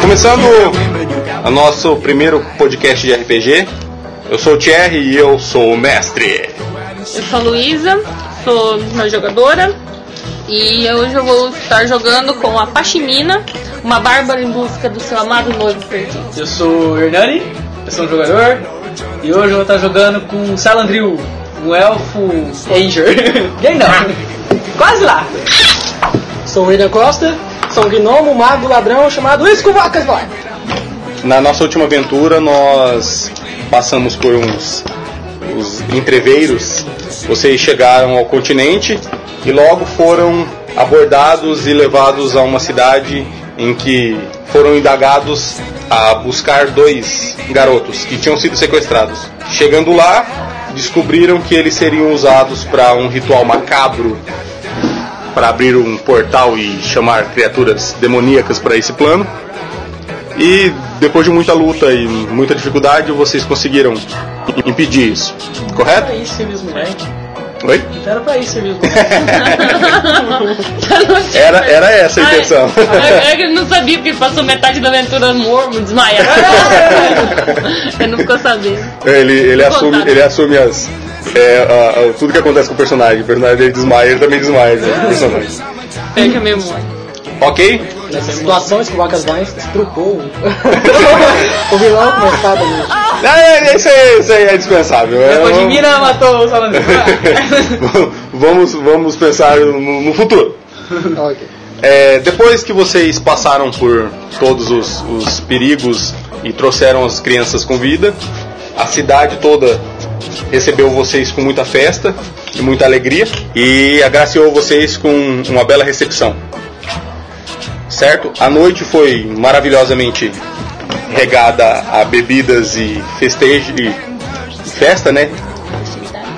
Começando o nosso primeiro podcast de RPG. Eu sou o Thierry e eu sou o mestre. Eu sou a Luísa, sou uma jogadora e hoje eu vou estar jogando com a Pashmina, uma bárbara em busca do seu amado noivo perdido. Eu sou o Hernani, eu sou um jogador e hoje eu vou estar jogando com o Salandril, um elfo Ranger. Gay não, quase lá. Sou o William Costa, sou um gnomo, mago, ladrão chamado Escovacas Vai. Na nossa última aventura, nós passamos por uns os entreveiros. Vocês chegaram ao continente e logo foram abordados e levados a uma cidade em que foram indagados a buscar dois garotos que tinham sido sequestrados. Chegando lá, descobriram que eles seriam usados para um ritual macabro para abrir um portal e chamar criaturas demoníacas para esse plano. E depois de muita luta e muita dificuldade, vocês conseguiram impedir isso, correto? Era isso, serviço moleque. Oi? Era pra isso, serviço moleque. Era, era essa a Ai, intenção. ai, ai, Eu não sabia porque passou metade da aventura mormo, desmaiado. eu não ficou sabendo. Ele, ele, assume, contato. ele assume as. é, a- a- tudo que acontece com o personagem. O personagem dele desmaia, ele também desmaia. né? Impressionante. Perde a memória. Ok? Nessa situação, Escovacas Vai estrupou o vilão Ah, que mercado mesmo. É, é, isso, aí, isso aí é dispensável. É, Depois de vamos- Mina matou o Salandril. Ah. vamos, vamos pensar no, no futuro. Ok. É, depois que vocês passaram por todos os, os perigos e trouxeram as crianças com vida, a cidade toda recebeu vocês com muita festa e muita alegria e agraciou vocês com uma bela recepção. Certo? A noite foi maravilhosamente regada a bebidas e festejo e festa, né?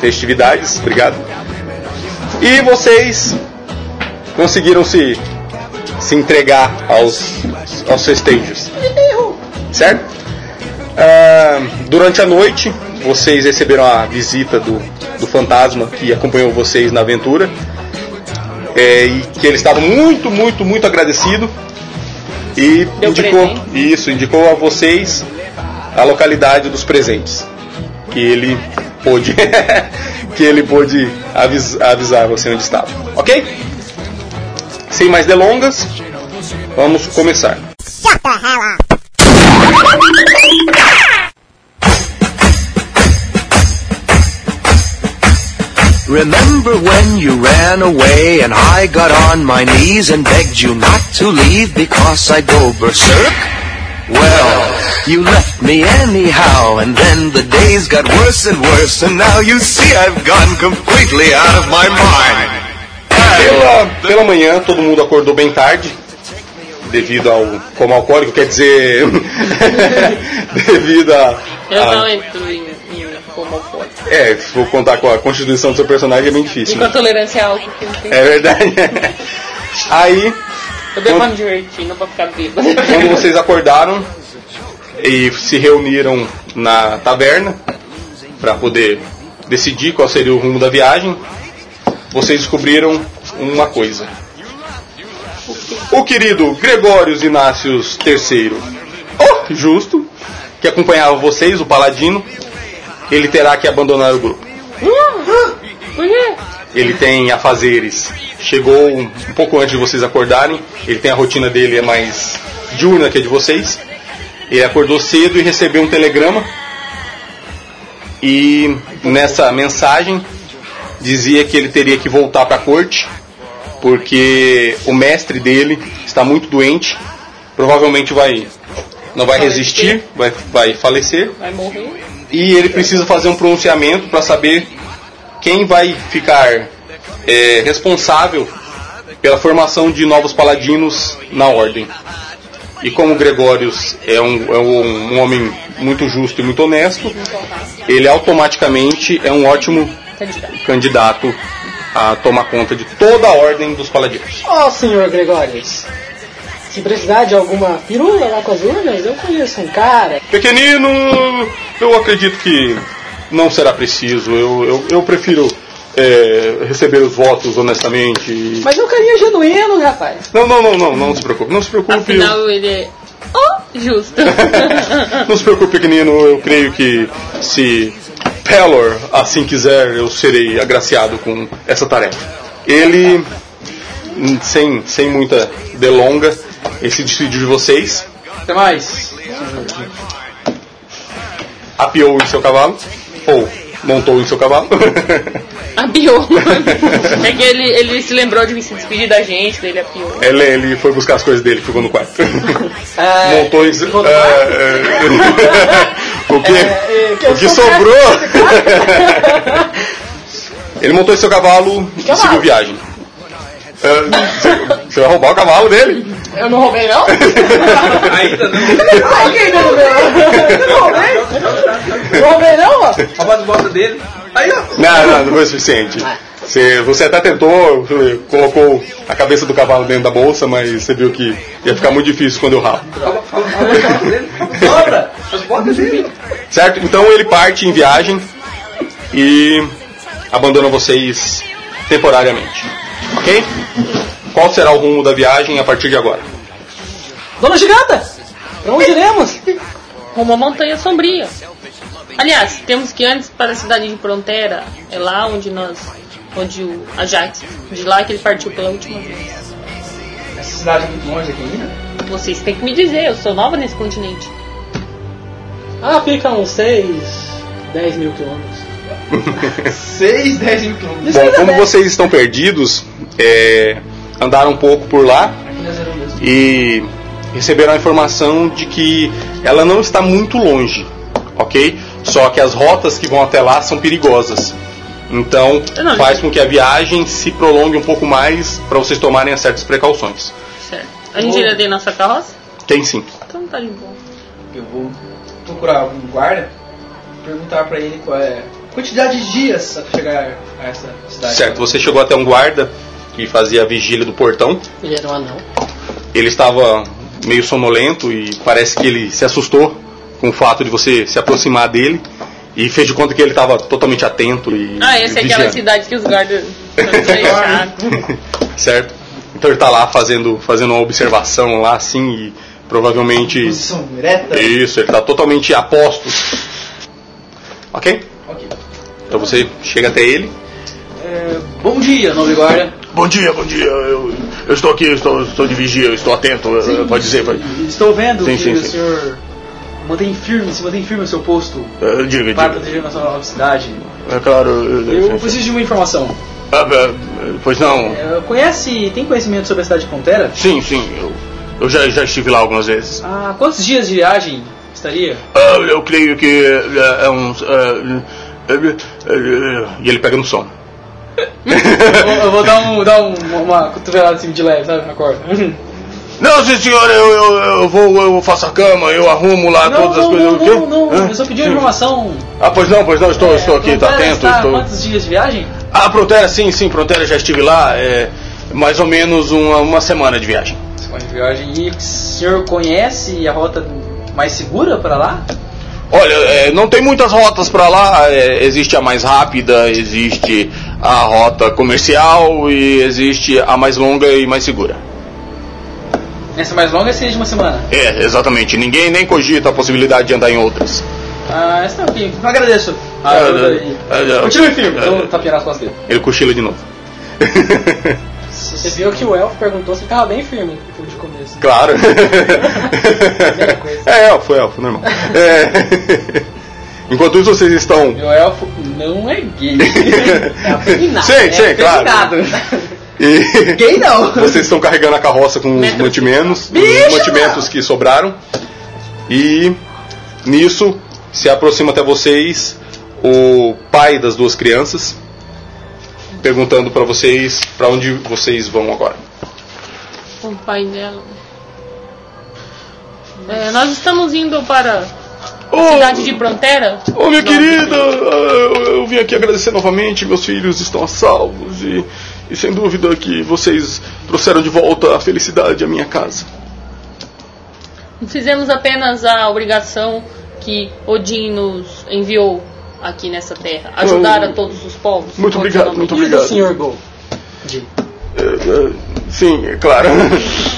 Festividades, obrigado. E vocês conseguiram se se entregar aos aos festejos, certo? Ah, durante a noite vocês receberam a visita do, do fantasma que acompanhou vocês na aventura É, e que ele estava muito muito muito agradecido e Deu indicou presente. isso indicou a vocês a localidade dos presentes que ele pôde que ele pôde avis- avisar você onde estava, ok? Sem mais delongas, vamos começar. Remember when you ran away and I got on my knees and begged you not to leave because I go berserk? Well, you left me anyhow and then the days got worse and worse and now you see I've gone completely out of my mind. Pela, pela manhã, todo mundo acordou bem tarde, devido ao coma alcoólico, quer dizer, devido a, Eu a- não entro em, em como pode. É, se for contar com a constituição do seu personagem é bem E difícil. com a Né? tolerância ao álcool que eu tenho. É verdade. Aí, Eu devo me divertir, não pra ficar bêbado. quando vocês acordaram e se reuniram na taverna para poder decidir qual seria o rumo da viagem, vocês descobriram uma coisa. O querido Gregórios Inácios III, oh, justo, que acompanhava vocês, o paladino, ele terá que abandonar o grupo. Por quê? Ele tem afazeres. Chegou um um pouco antes de vocês acordarem. Ele tem a rotina dele é mais diurna que a de vocês. Ele acordou cedo e recebeu um telegrama. E nessa mensagem dizia que ele teria que voltar para a corte porque o mestre dele está muito doente. Provavelmente vai não vai resistir, vai, vai falecer Vai morrer? e ele precisa fazer um pronunciamento para saber quem vai ficar é, responsável pela formação de novos paladinos na ordem. E como Gregórios é um, é um- um homem muito justo e muito honesto, ele automaticamente é um ótimo Candidato. candidato a tomar conta de toda a ordem dos paladinos. Ó, senhor Gregórios, se precisar de alguma pirula lá com as urnas, eu conheço um cara. Pequenino, eu acredito que não será preciso. Eu, eu, eu prefiro é, receber os votos honestamente. e- Mas é um carinha genuíno, rapaz. Não, não, não, não, não se preocupe. Não se preocupe. Afinal, ele é Oh, justo. Não se preocupe, pequenino, eu creio que se Pelor assim quiser, eu serei agraciado com essa tarefa. Ele, hum, sem, sem muita delonga, ele se despediu de vocês, Até mais. apiou em seu cavalo, ou montou em seu cavalo, apiou. é que ele, ele se lembrou de se despedir da gente, dele apiou. ele, ele foi buscar as coisas dele, ficou no quarto. É, montou em seu. é, é, o que, É, é, que eu o que sou sobrou? Ele montou em seu cavalo e Cavalo. seguiu viagem. É, você- Você vai roubar o cavalo dele? Eu não roubei, não? Ainda não. Ai, quem não roubei, não? Eu não roubei? Não roubei, não, ó? Roubado bota dele. Aí, ó. Não, não, não foi o suficiente. Você, você até tentou, eh, colocou a cabeça do cavalo dentro da bolsa, mas você viu que ia ficar muito difícil quando eu rabo. Rouba- rouba- rouba as botas dele. Sobra. As botas dele. Certo? Então ele parte em viagem e abandona vocês temporariamente. Ok? Qual será o rumo da viagem a partir de agora? Dona Giganta, pra onde iremos? Rumo à Montanha Sombria. Aliás, temos que ir antes para a cidade de Fronteira. É lá onde nós. Onde o Ajax. De lá que ele partiu pela última vez. Essa cidade é muito longe aqui ainda. Vocês têm que me dizer, eu sou nova nesse continente. Ah, fica uns 6, 10 mil quilômetros. 6, 10 mil quilômetros. Bom, como vocês estão perdidos, é, andaram um pouco por lá Aqui nós éramos e receberam a informação de que ela não está muito longe, ok? Só que as rotas que vão até lá são perigosas. Então Eu não faz com que a viagem se prolongue um pouco mais para vocês tomarem as certas precauções. Certo. A gente ainda tem nossa carroça? Tem sim. Então tá de boa. Eu vou procurar um guarda, perguntar pra ele qual é a quantidade de dias até chegar a essa cidade. Certo, você chegou até um guarda que fazia a vigília do portão. Ele era um anão. Ele estava meio sonolento e parece que ele se assustou com o fato de você se aproximar dele e fez de conta que ele estava totalmente atento e Ah, essa é e aquela vigiando. cidade que os guardas. estão fechados. certo? Então ele tá lá fazendo, fazendo uma observação lá assim e provavelmente Posição ereta. isso, ele tá totalmente a postos. OK? Ok. Então você chega até ele. É, bom dia, nobre guarda. Bom dia, bom dia. Eu, estou aqui, estou, de vigia, eu estou atento, pode dizer, Estou vendo Sim, que sim, o sim. senhor mantém firme, se mantém firme o seu posto eh, diga, para proteger nossa nova cidade. É claro. Ah, Eu preciso de uma informação. eh, pois não. É, Conhece, tem conhecimento sobre a cidade de Pontera? Sim, sim. Eu, eu já, já estive lá algumas vezes. Há quantos dias de viagem estaria? Ah, eu creio que é, é um. é, é, é, é, e ele pega no sono. eu, eu vou dar, um, dar um- uma cotovelada assim de leve, sabe, na corda. Não, sim, senhora, eu, eu, eu vou, eu faço a cama, eu arrumo lá Não, Tá todas as não, coisas. não, o quê? não, não, É, Hã? eu só pedi uma informação. Ah, pois não, pois não, estou, estou aqui, Pontera tá atento. está há Estou... quantos dias de viagem? Ah, Prontera, sim, sim, Prontera, já estive lá. É mais ou menos uma, uma semana de viagem. Semana de viagem. E o senhor conhece a rota mais segura para lá? Olha, é, não tem muitas rotas pra lá. é, existe a mais rápida, existe a rota comercial e existe a mais longa e mais segura. Essa mais longa seria de uma semana. É, exatamente. Ninguém nem cogita a possibilidade de andar em outras. Ah, essa tá ok. Então agradeço. Ah, Ah, ah, ajuda aí. ah, ah, Continue firme. ah, Eu vou tapear nas costas dele. Ele cochila de novo. Você viu que o elfo perguntou se ficava bem firme de começo. Claro. coisa. é elfo, elfo, normal. É. Enquanto isso, vocês estão. Meu elfo não é gay. É sim, sim, claro. é Cuidado. E né? gay não. vocês estão carregando a carroça com os Metro. mantimentos, os Bicho! mantimentos que sobraram. E nisso se aproxima até vocês o pai das duas crianças, perguntando pra vocês pra onde vocês vão agora. com o pai dela. É, nós estamos indo para a cidade de Fronteira. Ô minha Não, querida, eu, eu vim aqui agradecer novamente, meus filhos estão a salvos e, e sem dúvida que vocês trouxeram de volta a felicidade à minha casa. Fizemos apenas a obrigação que Odin nos enviou aqui nessa terra. Ajudar a todos os povos. um Muito obrigado, muito E o obrigado. do senhor Gol? É, é, sim, é claro.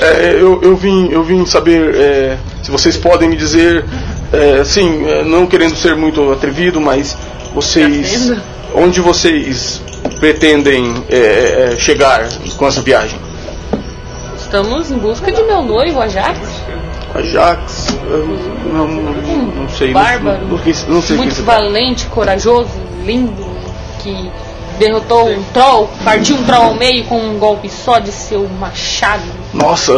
É, eu, eu vim, eu vim saber é, Se vocês podem me dizer, é, assim, é, não querendo ser muito atrevido, mas vocês. Tá sendo? Onde vocês pretendem é, é, chegar com essa viagem? Estamos em busca de meu noivo, Ajax. Ajax? eu Não, não, não sei. não- Bárbaro. Não, não, não sei quem muito você- tá valente, corajoso, lindo, que derrotou um troll, partiu um troll ao meio com um golpe só de seu machado. Nossa,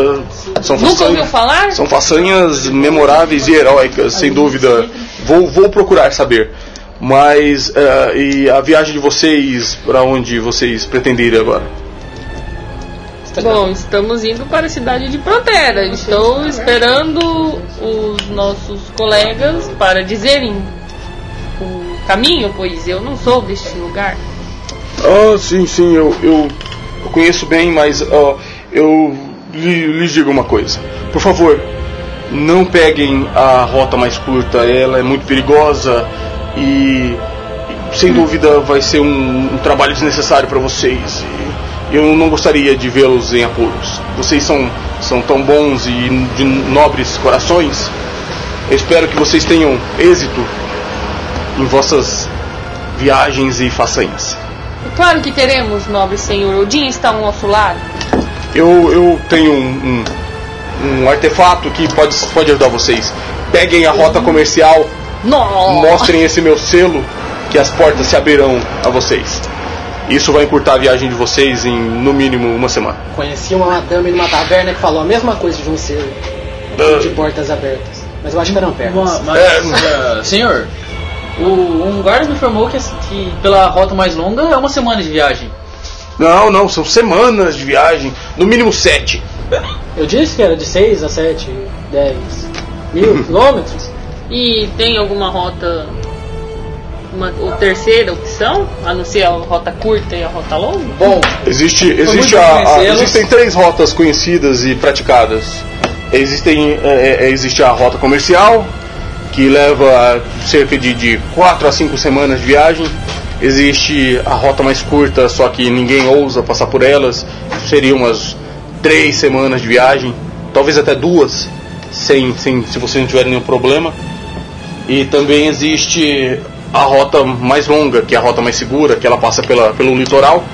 são Nunca ouviu façanhas, falar? são façanhas memoráveis e heróicas, sem dúvida. Vou, vou procurar saber. Mas eh, e a viagem de vocês, para onde vocês pretendem ir agora? Bom, estamos indo para a cidade de Pantera. Estou esperando os nossos colegas para dizerem o caminho, pois eu não sou deste lugar. Ah, sim, sim, eu, eu, eu conheço bem, mas ó, eu lhe- lhes digo uma coisa. Por favor, não peguem a rota mais curta, ela é muito perigosa e, e, sem dúvida vai ser um, um trabalho desnecessário para vocês. E eu não gostaria de vê-los em apuros. Vocês são, são tão bons e de nobres corações. Eu espero que vocês tenham êxito em vossas viagens e façanhas. E claro que teremos, nobre senhor. Odin está ao nosso lado. Eu, eu tenho um, um, um artefato que pode, pode ajudar vocês. Peguem a rota comercial, Nossa! mostrem esse meu selo, que as portas se abrirão a vocês. Isso vai encurtar a viagem de vocês em no mínimo uma semana. Conheci uma madame numa taverna que falou a mesma coisa de um selo de portas abertas. Mas eu acho que eram pernas. Uma- mas, ah, senhor, o, um guarda me informou que, que pela rota mais longa é uma semana de viagem. Não, não, são semanas de viagem, no mínimo sete. Eu disse que era de 6 a 7, 10 mil quilômetros. E tem alguma rota, uma ou terceira opção? A não ser a rota curta e a rota longa? Bom, Existe, existe muito a- a- conhecê-los. existem três rotas conhecidas e praticadas. Existem, é, é, existe a rota comercial, que leva cerca de, de 4 a 5 semanas de viagem. Existe a rota mais curta, só que ninguém ousa passar por elas. Seriam umas 3 semanas de viagem, talvez até duas, sem, sem, se você não tiver nenhum problema. E também existe a rota mais longa, que é a rota mais segura, que ela passa pela, pelo litoral.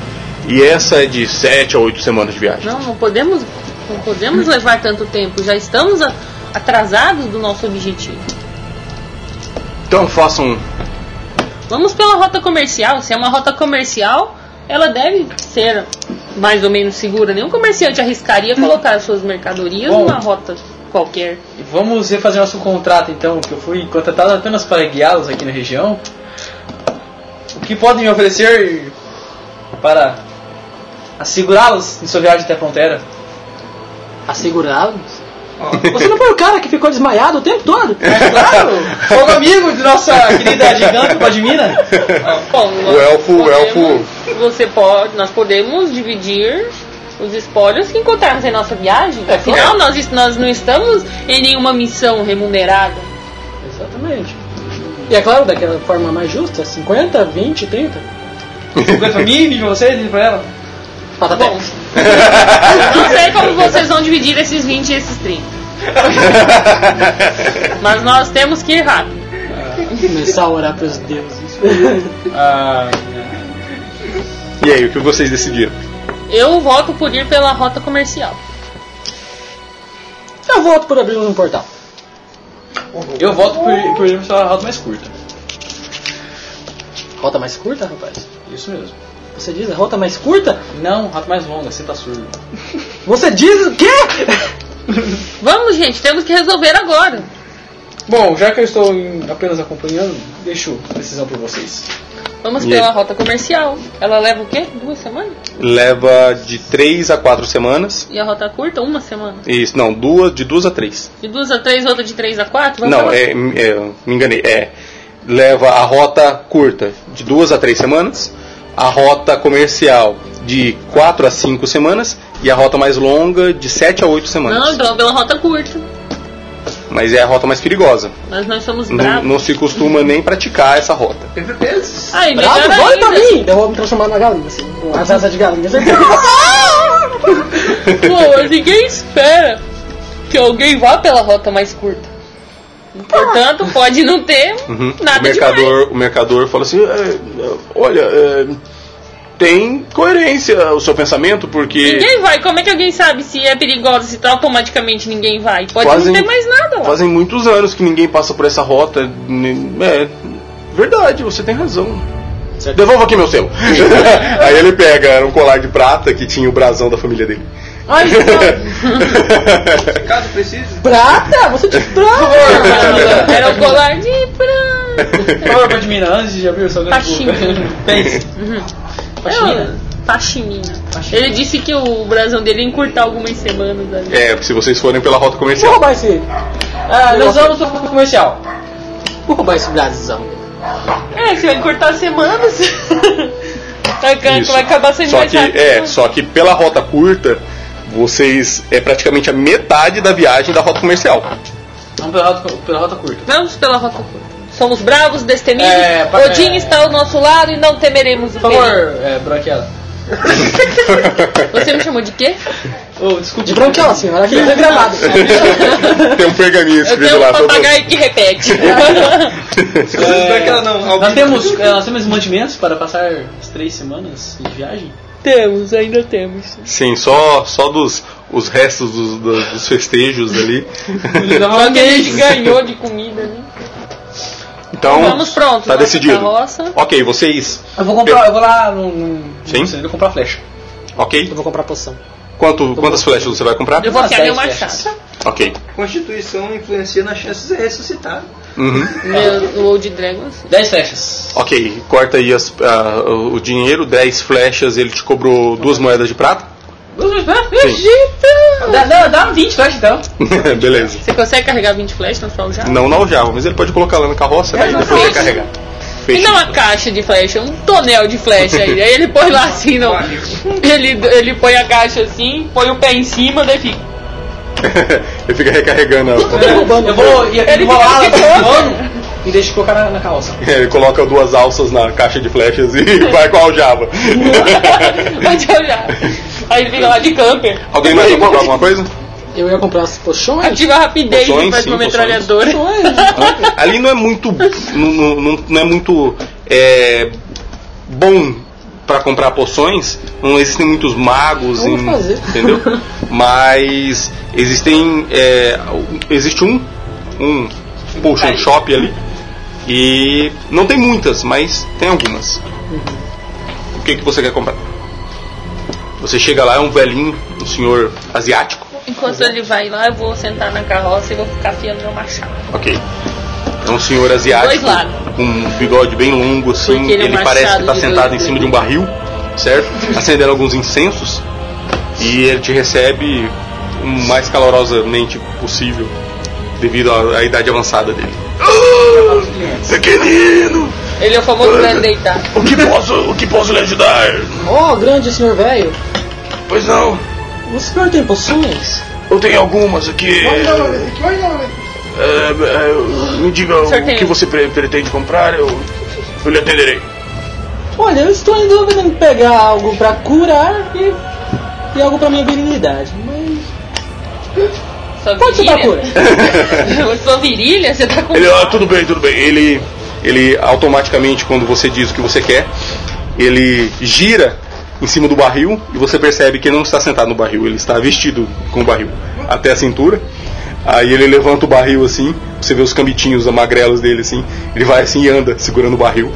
E essa é de 7 a 8 semanas de viagem. Não, não podemos, não podemos levar tanto tempo. Já estamos a- atrasados do nosso objetivo. Então façam. Vamos pela rota comercial. Se é uma rota comercial, ela deve ser mais ou menos segura. Nenhum comerciante arriscaria Hum. colocar as suas mercadorias Bom. numa rota qualquer. E Vamos refazer nosso contrato então, que eu fui contratado apenas para guiá-los aqui na região. O que podem me oferecer para assegurá-los em sua viagem até a fronteira? assegurá-los. Você não foi o cara que ficou desmaiado o tempo todo? Claro! Sou um amigo de nossa querida gigante Padmina. Bom, nós elfo- o podemos- Você pode, nós podemos dividir os espólios que encontrarmos em nossa viagem. É, Afinal, nós, est- nós não estamos em nenhuma missão remunerada. Exatamente. E é claro, daquela forma mais justa, 50, 20, 30. Aguenta pra mim, pra você, diz pra ela. Fala Bom, não sei como vocês vão dividir esses 20 e esses 30. Mas nós temos que ir rápido. Começar a orar pros deuses. Ah, E aí, o que vocês decidiram? Eu voto por ir pela rota comercial. Eu voto por abrir um portal. eu volto por, por ir pra sua rota mais curta. Rota mais curta, rapaz? Isso mesmo. Você diz a rota é mais curta? Não, rota mais longa, você tá surdo. Você diz o quê? Vamos, gente, temos que resolver agora. Bom, já que eu estou em- apenas acompanhando, deixo a decisão por vocês. Vamos E pela aí? rota comercial. Ela leva o quê? Duas semanas? Leva de 3 a 4 semanas. E a rota curta? Uma semana. Isso, não, duas, de 2 a 3. De duas a três, outra de três a quatro? Vamos Não, pela- é, é, me enganei. É, leva a rota curta de 2 a 3 semanas, a rota comercial de 4 a 5 semanas e a rota mais longa de 7 a 8 Não, semanas. então pela rota curta. Mas é a rota mais perigosa. Mas nós somos Não, bravos. não se costuma nem praticar essa rota. Ai, melhor Bravo, olha pra ainda. mim! Eu vou me transformar numa galinha, assim. Uma asa de galinha. certeza. Pô, ninguém espera. que alguém vá pela rota mais curta. Portanto, pode não ter Ah. Uhum. nada o, demais. mercador, o mercador fala assim: "É, é, olha, é, tem coerência o seu pensamento, porque Ninguém vai. Como é que alguém sabe se é perigosa, se tá, automaticamente ninguém vai? Pode Fazem- não ter mais nada lá. fazem muitos anos que ninguém passa por essa rota. né? É verdade, você tem razão. Certo. Devolva aqui meu selo. Aí ele pega era um colar de prata que tinha o brasão da família dele. Caso precise. Prata? Você te prata? Era o colar de prata. Por favor, pode mirar antes, já viu? Só Faxina. Pense. Não, Faxininha. Ele disse que o brasão dele ia encurtar algumas semanas ali. é, se vocês forem pela rota Vou comercial. roubar esse. Ah, nós vamos pro comercial. Vou roubar esse brasão. É, se vai encurtar semanas. vai, ca- Isso. Tá vai acabar sendo Só mais que, rápido. é, só que pela rota curta, vocês é praticamente a metade da viagem da rota comercial. Vamos pela rota, pela rota curta. Vamos pela rota curta. Somos bravos, destemidos. É, pa- Odin é. está ao nosso lado e não temeremos o Por favor, é, Branquela. perigo. Você me chamou de quê? Oh, desculpa. De bronquial, assim, olha aqui, gramado. Tem um pergaminho Eu escrito tenho um lá. todo- papagaio que repete. Não é aquela não. Nós Alguém- temos, é, nós temos mantimentos para passar as três semanas de viagem? temos, ainda temos. Sim, só, só dos os restos dos, dos- dos festejos ali. Só que a gente ganhou de comida, né? Então, Vamos prontos. tá nossa decidido. Carroça. Ok, vocês. Eu vou comprar, eu vou lá no. no Sim. no cinema comprar flecha. Ok? Eu vou comprar poção. Ah, Quanto, quantas flechas você vai comprar? Eu vou Umas afiar meu dez machado. Ok. Constituição influencia nas chances de ressuscitar. Uhum. Meu, o Old Dragon, assim. Dez flechas. Ok, corta aí as- ah, o dinheiro, 10 flechas, ele te cobrou duas moedas de prata. Dá, dá, dá 20 flechas então. Beleza. Você consegue carregar 20 flechas no seu já? Não na aljava, mas ele pode colocar lá na carroça, né? E depois sei. recarregar. Me Fecha. dá uma caixa de flecha, um tonel de flecha aí. Aí ele põe lá assim, não. Ele, ele põe a caixa assim, põe o pé em cima, daí fica. ele fica recarregando. É. a- Derrubando. Eu vou e Ele enrolar fica ela de no pano e deixa colocar na, na calça. ele coloca duas alças na caixa de flechas e vai com a aljava. Vai te olhar. Aí ele fica lá de camper. Alguém mais vai comprar alguma coisa? Eu ia comprar as poções. Ativa a rapidez Poções, e faz uma sim, metralhadora. Ali não é muito. Não, não- não- não é muito. é, bom pra comprar poções. Não existem muitos magos. Eu vou fazer. Entendeu? Mas existem. é, existe um. Um potion shop ali. E não tem muitas, mas tem algumas. Uhum. O que, que você quer comprar? Você chega lá, é um velhinho, um senhor asiático. Enquanto ele vai lá, eu vou sentar na carroça e vou ficar afiando meu machado. Ok. É um senhor asiático Dois lados. com um bigode bem longo, assim. Porque ele Ele, é um parece que machado está de sentado em dois cima de um barril, certo? Acendendo alguns incensos. E ele te recebe o mais calorosamente possível, devido à, à idade avançada dele. Ah, pequenino, Ele é o famoso grande deitar. o que posso, o que posso lhe ajudar? Ó, grande senhor velho. Pois não, O senhor tem poções? eu tenho algumas aqui. É, é, me diga senhor tem- o que você pre- pretende comprar, eu, eu lhe atenderei. Olha, eu estou em dúvida em pegar algo pra curar e, e algo pra minha virilidade. Mas Sua pode ser pra cura. virilha. Sua virilha, você tá com. Ele, ah, tudo bem, tudo bem. Ele, ele automaticamente, quando você diz o que você quer, ele gira em cima do barril e você percebe que ele não está sentado no barril, ele está vestido com o barril até a cintura. Aí ele levanta o barril assim, você vê os cambitinhos amagrelos dele assim, ele vai assim e anda segurando o barril.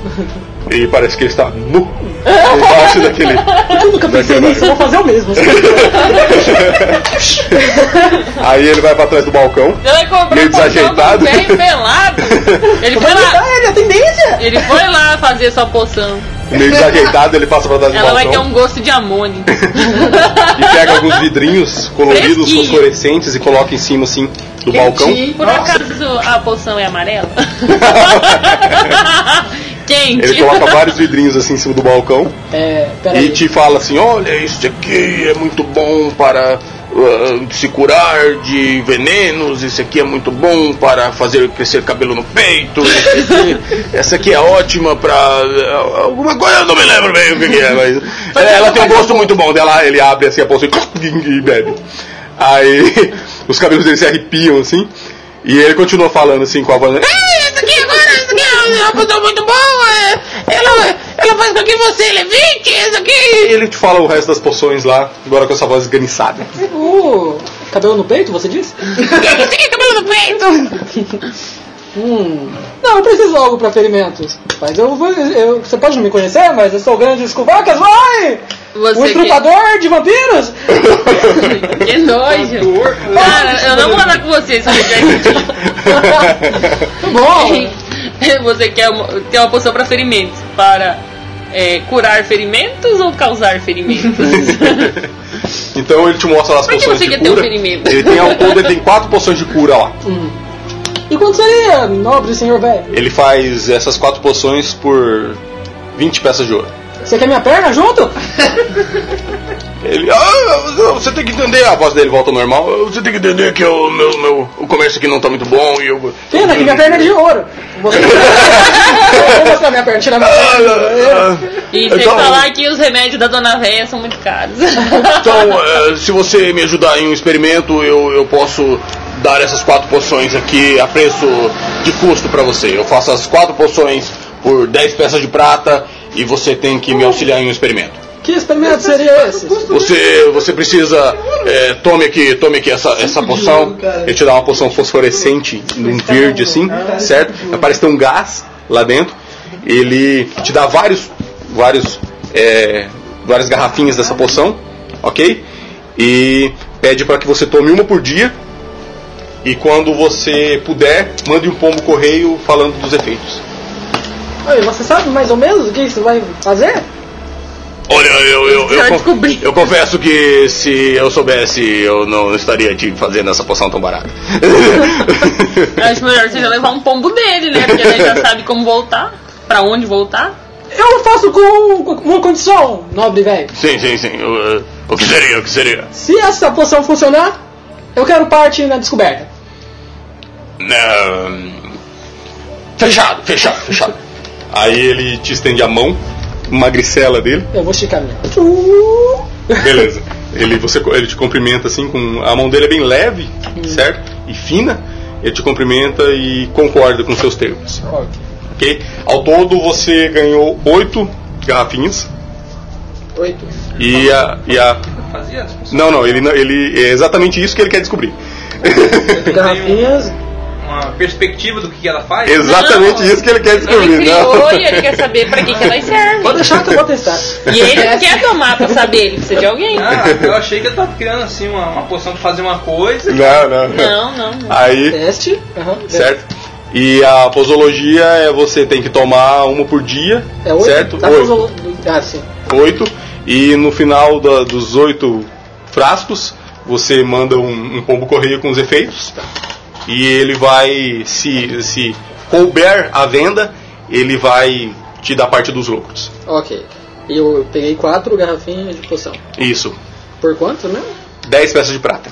E parece que ele está nu embaixo daquele. É Eu nunca Vai, pensei vai, nisso, eu vou fazer o mesmo. Aí ele vai para trás do balcão. Ele vai comprar Meio um colchão do desajeitado. velho pelado. Ele foi lá. Ah, ele é tendência? Ele foi lá fazer sua poção. Meio desajeitado, ele passa pra trás do Ela vai balcão. ter um gosto de amônio. e pega alguns vidrinhos coloridos, Fresquinho. fosforescentes e coloca em cima assim do balcão. Por acaso a poção é amarela? Quente. Ele coloca vários vidrinhos assim em cima do balcão É, e peraí. te fala assim: olha, isso aqui é muito bom para ah, se curar de venenos, isso aqui é muito bom para fazer crescer cabelo no peito, isso aqui- essa aqui é ótima para alguma coisa, eu não me lembro bem o que que é, mas ela, ela tem um gosto muito bom dela, ele abre assim a poça e, e bebe. Aí os cabelos dele se arrepiam assim. E ele continua falando assim com a voz. É, isso aqui agora, isso aqui é uma coisa muito boa. é, Ela, ela faz com que você levite, isso E aqui. ele te fala o resto das poções lá, agora com essa voz esganiçada. Uh, cabelo no peito, você disse? Isso aqui é cabelo no peito. Hum. Não, eu preciso de algo pra ferimentos. Mas eu vou. eu- você pode não me conhecer, mas eu sou o grande escovacas, vai! Você o estrupador de vampiros! que... que nojo. Cara, eu não vou andar com você se você Tá bom! quer Você quer uma, tem uma poção pra ferimentos. Para é, curar ferimentos ou causar ferimentos? então ele te mostra lá as Por que poções você de quer ter um cura. ferimento? ele tem ao todo, ele tem quatro poções de cura lá. E quanto seria, nobre senhor velho? Ele faz essas quatro poções por 20 peças de ouro. Você quer minha perna junto? Ele, ah, você tem que entender, a voz dele volta ao normal. Você tem que entender que o meu, meu- o comércio aqui não tá muito bom e eu. Pena que minha perna é de ouro! Vou mostrar- Eu vou mostrar minha perna, tirar minha Ah, é perna. ah, ah. E sem Então- falar que os remédios da dona Véia são muito caros. Então, eh, se você me ajudar em um experimento, eu, eu posso dar essas quatro poções aqui a preço de custo pra você. Eu faço as quatro poções por 10 peças de prata e você tem que me auxiliar em um experimento. Que experimento seria esse? Você, você precisa. eh, tome aqui, tome aqui essa, essa poção. Ele te dá uma poção fosforescente, num verde assim, certo? Parece ter um gás lá dentro. Ele te dá vários. vários eh, várias garrafinhas dessa poção, ok? E pede para que você tome uma por dia. E quando você puder, mande um pombo correio falando dos efeitos. Oi, você sabe mais ou menos o que isso vai fazer? Olha, eu, eu, Você vai eu, con- descobrir. eu confesso que se eu soubesse, eu não estaria te fazendo essa poção tão barata. Eu acho melhor você já levar um pombo dele, né? Porque ele já sabe como voltar, pra onde voltar. Eu não faço com com uma condição, nobre velho. sim, sim, sim. O, eh, o que seria? O que seria? Se essa poção funcionar, eu quero parte na descoberta. Não, hum, Fechado, fechado, fechado. Aí ele te estende a mão, magricela dele. Eu vou esticar a minha. Uh, Beleza. Ele, você, ele te cumprimenta assim com. A mão dele é bem leve, certo? E fina. Ele te cumprimenta e concorda com seus termos. Ok? Ao todo você ganhou oito garrafinhas. Oito. E a. E a... Não, não, ele, não- ele. É exatamente isso que ele quer descobrir. um Garrafinhas. Uma perspectiva do que ela faz? né? exatamente Não. isso que ele quer Ele descobrir. criou e Não. ele quer saber pra que, que elas servem. Pode deixar que eu vou testar. E ele não quer tomar pra saber, ele precisa de alguém. Ah, eu achei que ela tava criando assim uma, uma poção pra fazer uma coisa. Não, não, não. Não, não, não. Aí, Teste. Aham. certo? E a posologia é você tem que tomar uma por dia, É oito? certo? Dá pra oito. usar o- Ah, sim. oito e no final da- dos oito frascos você manda um, um pombo correio com os efeitos e ele vai se se couber a venda ele vai te dar parte dos lucros Ok. E eu peguei quatro garrafinhas de poção. isso Por quanto mesmo? 10 peças de prata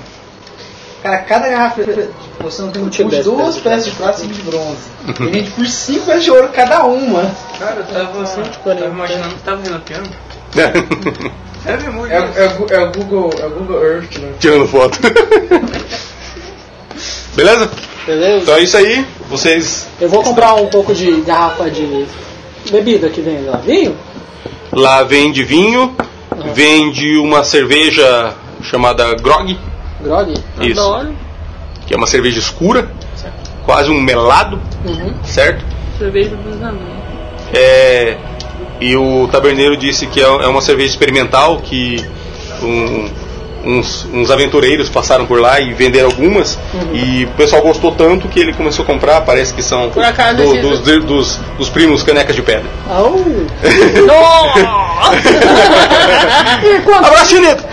Cara, cada garrafa de poção tem um Tinha tipo de dez peças duas de peças de prata e cinco de bronze. E vende por cinco peças de ouro cada uma. Cara, eu tava, tava imaginando que tava relampeando. É É, memória. é, o Gu- é o Google, é o Google Earth, né? tirando foto beleza Beleza? então é isso aí vocês Eu vou comprar um pouco de garrafa de bebida que vem lá. Vinho? lá vende vinho vende uma cerveja chamada grog Grog? isso Adoro. que é uma cerveja escura quase um melado Uhum. certo? Cerveja dos amigos. É, e o taberneiro disse que é, é uma cerveja experimental que um- uns, uns aventureiros passaram por lá e venderam algumas Uhum. e o pessoal gostou tanto que ele começou a comprar. Parece que são Por acaso do- esses- dos, dos- dos primos canecas de pedra. Au! Nossa! Abraço, Chineta!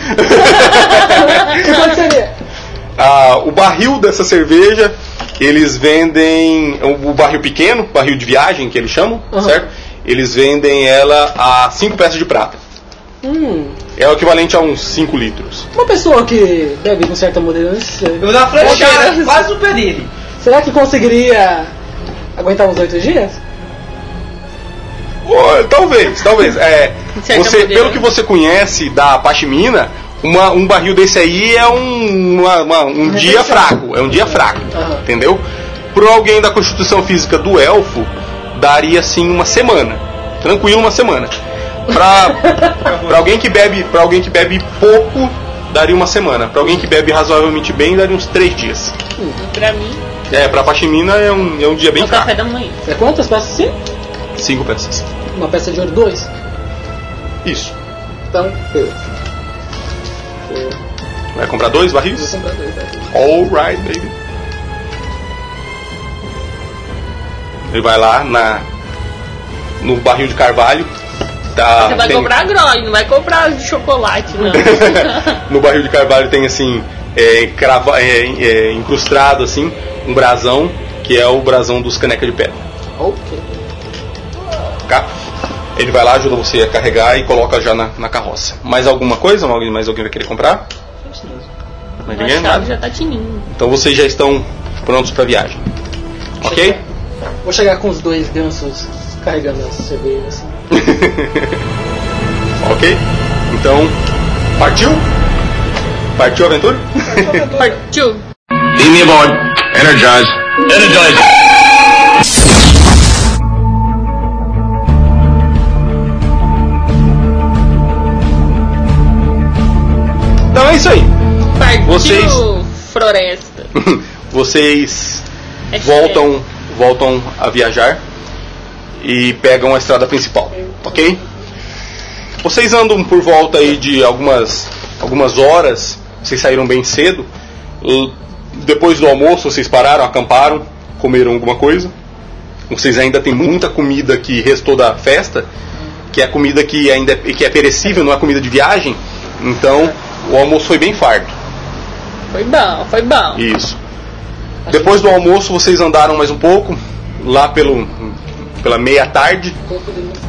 E quanto seria? Ah, o barril dessa cerveja eles vendem o, o barril pequeno, barril de viagem que eles chamam, Uhum. certo? Eles vendem ela a 5 peças de prata. Hum. É o equivalente a uns 5 litros. Uma pessoa que bebe com certa moderância, Eu vou dar uma flechada quase um no pé dele. será que conseguiria aguentar uns oito dias? Ô, Talvez, É, talvez. É, Certa você, maneira. pelo que você conhece da Pashmina, uma, um barril desse aí é um, uma- uma- um dia fraco. É um dia fraco. Aham. Entendeu? Pro alguém da constituição física do elfo, daria assim uma semana. Tranquilo, uma semana. Pra, pra alguém que bebe. para alguém que bebe pouco, daria uma semana. Pra alguém que bebe razoavelmente bem, daria uns três dias. Pra mim, É, pra Pachimina é um, é um dia é bem o café fraco. da manhã. É quantas peças sim? Cinco peças. Uma peça de ouro, dois? Isso. Então, eu. Vai comprar dois barris? né? Alright, baby. Ele vai lá na no barril de carvalho. Tá, Você vai tem- comprar grog, não vai comprar de chocolate, não. no barril de carvalho tem assim, é, crava, é, é, incrustado assim, um brasão, que é o brasão dos caneca de pedra. Ok. Tá? Ele vai lá, ajuda você a carregar e coloca já na, na carroça. Mais alguma coisa? Alguém- Mais alguém vai querer comprar? Mais A ninguém? chave Nada? já tá tinindo. Então vocês já estão prontos para viagem. Ok? Vou chegar com os dois gansos carregando as cervejas. assim. Ok? Então, partiu? Partiu a aventura? Partiu. Leave me alone. Energize. Energize. Então é isso aí. Partiu, Vocês- floresta. Vocês É voltam, voltam a viajar e pegam a estrada principal, ok? Vocês andam por volta aí de algumas, algumas horas, vocês saíram bem cedo. L- Depois do almoço vocês pararam, acamparam, comeram alguma coisa. Vocês ainda têm muita comida que restou da festa, que é comida que ainda é, que é perecível, não é comida de viagem. Então o almoço foi bem farto. Foi bom, foi bom. Isso. Depois do almoço, vocês andaram mais um pouco, lá pelo, pela meia-tarde.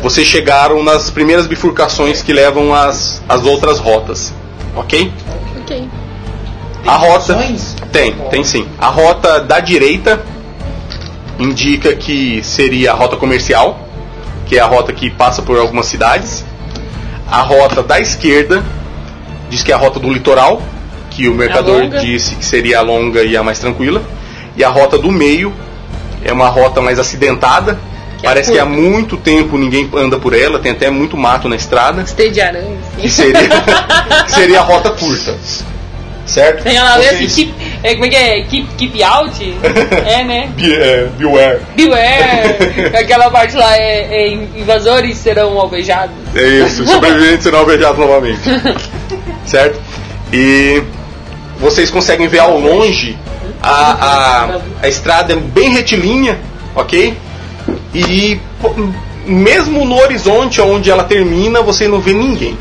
Vocês chegaram nas primeiras bifurcações que levam às, às outras rotas, ok? Ok. A rota. Tem, tem sim. A rota da direita indica que seria a rota comercial, que é a rota que passa por algumas cidades. A rota da esquerda diz que é a rota do litoral, que o mercador É longa. disse que seria a longa e a mais tranquila. E a rota do meio é uma rota mais acidentada. é Parece que há muito tempo ninguém anda por ela, tem até muito mato na estrada. Gostei de aranha. Que seria, que seria a rota curta. Certo? Tem ela ver Vocês- assim, keep, é, como é que é? Keep, keep out? é, né? Be- é, Beware. Beware! Aquela parte lá é, é invasores serão alvejados. É isso, sobrevivente será alvejado novamente. certo? E vocês conseguem ver ao longe a, a, a estrada é bem retilínea, ok? E pô, mesmo no horizonte onde ela termina, você não vê ninguém.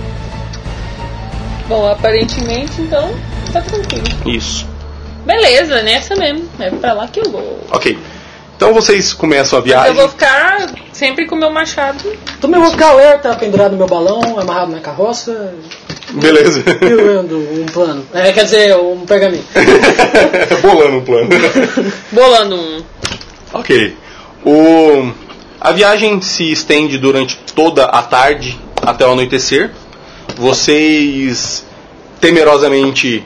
Bom, aparentemente, então, tá tranquilo. Isso. Beleza, nessa mesmo. É pra lá que eu vou. Ok. Então vocês começam a Eu viagem. vou ficar sempre com o meu machado. Também vou ficar alerta, tá pendurado no meu balão, amarrado na carroça, Beleza. pirando um plano. É, quer dizer, um pergaminho. Bolando um plano. Bolando um. Ok. O- a viagem se estende durante toda a tarde até o anoitecer. Vocês temerosamente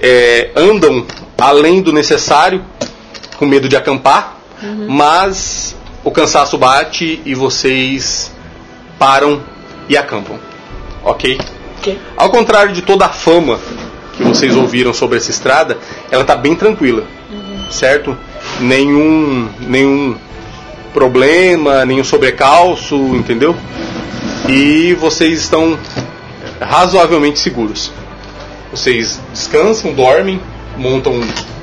é, andam além do necessário, com medo de acampar, mas o cansaço bate e vocês param e acampam. Ok? Ok. Ao contrário de toda a fama que vocês ouviram sobre essa estrada, ela está bem tranquila certo? Nenhum, nenhum problema, nenhum sobrecalço, entendeu? E vocês estão razoavelmente seguros. Vocês descansam, dormem, montam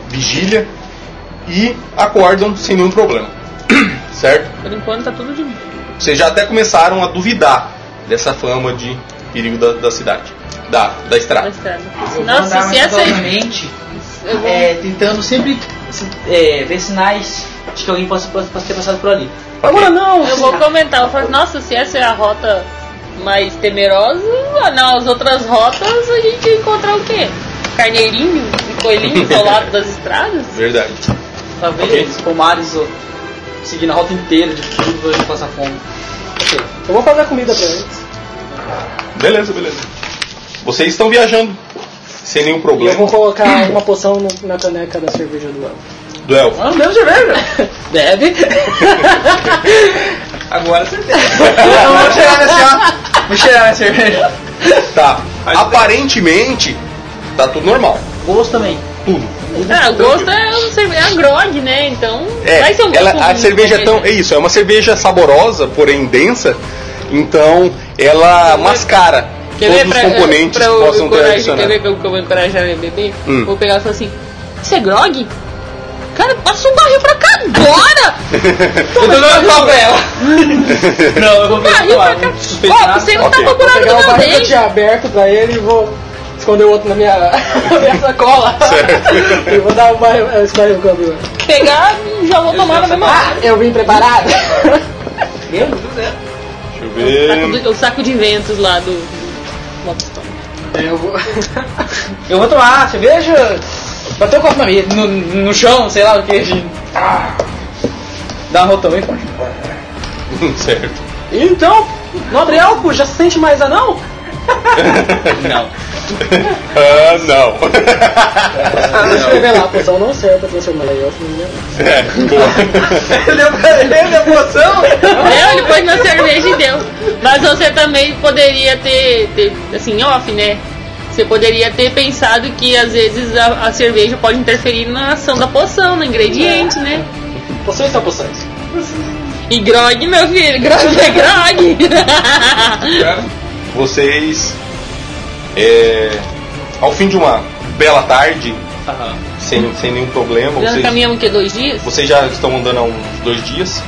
vigília e acordam sem nenhum problema, certo? Por enquanto tá tudo de boa. Vocês já até começaram a duvidar dessa fama de perigo da, da cidade, da, da na estrada. estrada. Eu vou Nossa, andar se mais essa é aí. calmamente, Eu vou- é, tentando sempre assim, se- é, ver sinais de que alguém possa, possa ter passado por ali. Agora não! Eu vou comentar, eu falo, nossa, se essa é a rota mais temerosa, nas outras rotas a gente ia encontrar o quê? Carneirinho e coelhinho isolado das estradas? Verdade. Talvez Ok. os pomares ou seguindo a rota inteira de tudo hoje passar fome. Eu vou fazer comida pra eles. Beleza, beleza. Vocês estão viajando sem nenhum E eu problema. vou colocar uma poção no- na caneca da cerveja do Elfo. Do elfo. Ah, Não deu é cerveja. Bebe. Agora certeza. Não vou cheirar nesse ó. Vou cheirar nessa cerveja. Tá. Aparentemente, tá tudo normal. Gosto também. Tudo. Ah, o gosto é, eu não sei, é a grog, né? Então É, vai ser um ela- gosto a ruim, né? cerveja é tão. É talvez, isso, é uma cerveja saborosa, porém densa. Então, ela mascara é Quer todos ver os pra, eh, componentes pra que eu possam ter encorajar- Quer ver adicionado. que eu, que eu vou encorajar a beber? Hum. Vou pegar e falar assim: Isso é grog? Cara, passa um barril pra cá agora! Eu tô dando uma pra ela. Não, eu vou pegar Barril uma pra cá! água. Não suspeito Ó, nada. você não tá Ok, vou procurando Pegar o meu barril que eu bem! tinha aberto pra ele e vou esconder o outro na minha, na minha sacola. Certo. E vou dar o barril, esse barril pro Gabriel. Pegar, já vou tomar na mesma hora. Eu vim preparado. Meu Deus do céu. Deixa eu O saco ver. de- O saco de ventos lá do. do Lobstone. eu vou... Eu vou tomar cerveja. Bateu o copo na mesa, no, no chão, sei lá o que. Ah. Dá uma rotão bem forte. Tá certo. Então, nobre álcool, já se sente mais anão? Não. Ah, não. Deixa eu escrever lá, a poção não serve pra transformar em elfo. não é? é, boa. Ele deu pra ele a poção? Não, ele pôs na cerveja e deu. Mas você também poderia ter, ter, assim, off, né? Você poderia ter pensado que às vezes a, a cerveja pode interferir na ação da poção, no ingrediente, né? Poções são poções. E grog, meu filho, grog é grog! Vocês. é, ao fim de uma bela tarde, sem, sem nenhum problema, Já vocês, caminhamos o quê? Dois dias? vocês já estão andando há uns dois dias,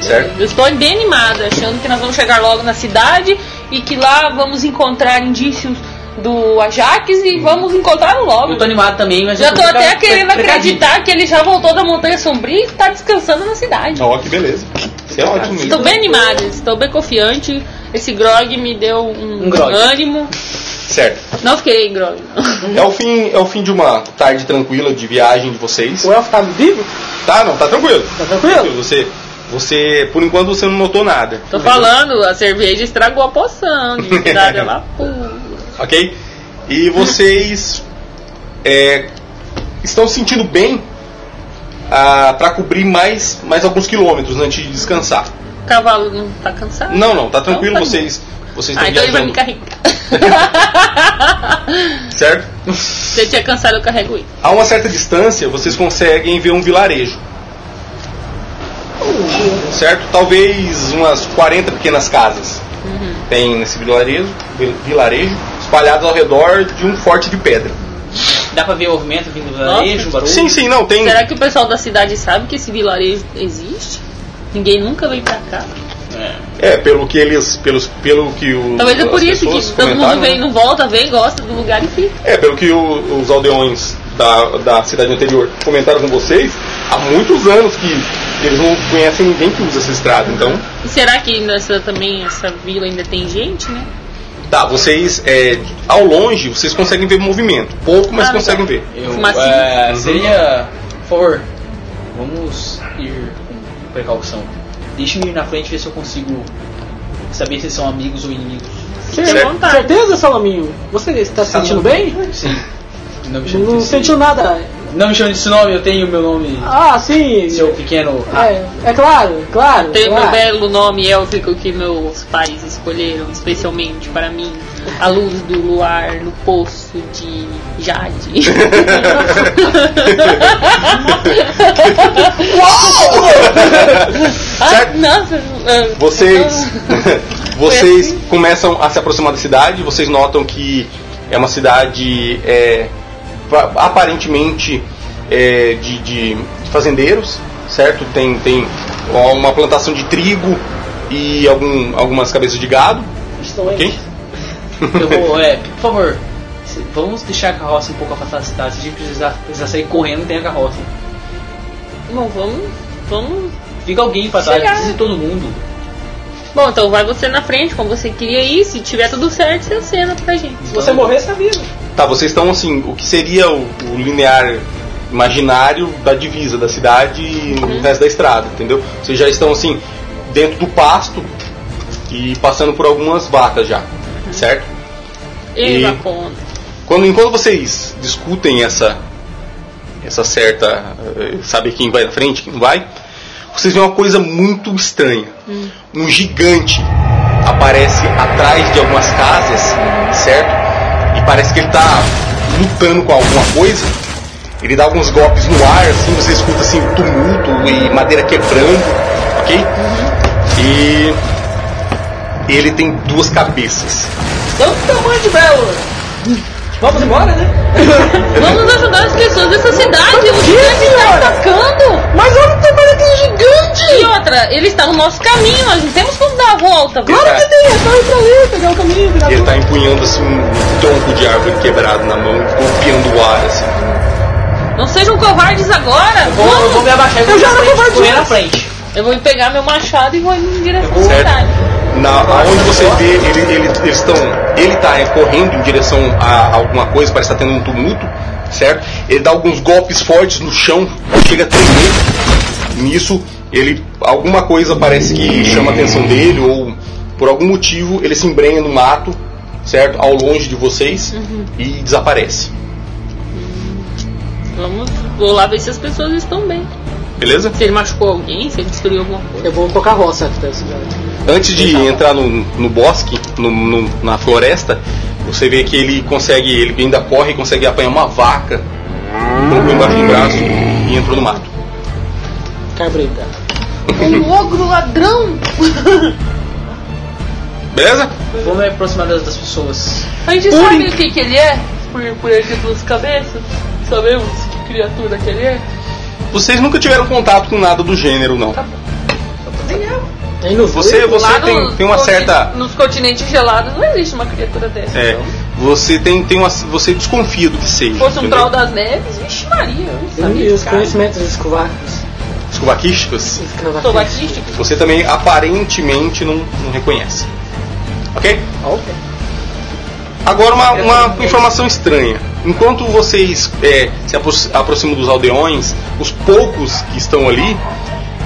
certo? Eu estou bem animada, achando que nós vamos chegar logo na cidade e que lá vamos encontrar indícios do Ajax e vamos encontrá-lo logo. Eu tô animado também, mas Já eu tô até ficar querendo pre- precadido. acreditar que ele já voltou da Montanha Sombria e tá descansando na cidade. Ó, que beleza. Isso é ótimo Estou mesmo. bem animada, estou bem confiante. Esse grog me deu um, Um grog. ânimo. Certo. Não fiquei em grog. não. É o, fim, é o fim de uma tarde tranquila de viagem de vocês. O elfo tá vivo? Tá, não, tá tranquilo. Tá tranquilo? Você, você, por enquanto você não notou nada. Tô falando, a cerveja estragou a poção de cidade lá. pura. ok? E vocês é, estão se sentindo bem para cobrir mais, mais alguns quilômetros antes de descansar. O cavalo não tá cansado? Não, não, tá tranquilo, Então tá vocês vocês Ah, estão então ele vai me viajando, carregar. certo? Se eu tinha cansado, eu carrego ele. A uma certa distância, vocês conseguem ver um vilarejo. Certo? Talvez umas 40 pequenas casas. Tem nesse vilarejo, vil- vilarejo, espalhados ao redor de um forte de pedra. Dá pra ver o movimento vindo do varejo, Nossa. barulho? Sim, sim, não, tem. Então, Será que o pessoal da cidade sabe que esse vilarejo existe? Ninguém nunca veio pra cá. É, pelo que eles. Pelos, pelo que o. Talvez é por as isso pessoas que todo mundo comentaram, vem, né? não volta, vem, gosta do lugar e fica. É, pelo que o- os aldeões da, da cidade anterior comentaram com vocês, há muitos anos que eles não conhecem ninguém que usa essa estrada. Então, E será que nessa também, essa vila ainda tem gente, né? tá, vocês. é, ao longe, vocês conseguem ver movimento. Pouco, mas Ah, conseguem legal. ver. Eu, Fumacinha. é, seria, por favor, vamos ir com precaução. Deixa-me ir na frente e ver se eu consigo saber se são amigos ou inimigos. Fique à vontade. Certeza, Salaminho? Você está se sentindo bem? Sim. Não me chame Não desse- sentiu nada. Não me chame desse nome, eu tenho meu nome, Ah, sim. seu pequeno. É, é claro, claro. Tem um claro. belo nome élfico que meus pais escolheram especialmente para mim. A luz do luar no poço de Jade. Ah, Certo? nossa, ah, Vocês, vocês Então, assim. começam a se aproximar da cidade, vocês notam que é uma cidade é, pa- aparentemente é, de, de fazendeiros, certo? Tem, tem uma plantação de trigo e algum- algumas cabeças de gado, Estou aí. ok? Eu vou, é, por favor, se- vamos deixar a carroça um pouco afastada da cidade. Se a gente precisar, precisar sair correndo, tem a carroça. Bom, vamos, vamos. Fica alguém pra trás, Será? precisa de todo mundo. Bom, então vai você na frente, como você queria ir. Se tiver tudo certo, você acena pra gente. Se você morrer, você tá vivo. Tá, vocês estão assim, o que seria o, o linear imaginário da divisa da cidade e no resto da estrada, entendeu? Vocês já estão assim, dentro do pasto e passando por algumas vacas já, certo? E, E quando, enquanto vocês discutem essa, essa certa. eh, Saber quem vai na frente, quem não vai, vocês veem uma coisa muito estranha. Um gigante aparece atrás de algumas casas, certo? E parece que ele tá lutando com alguma coisa. Ele dá alguns golpes no ar, assim, você escuta assim, tumulto e madeira quebrando, ok? E ele tem duas cabeças. Então, um tamanho de belo. Vamos embora, né? Vamos ajudar as pessoas dessa cidade. O gigante está atacando. Mas olha o tamanho daquele E gigante! outra, ele está no nosso caminho. Nós não temos como dar a volta. Claro que tem, é só ir pra ali, pegar o caminho, virar E pro ele tá empunhando assim um tronco de árvore quebrado na mão, golpeando o ar assim. Não sejam covardes agora. Vou, eu vou Vamos. me abaixar e Eu vou já não na frente, covardia. correr na frente. Eu vou pegar meu machado e vou indo em direção à Certo. cidade. Na, aonde você vê, ele, ele, eles estão. Ele tá correndo em direção a alguma coisa, parece que tá tendo um tumulto, certo? Ele dá alguns golpes fortes no chão, chega a tremer. Nisso, ele. alguma coisa parece que chama a atenção dele, ou por algum motivo ele se embrenha no mato, certo? Ao longe de vocês e desaparece. Vamos vou lá ver se as pessoas estão bem. Beleza? Se ele machucou alguém, se ele destruiu alguma coisa. Eu vou tocar roça até esse lugar. Antes de entrar no, no bosque, no- no- na floresta, você vê que ele consegue, ele ainda corre e consegue apanhar uma vaca, colocou embaixo do braço e entrou no mato. Cabrita. Um ogro ladrão! Beleza? Vou me né? aproximar das, das pessoas. A gente sabe o que, que ele é? Por, por ele ter duas cabeças? Sabemos que criatura que ele é? Vocês nunca tiveram contato com nada do gênero, Tá não. É inusual. Você, você Lá tem, nos tem uma conti- certa. Nos continentes gelados não existe uma criatura dessa. É, você tem, tem uma. Você desconfia do que seja. Se fosse um entendeu? troll das neves, vixe Maria, eu não E sabia. os conhecimentos escovacos. Escovaquísticos, Sou batista, você também aparentemente não, não reconhece. Ok? Ok. Agora uma, uma informação estranha. Enquanto vocês é, se apro- aproximam dos aldeões, os poucos que estão ali,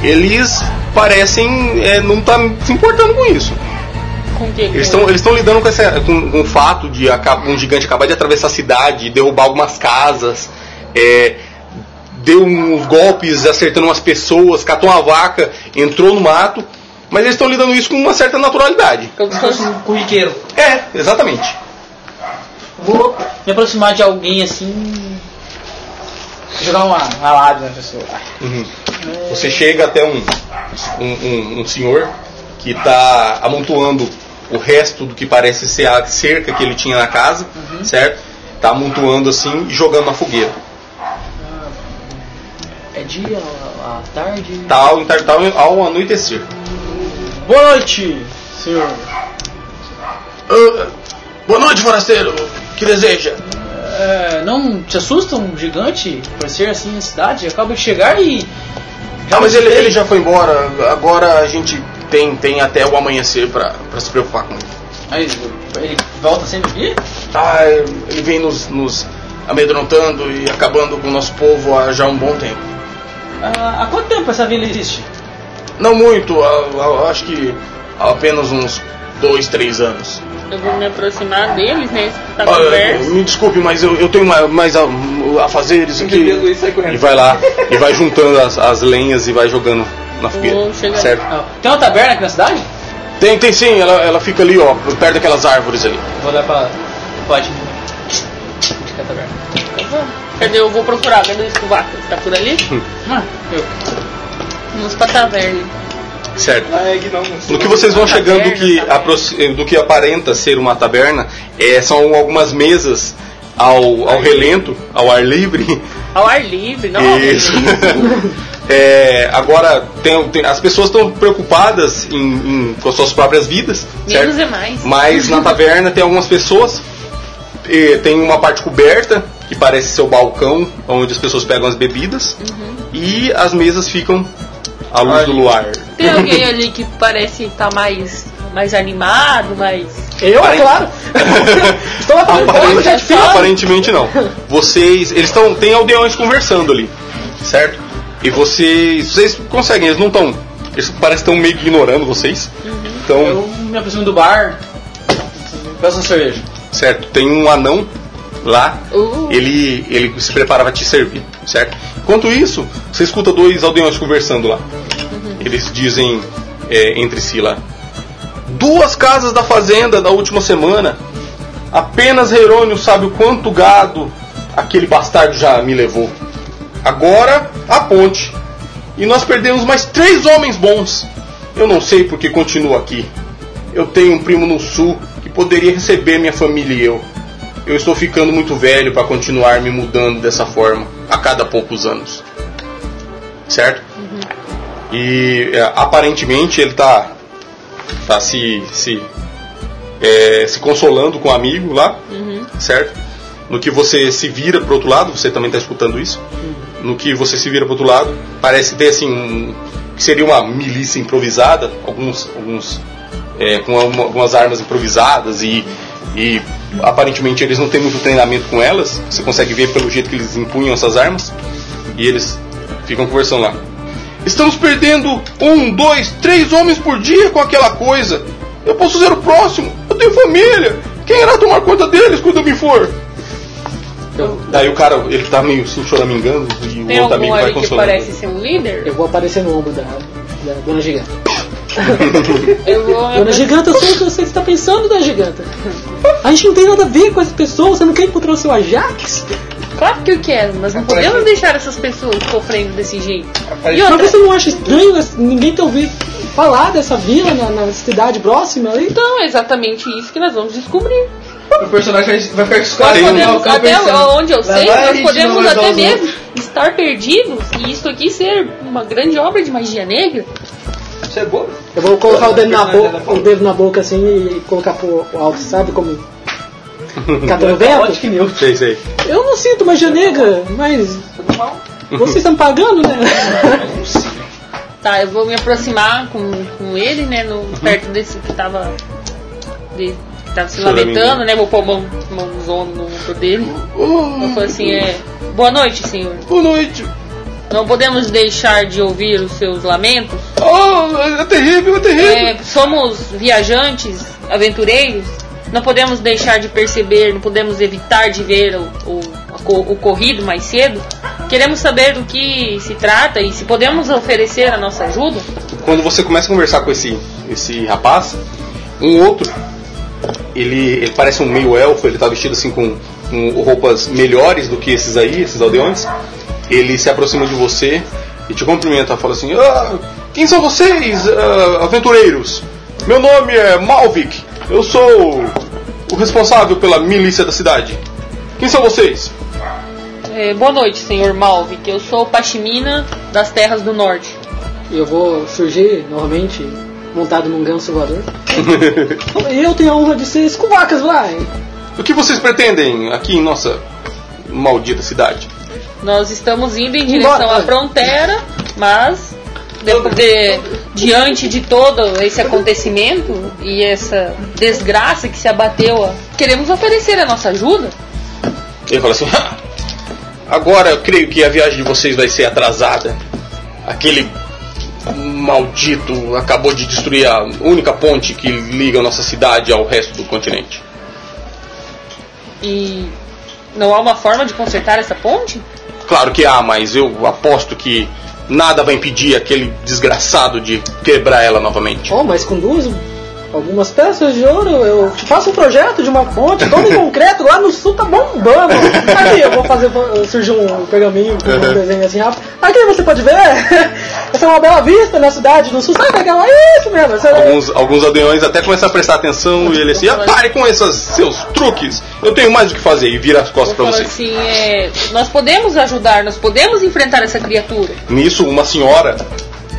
eles parecem é, não estar se importando com isso. com quem? Eles estão eles tão lidando com, essa- com- com o fato de aca- um gigante acabar de atravessar a cidade, derrubar algumas casas, é, deu uns golpes acertando umas pessoas, catou uma vaca, entrou no mato. Mas eles estão lidando isso com uma certa naturalidade. Como se fosse um curriqueiro. É, exatamente. Vou me aproximar de alguém assim. Jogar uma, uma lábia na pessoa. Uhum. Você chega até um, um, um- um senhor que está amontoando o resto do que parece ser a cerca que ele tinha na casa, certo? Tá amontoando assim e jogando na fogueira. É dia, à tarde. Tal, tal, um tal, ao anoitecer. Boa noite, senhor. Ah, boa noite, forasteiro. Que deseja? É, não te assusta um gigante aparecer assim na cidade? Acaba de chegar e. Ah, mas ele, ele já foi embora. Agora a gente tem, tem até o amanhecer para se preocupar com ele. Aí, ele volta sempre aqui? Ah, ele vem nos, nos amedrontando e acabando com o nosso povo há já um bom tempo. Ah, há quanto tempo essa vila existe? Não muito, a- a- acho que apenas uns dois, três anos. Eu vou me aproximar deles, né? Escutar a Tá Ah, conversa. me desculpe, mas eu, eu tenho ma- mais a, a fazer isso aqui. Entendendo isso, sai correndo. E vai lá, e vai juntando as, as lenhas e vai jogando na fogueira. Vou chegar. Certo? Ah, tem uma taberna aqui na cidade? Tem, tem sim, ela, ela fica ali, ó, perto daquelas árvores ali. Vou dar pra. Pode. Fica a taberna. Eu vou. Cadê? Eu vou procurar. Cadê o escovaco? Tá por ali? Hum. Ah, eu. Vamos pra taverna. Certo. Ah, é que não, não sei. No que vocês vão Uma chegando do taberna, que, tá. taberna. apro- do que aparenta ser uma taberna, é, são algumas mesas ao, ao relento, ao ar livre, Ao ar livre, não? Isso. É, agora, tem- tem- as pessoas estão preocupadas em- em- com as suas próprias vidas, Menos certo? é mais. Mas na taverna tem algumas pessoas, eh, tem uma parte coberta, que parece ser o balcão, onde as pessoas pegam as bebidas, e as mesas ficam à luz do luar. Tem alguém ali que parece estar mais, mais animado, mais. Eu, é Parente. claro! Estou lá pra Aparente- já é difícil. aparentemente não. Vocês. Eles estão. Tem aldeões conversando ali. Certo? E vocês. Vocês conseguem, eles não estão. Eles parecem que estão Uhum. meio que ignorando vocês. Então. Eu me aproximo do bar. Peço uma cerveja. certo? Tem um anão lá, uh. ele, ele se prepara para te servir, certo? Enquanto isso, você escuta dois aldeões conversando lá. Uhum. Eles dizem é, entre si lá: Duas casas da fazenda da última semana. Apenas Herônio sabe o quanto gado aquele bastardo já me levou. Agora a ponte. E nós perdemos mais três homens bons. Eu não sei porque continuo aqui. Eu tenho um primo no sul que poderia receber minha família e eu. Eu estou ficando muito velho para continuar me mudando dessa forma a cada poucos anos. Certo? Uhum. E é, aparentemente ele está tá se se, é, se consolando com um amigo lá, uhum. certo? No que você se vira pro outro lado, você também está escutando isso. Uhum. No que você se vira pro outro lado, parece ter assim um, que seria uma milícia improvisada, alguns alguns é, com uma, algumas armas improvisadas e e aparentemente eles não têm muito treinamento com elas. Você consegue ver pelo jeito que eles empunham essas armas e eles ficam conversando lá. Estamos perdendo um, dois, três homens por dia com aquela coisa. Eu posso ser o próximo. Eu tenho família. Quem irá tomar conta deles quando eu me for? Eu, Daí o cara, ele tá meio se choramingando e Tem o outro amigo vai consolando. que parece ser um líder? Eu vou aparecer no ombro da, da dona gigante. Eu vou... Dona Giganta, eu sei o que você está pensando, Dona Giganta. A gente não tem nada a ver com essa pessoa, você não quer encontrar o seu Ajax? Claro que eu quero, mas não podemos Aparece. deixar essas pessoas sofrendo desse jeito. Aparece. E outra... Mas você não acha estranho ninguém ter ouvido falar dessa vila na, na cidade próxima? Ali? Então, é exatamente isso que nós vamos descobrir. O personagem vai ficar escolhendo. Podemos, até pensando. onde eu sei, vai, nós podemos até mesmo estar perdidos e isso aqui ser uma grande obra de magia negra. Você é bobo? Eu vou colocar o dedo, na boca, o dedo na boca assim e colocar pro alto, sabe como? Catando É, vento? que meu. assim? Sei, sei. Eu não sinto magia negra, mas. Vocês estão pagando, né? tá, eu vou me aproximar com, com ele, né? No, perto desse que tava. De, que tava se lamentando, né? Vou pôr mão, mãozão no ombro dele. Eu falo assim, é. Boa noite, senhor. Boa noite. Não podemos deixar de ouvir os seus lamentos. Oh, é terrível, é terrível. É, somos viajantes, aventureiros. Não podemos deixar de perceber, não podemos evitar de ver o, o, ocorrido mais cedo. Queremos saber do que se trata e se podemos oferecer a nossa ajuda. Quando você começa a conversar com esse, esse rapaz, um outro, ele, ele parece um meio elfo, ele está vestido assim com, com roupas melhores do que esses aí, esses aldeões ele se aproxima de você e te cumprimenta, fala assim: ah, Quem são vocês, ah, aventureiros? Meu nome é Malvik, eu sou o responsável pela milícia da cidade. Quem são vocês? É, boa noite, senhor Malvik, eu sou Pashmina das Terras do Norte. Eu vou surgir novamente montado num ganso voador. eu tenho a honra de ser escovacas lá. Hein? O que vocês pretendem aqui em nossa maldita cidade? Nós estamos indo em direção Bora. à fronteira, mas de, de, diante de todo esse acontecimento e essa desgraça que se abateu, queremos oferecer a nossa ajuda. Ele fala assim: agora eu creio que a viagem de vocês vai ser atrasada. Aquele maldito acabou de destruir a única ponte que liga a nossa cidade ao resto do continente. E não há uma forma de consertar essa ponte? Claro que há, mas eu aposto que nada vai impedir aquele desgraçado de quebrar ela novamente. Oh, mas com duas, algumas peças de ouro, eu te faço um projeto de uma ponte todo em concreto lá no sul, tá bombando. Aqui eu vou fazer, surgir um pergaminho com um desenho assim rápido. Aqui você pode ver, essa é uma bela vista na cidade do sul, sabe aquela? Isso mesmo. Essa... é Alguns, alguns aldeões até começam a prestar atenção e ele assim, ah, pare com esses seus truques, eu tenho mais o que fazer e vira as costas para você. Assim, é, nós podemos ajudar, nós podemos enfrentar essa criatura. Nisso, uma senhora,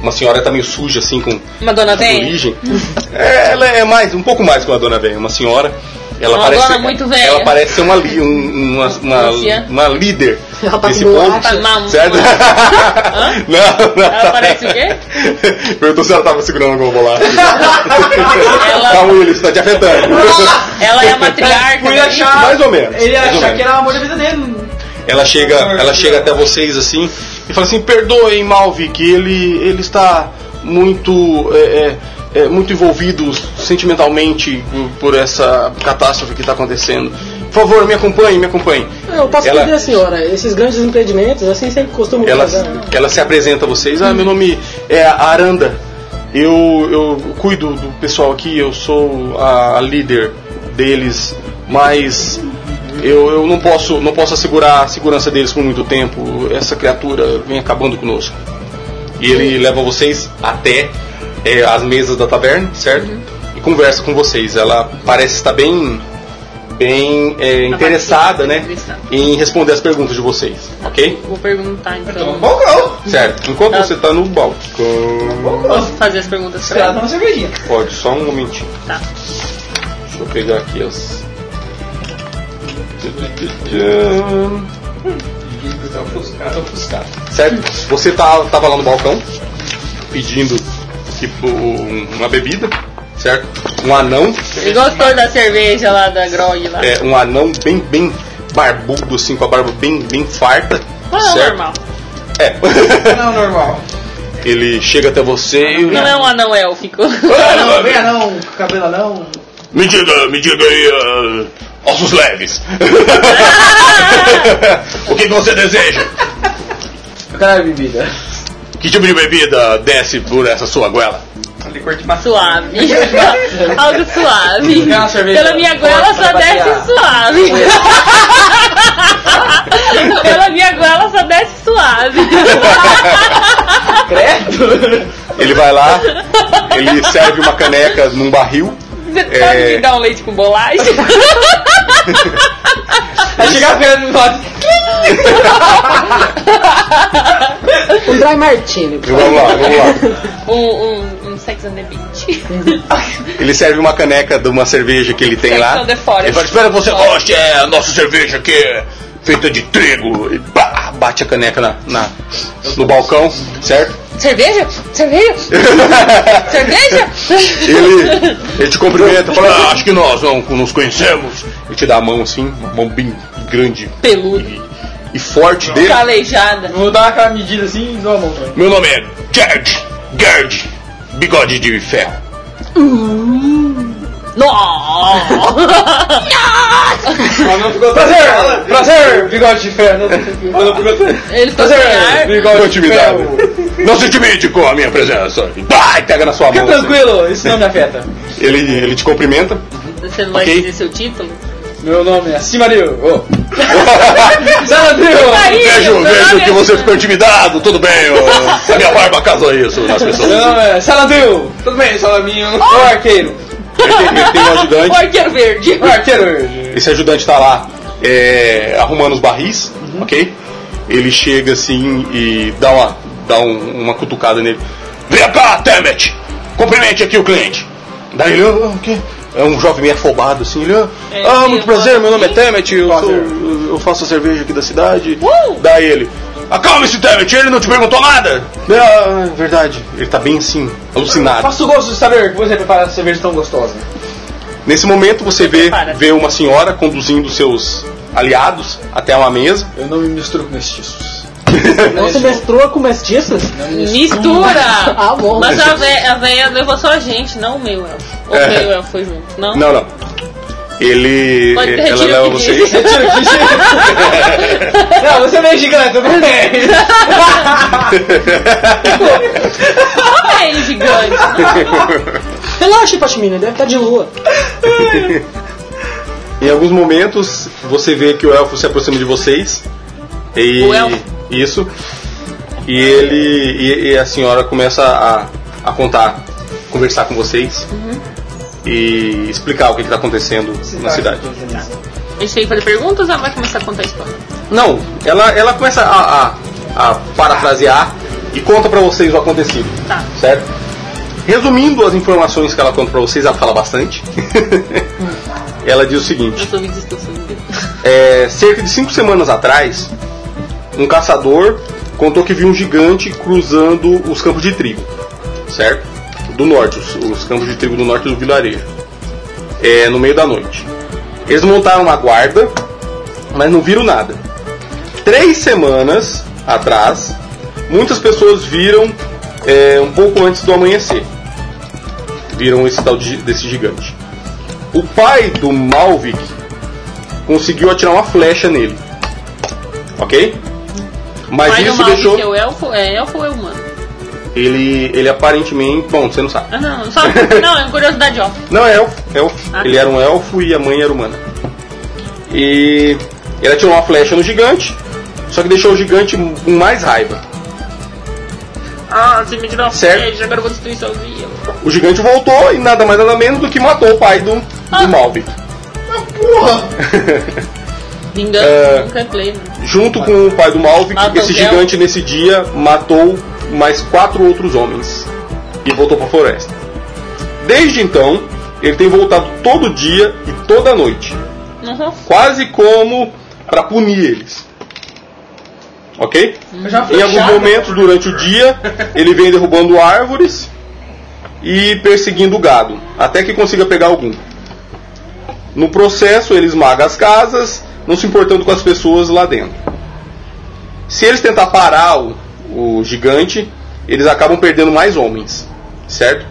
uma senhora tá meio suja assim com uma dona com origem. é, ela é mais, um pouco mais que uma dona velha, uma senhora. Ela uma parece, dona muito velha. Ela parece ser uma, li, um, uma, uma, uma líder ela tá desse com povo. bolacha. Uma- Certo? não, não. Ela parece o quê? Perguntou se ela tava segurando alguma bolacha. Ela, Calma, Willis, tá te afetando. ela é a matriarca. Ele da- achar, Mais ou menos, Ele ia mais ou achar menos. que era o amor da vida dele. Ela chega, ela chega até vocês assim e fala assim: perdoem, Malvi, que ele, ele está muito é, é, é, muito envolvidos sentimentalmente por essa catástrofe que está acontecendo. Por favor, me acompanhe, me acompanhe. Eu posso ela, pedir a senhora, esses grandes empreendimentos, assim sempre né? costumam ela, ela se apresenta a vocês, ah, meu nome é Aranda, eu, eu cuido do pessoal aqui, eu sou a, a líder deles, mas eu, eu não posso não posso assegurar a segurança deles por muito tempo. Essa criatura vem acabando conosco. E ele leva vocês até é, as mesas da taverna, certo? E conversa com vocês. Ela parece estar bem bem é, interessada, né, em responder as perguntas de vocês, ok? Vou perguntar Tá então. Balcão. Certo. Enquanto você está no balcão, posso fazer as perguntas? tá Esperar uma cervejinha. Pode, só um momentinho. Tá. Deixa eu pegar aqui as. Certo? Você tá, tava lá no balcão pedindo tipo uma bebida, certo? Um anão. Ele gostou da cerveja lá da Grog lá. É, um anão bem, bem barbudo, assim, com a barba bem, bem farta. Não certo? é normal. É. Não normal. Ele chega até você e. Não é um anão élfico. Não, bem anão, cabelo anão. Me diga, me diga aí, uh, ossos leves. o que, que você deseja? Eu quero a bebida. Que tipo de bebida desce por essa sua goela? Licor de maçã. Suave. Algo suave. Quer uma cerveja Pela minha goela forte só pra desce batear? suave. Pela minha goela só desce suave. Ele vai lá, ele serve uma caneca num barril. Você É. pode me dar um leite com bolacha? Aí chega a perna e fala, Um dry martini. Vamos lá, vamos lá. Um, um, um sex on the beach. Ele serve uma caneca de uma cerveja que ele tem lá. Sex on the forest. Ele fala, espero que você goste, é a nossa cerveja que é feita de trigo. E pá, bate a caneca na, na- no balcão, certo? Cerveja? Cerveja? Cerveja? Ele, ele te cumprimenta, fala, "Ah, acho que nós não nos conhecemos. Ele te dá a mão assim, uma mão bem grande Peludo. e, e forte dele. Calejada. Vou dar aquela medida assim e dou a mão. pra ele. Meu nome é Gerd, Gerd, bigode de ferro. Nossa! Prazer! Prazer! Bigode de ferro. Ele ficou sem ar. Qual intimidade? Não se intimide com a minha presença. Vai, pega na sua Fica mão. assim. tranquilo, isso não me afeta. Ele, ele te cumprimenta. Você não vai Ok. dizer seu título? Meu nome é Simaril. Oh. Simaril! Tá Aí, vejo, meu nome vejo é- que você ficou intimidado. Tudo bem, eu- a minha barba causa isso nas Meu pessoas. nome é Saladil. Tudo bem, salaminho. O arqueiro. Ele tem, ele tem um ajudante. Porqueiro é verde. O arqueiro hoje. Esse ajudante tá lá é, arrumando os barris, ok? Ele chega assim e dá uma, dá um- uma cutucada nele. Vem cá, Temet! Cumprimente aqui o cliente. Daí ele, "Ah, o quê?" É um jovem meio afobado assim, ele, "Ah, É, ah, eu muito gosto prazer, meu nome é de- Temet, eu, sou- Prazer. eu- eu faço a cerveja aqui da cidade. Uh! Daí ele, acalme-se, Temet, ele não te perguntou nada. Ah, é verdade, ele tá bem assim, alucinado. Faço gosto de saber que você prepara essa cerveja tão gostosa. Nesse momento você vê, Prepara. vê uma senhora conduzindo seus aliados até uma mesa. Eu não me misturo com mestiços. Não se mestrua com mestiços? Mistura! Ah, bom. Mas a véia, a véia levou só a gente, não o meu elfo. Ou É. o meu elfo foi junto, não? Não, não. Ele. Pode ter ela retiro leva que vocês. diz. Tira aqui, tira. Não, você é meio gigante, eu também. Não é ele gigante. Relaxa, Pashmina, deve estar de lua. em alguns momentos você vê que o elfo se aproxima de vocês. E, O elfo? Isso. E ele. E, e a senhora começa a, a contar, conversar com vocês. Uhum. E explicar o que está acontecendo na cidade. A gente tem que fazer perguntas ou ela vai começar a contar história? Não, ela, ela começa a, a, a parafrasear e conta pra vocês o acontecido. Tá. Certo? Resumindo as informações que ela conta pra vocês, ela fala bastante. ela diz o seguinte: Eu tô me distorcendo. é, cerca de cinco semanas atrás, um caçador contou que viu um gigante cruzando os campos de trigo, certo? Do norte, os, os campos de trigo do norte do vilarejo, é, no meio da noite. Eles montaram uma guarda, mas não viram nada. Três semanas atrás, muitas pessoas viram é, um pouco antes do amanhecer. viram esse tal de- desse gigante. O pai do Malvik conseguiu atirar uma flecha nele. Ok? Mas Pai do isso Malvik deixou. é o elfo, é elfo ou é humano? Ele, ele aparentemente. Bom, você não sabe. Ah, não, só, não, é uma curiosidade, ó. Não, é elfo. elfo. Ah. Ele era um elfo e a mãe era humana. E ele atirou uma flecha no gigante, só que deixou o gigante com mais raiva. Ah, você me tirou uma Certo. flecha, agora eu vou destruir sua vida. O gigante voltou e nada mais nada menos do que matou o pai do, do Ah. Malvik. Porra! Vingança É. nunca é plena. Junto com o pai do Malvik, Matou esse o Bel. gigante nesse dia matou mais quatro outros homens e voltou para a floresta. Desde então, ele tem voltado todo dia e toda noite, Uhum. quase como para punir eles. Ok? Eu já fui Em alguns chato. momentos durante o dia, ele vem derrubando árvores e perseguindo o gado, até que consiga pegar algum. No processo, ele esmaga as casas, não se importando com as pessoas lá dentro. Se eles tentar parar o, o gigante, eles acabam perdendo mais homens, certo?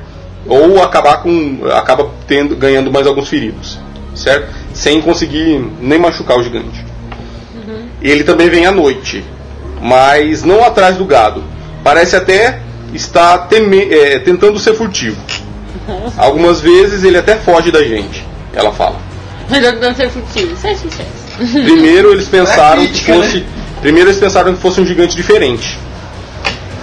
Ou acabar com, acaba tendo, ganhando mais alguns feridos, certo? Sem conseguir nem machucar o gigante. Ele também vem à noite, mas não atrás do gado. Parece até estar teme- é, tentando ser furtivo. Algumas vezes ele até foge da gente, ela fala. Melhor que é não ser furtivo. Sem sucesso. Primeiro eles pensaram É crítica, que fosse. né? Primeiro eles pensaram que fosse um gigante diferente.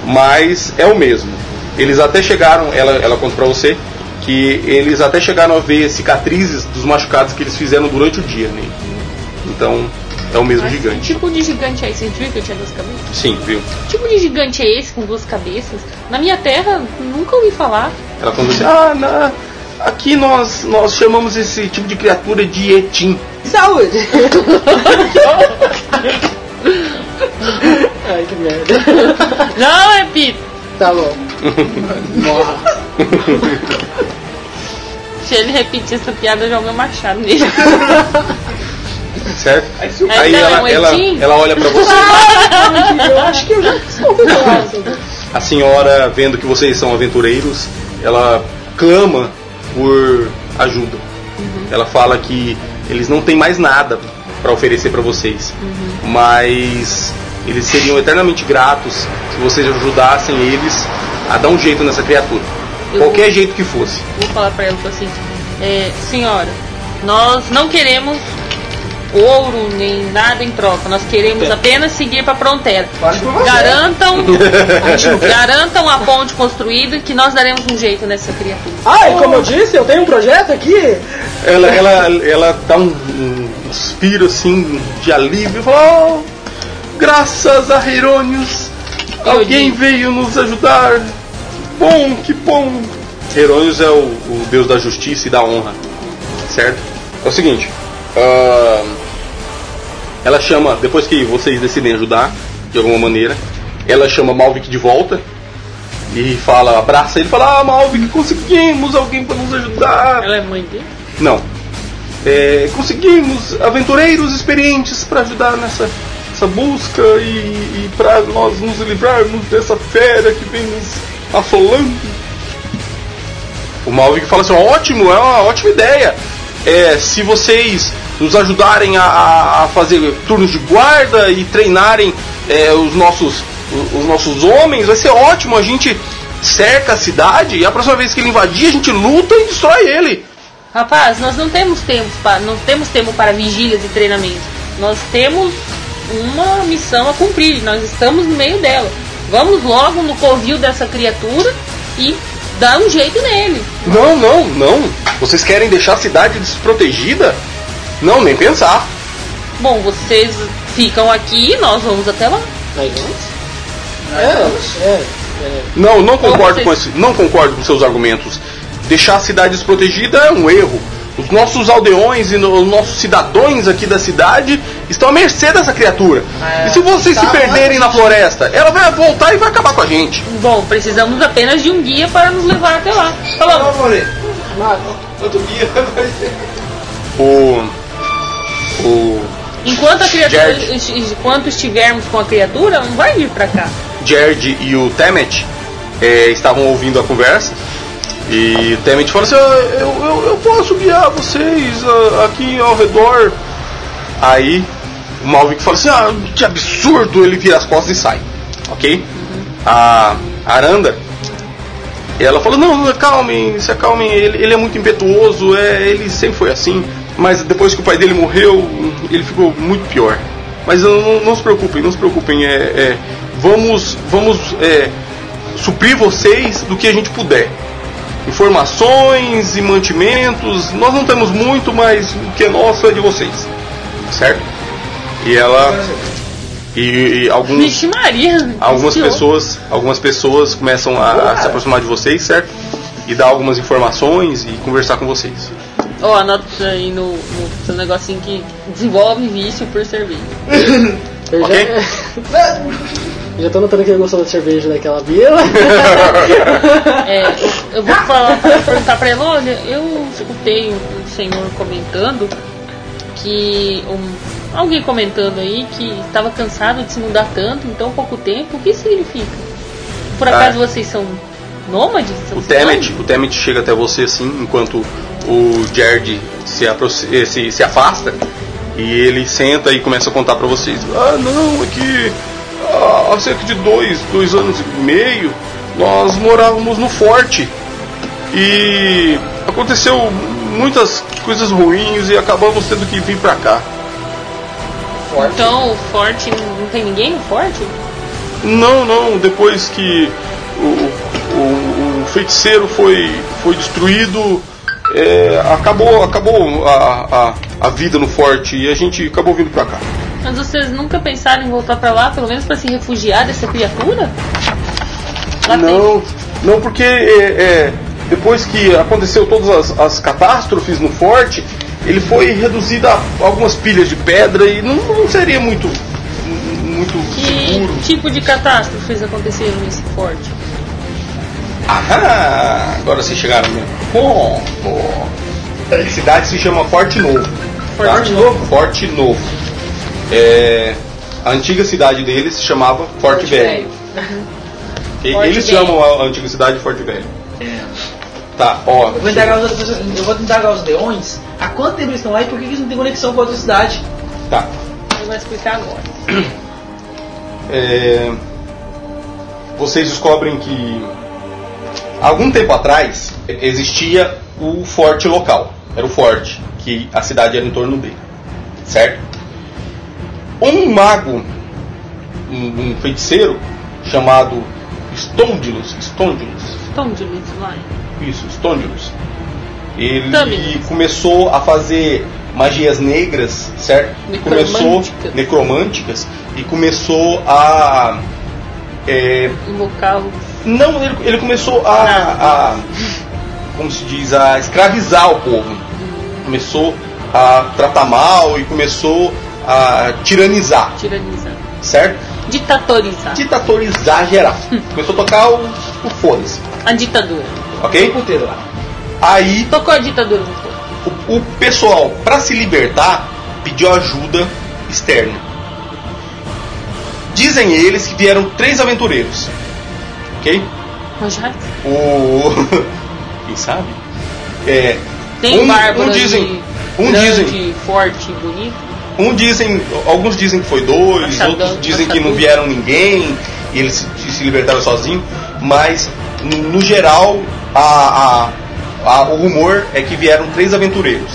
Mas é o mesmo. Eles até chegaram, ela, ela conta pra você, que eles até chegaram a ver cicatrizes dos machucados que eles fizeram durante o dia nele. Então, é o mesmo Ah, Mas gigante. Que tipo de gigante é esse? Você viu que eu tinha duas cabeças? Sim, viu? Que tipo de gigante é esse com duas cabeças? Na minha terra, nunca ouvi falar. Ela falou assim, ah, na- aqui nós, nós chamamos esse tipo de criatura de Etim. Saúde! Ai, que merda. Não, é Pito. Tá bom. Se ele repetir essa piada, eu jogo meu machado nele. Certo? Aí então, é ela, um ela, Etim? ela olha pra você. Eu acho que eu já descobri falar isso. A senhora, vendo que vocês são aventureiros, ela clama por ajuda. Uhum. Ela fala que eles não têm mais nada para oferecer para vocês, Uhum. mas eles seriam eternamente gratos se vocês ajudassem eles a dar um jeito nessa criatura. Eu- Qualquer jeito que fosse. Vou falar pra ela assim: é, Senhora, nós não queremos ouro nem nada em troca. Nós queremos apenas seguir pra fronteira. Fale É. por você. Garantam, garantam a ponte construída que nós daremos um jeito nessa criatura. Ah, e como eu disse, eu tenho um projeto aqui. Ela, ela, ela dá um, um suspiro assim de alívio e fala: "Oh, graças a Herônios, alguém veio nos ajudar. Bom, que bom. Herônios é o, o deus da justiça e da honra, certo? É o seguinte: ah, ela chama, depois que vocês decidem ajudar de alguma maneira, ela chama Malvik de volta. E fala, abraça ele e fala: Ah, Malvik, conseguimos alguém para nos ajudar. Ela é mãe dele? Não. É, conseguimos aventureiros experientes para ajudar nessa essa busca e, e para nós nos livrarmos dessa fera que vem nos assolando. O Malvik fala assim: ótimo, é uma ótima ideia. É, se vocês nos ajudarem a- a, a fazer turnos de guarda e treinarem é, os, nossos, os nossos homens, vai ser ótimo. A gente cerca a cidade e a próxima vez que ele invadir, a gente luta e destrói ele. Rapaz, nós não temos tempo para não temos tempo para vigílias e treinamentos. Nós temos uma missão a cumprir, nós estamos no meio dela. Vamos logo no covil dessa criatura e dar um jeito nele. Não, não, não. Vocês querem deixar a cidade desprotegida? Não, nem pensar. Bom, vocês ficam aqui, nós vamos até lá. É, Não, não concordo vocês- com esse, não concordo com seus argumentos. Deixar a cidade desprotegida é um erro. Os nossos aldeões e no- os nossos cidadãos aqui da cidade estão à mercê dessa criatura. e se vocês se perderem na floresta, ela vai voltar e vai acabar com a gente. Bom, precisamos apenas de um guia para nos levar até lá. Tá bom. Outro dia vai ser. O. O. Enquanto a criatura, Jared. es- enquanto estivermos com a criatura, não vai vir pra cá. é, Jared e o Temet eh, estavam ouvindo a conversa E o Temet fala assim: ah, eu, eu, eu posso guiar vocês ah, aqui ao redor. Aí o Malvik fala assim: ah, que absurdo! Ele vira as costas e sai. Ok? A Aranda ela falou: não, não, calmem, se acalmem, ele, ele é muito impetuoso, é, ele sempre foi assim. Mas depois que o pai dele morreu, ele ficou muito pior. Mas não, não se preocupem, não se preocupem. É, é, vamos vamos é, suprir vocês do que a gente puder. Informações e mantimentos, nós não temos muito, mas o que é nosso é de vocês. Certo? E ela. E, e alguns, Vixe Maria, Hum. algumas desviou. pessoas algumas pessoas começam a, a se aproximar de vocês, certo? E dar algumas informações e conversar com vocês. Ó, anota aí no, no seu negocinho que desenvolve vício por cerveja. Eu Ok? já, já tô notando que ele gostou da cerveja daquela bila. É, eu vou falar, perguntar pra ela, olha, eu escutei um senhor comentando que. um- alguém comentando aí que estava cansado de se mudar tanto em tão pouco tempo, o que significa? Por Ah. acaso vocês são nômades? São O é Temet, cidadãos? o Temet chega até você assim, enquanto o Jared se, aproxi- eh, se, se afasta e ele senta e começa a contar pra vocês. Ah, não, é que ah, há cerca de dois, dois anos e meio nós morávamos no forte e aconteceu muitas coisas ruins e acabamos tendo que vir pra cá. Então o forte, não tem ninguém no forte? Não, não, depois que o, o- o feiticeiro foi, foi destruído, é, acabou, acabou a, a, a vida no forte e a gente acabou vindo pra cá. Mas vocês nunca pensaram em voltar pra lá, pelo menos pra se refugiar dessa criatura? Lá tem- Não, não, porque é, é, depois que aconteceu todas as, as catástrofes no forte, ele foi reduzido a algumas pilhas de pedra e não, não seria muito, muito seguro. Que tipo de catástrofes aconteceram nesse forte? Ahá, agora vocês chegaram mesmo. Bom, bom. A cidade se chama Forte Novo. tá? Forte Novo? Forte Novo. É, a antiga cidade deles se chamava Forte, Velho. E- Forte eles Velho. chamam a antiga cidade de Forte Velho. Tá, ó. Eu vou indagar os, outros- eu vou indagar os leões há quanto tempo eles estão lá e por que que eles não têm conexão com a outra cidade. Tá. Ele vai explicar agora. É, vocês descobrem que algum tempo atrás existia o forte local. Era o forte, que a cidade era em torno dele. Certo? Um mago, um, um feiticeiro, chamado Stondilus, Stondilus, Tom de Luiz, vai. isso, Stondilus, ele Tâmilos. começou a fazer magias negras, certo? E Começou Necromânticas. necromânticas e começou a é, Invocar o não, ele, ele começou a, a- Como se diz? A escravizar o povo. Começou a tratar mal e começou a tiranizar, tiranizar. certo? Ditatorizar. Ditatorizar geral. Começou a tocar o, o foda-se, A ditadura. ok? Aí Tocou a ditadura no povo. o, o pessoal, para se libertar, pediu ajuda externa. Dizem eles que vieram três aventureiros, ok? Rojais? O. Quem sabe? É. Tem um, bárbaro um dizem. de Um grande, dizem. forte e bonito. Um dizem. Alguns dizem que foi dois, Machadão, outros dizem que não machadão. vieram ninguém, e eles se, se libertaram sozinhos, mas no, no geral a, a- a- o rumor é que vieram três aventureiros.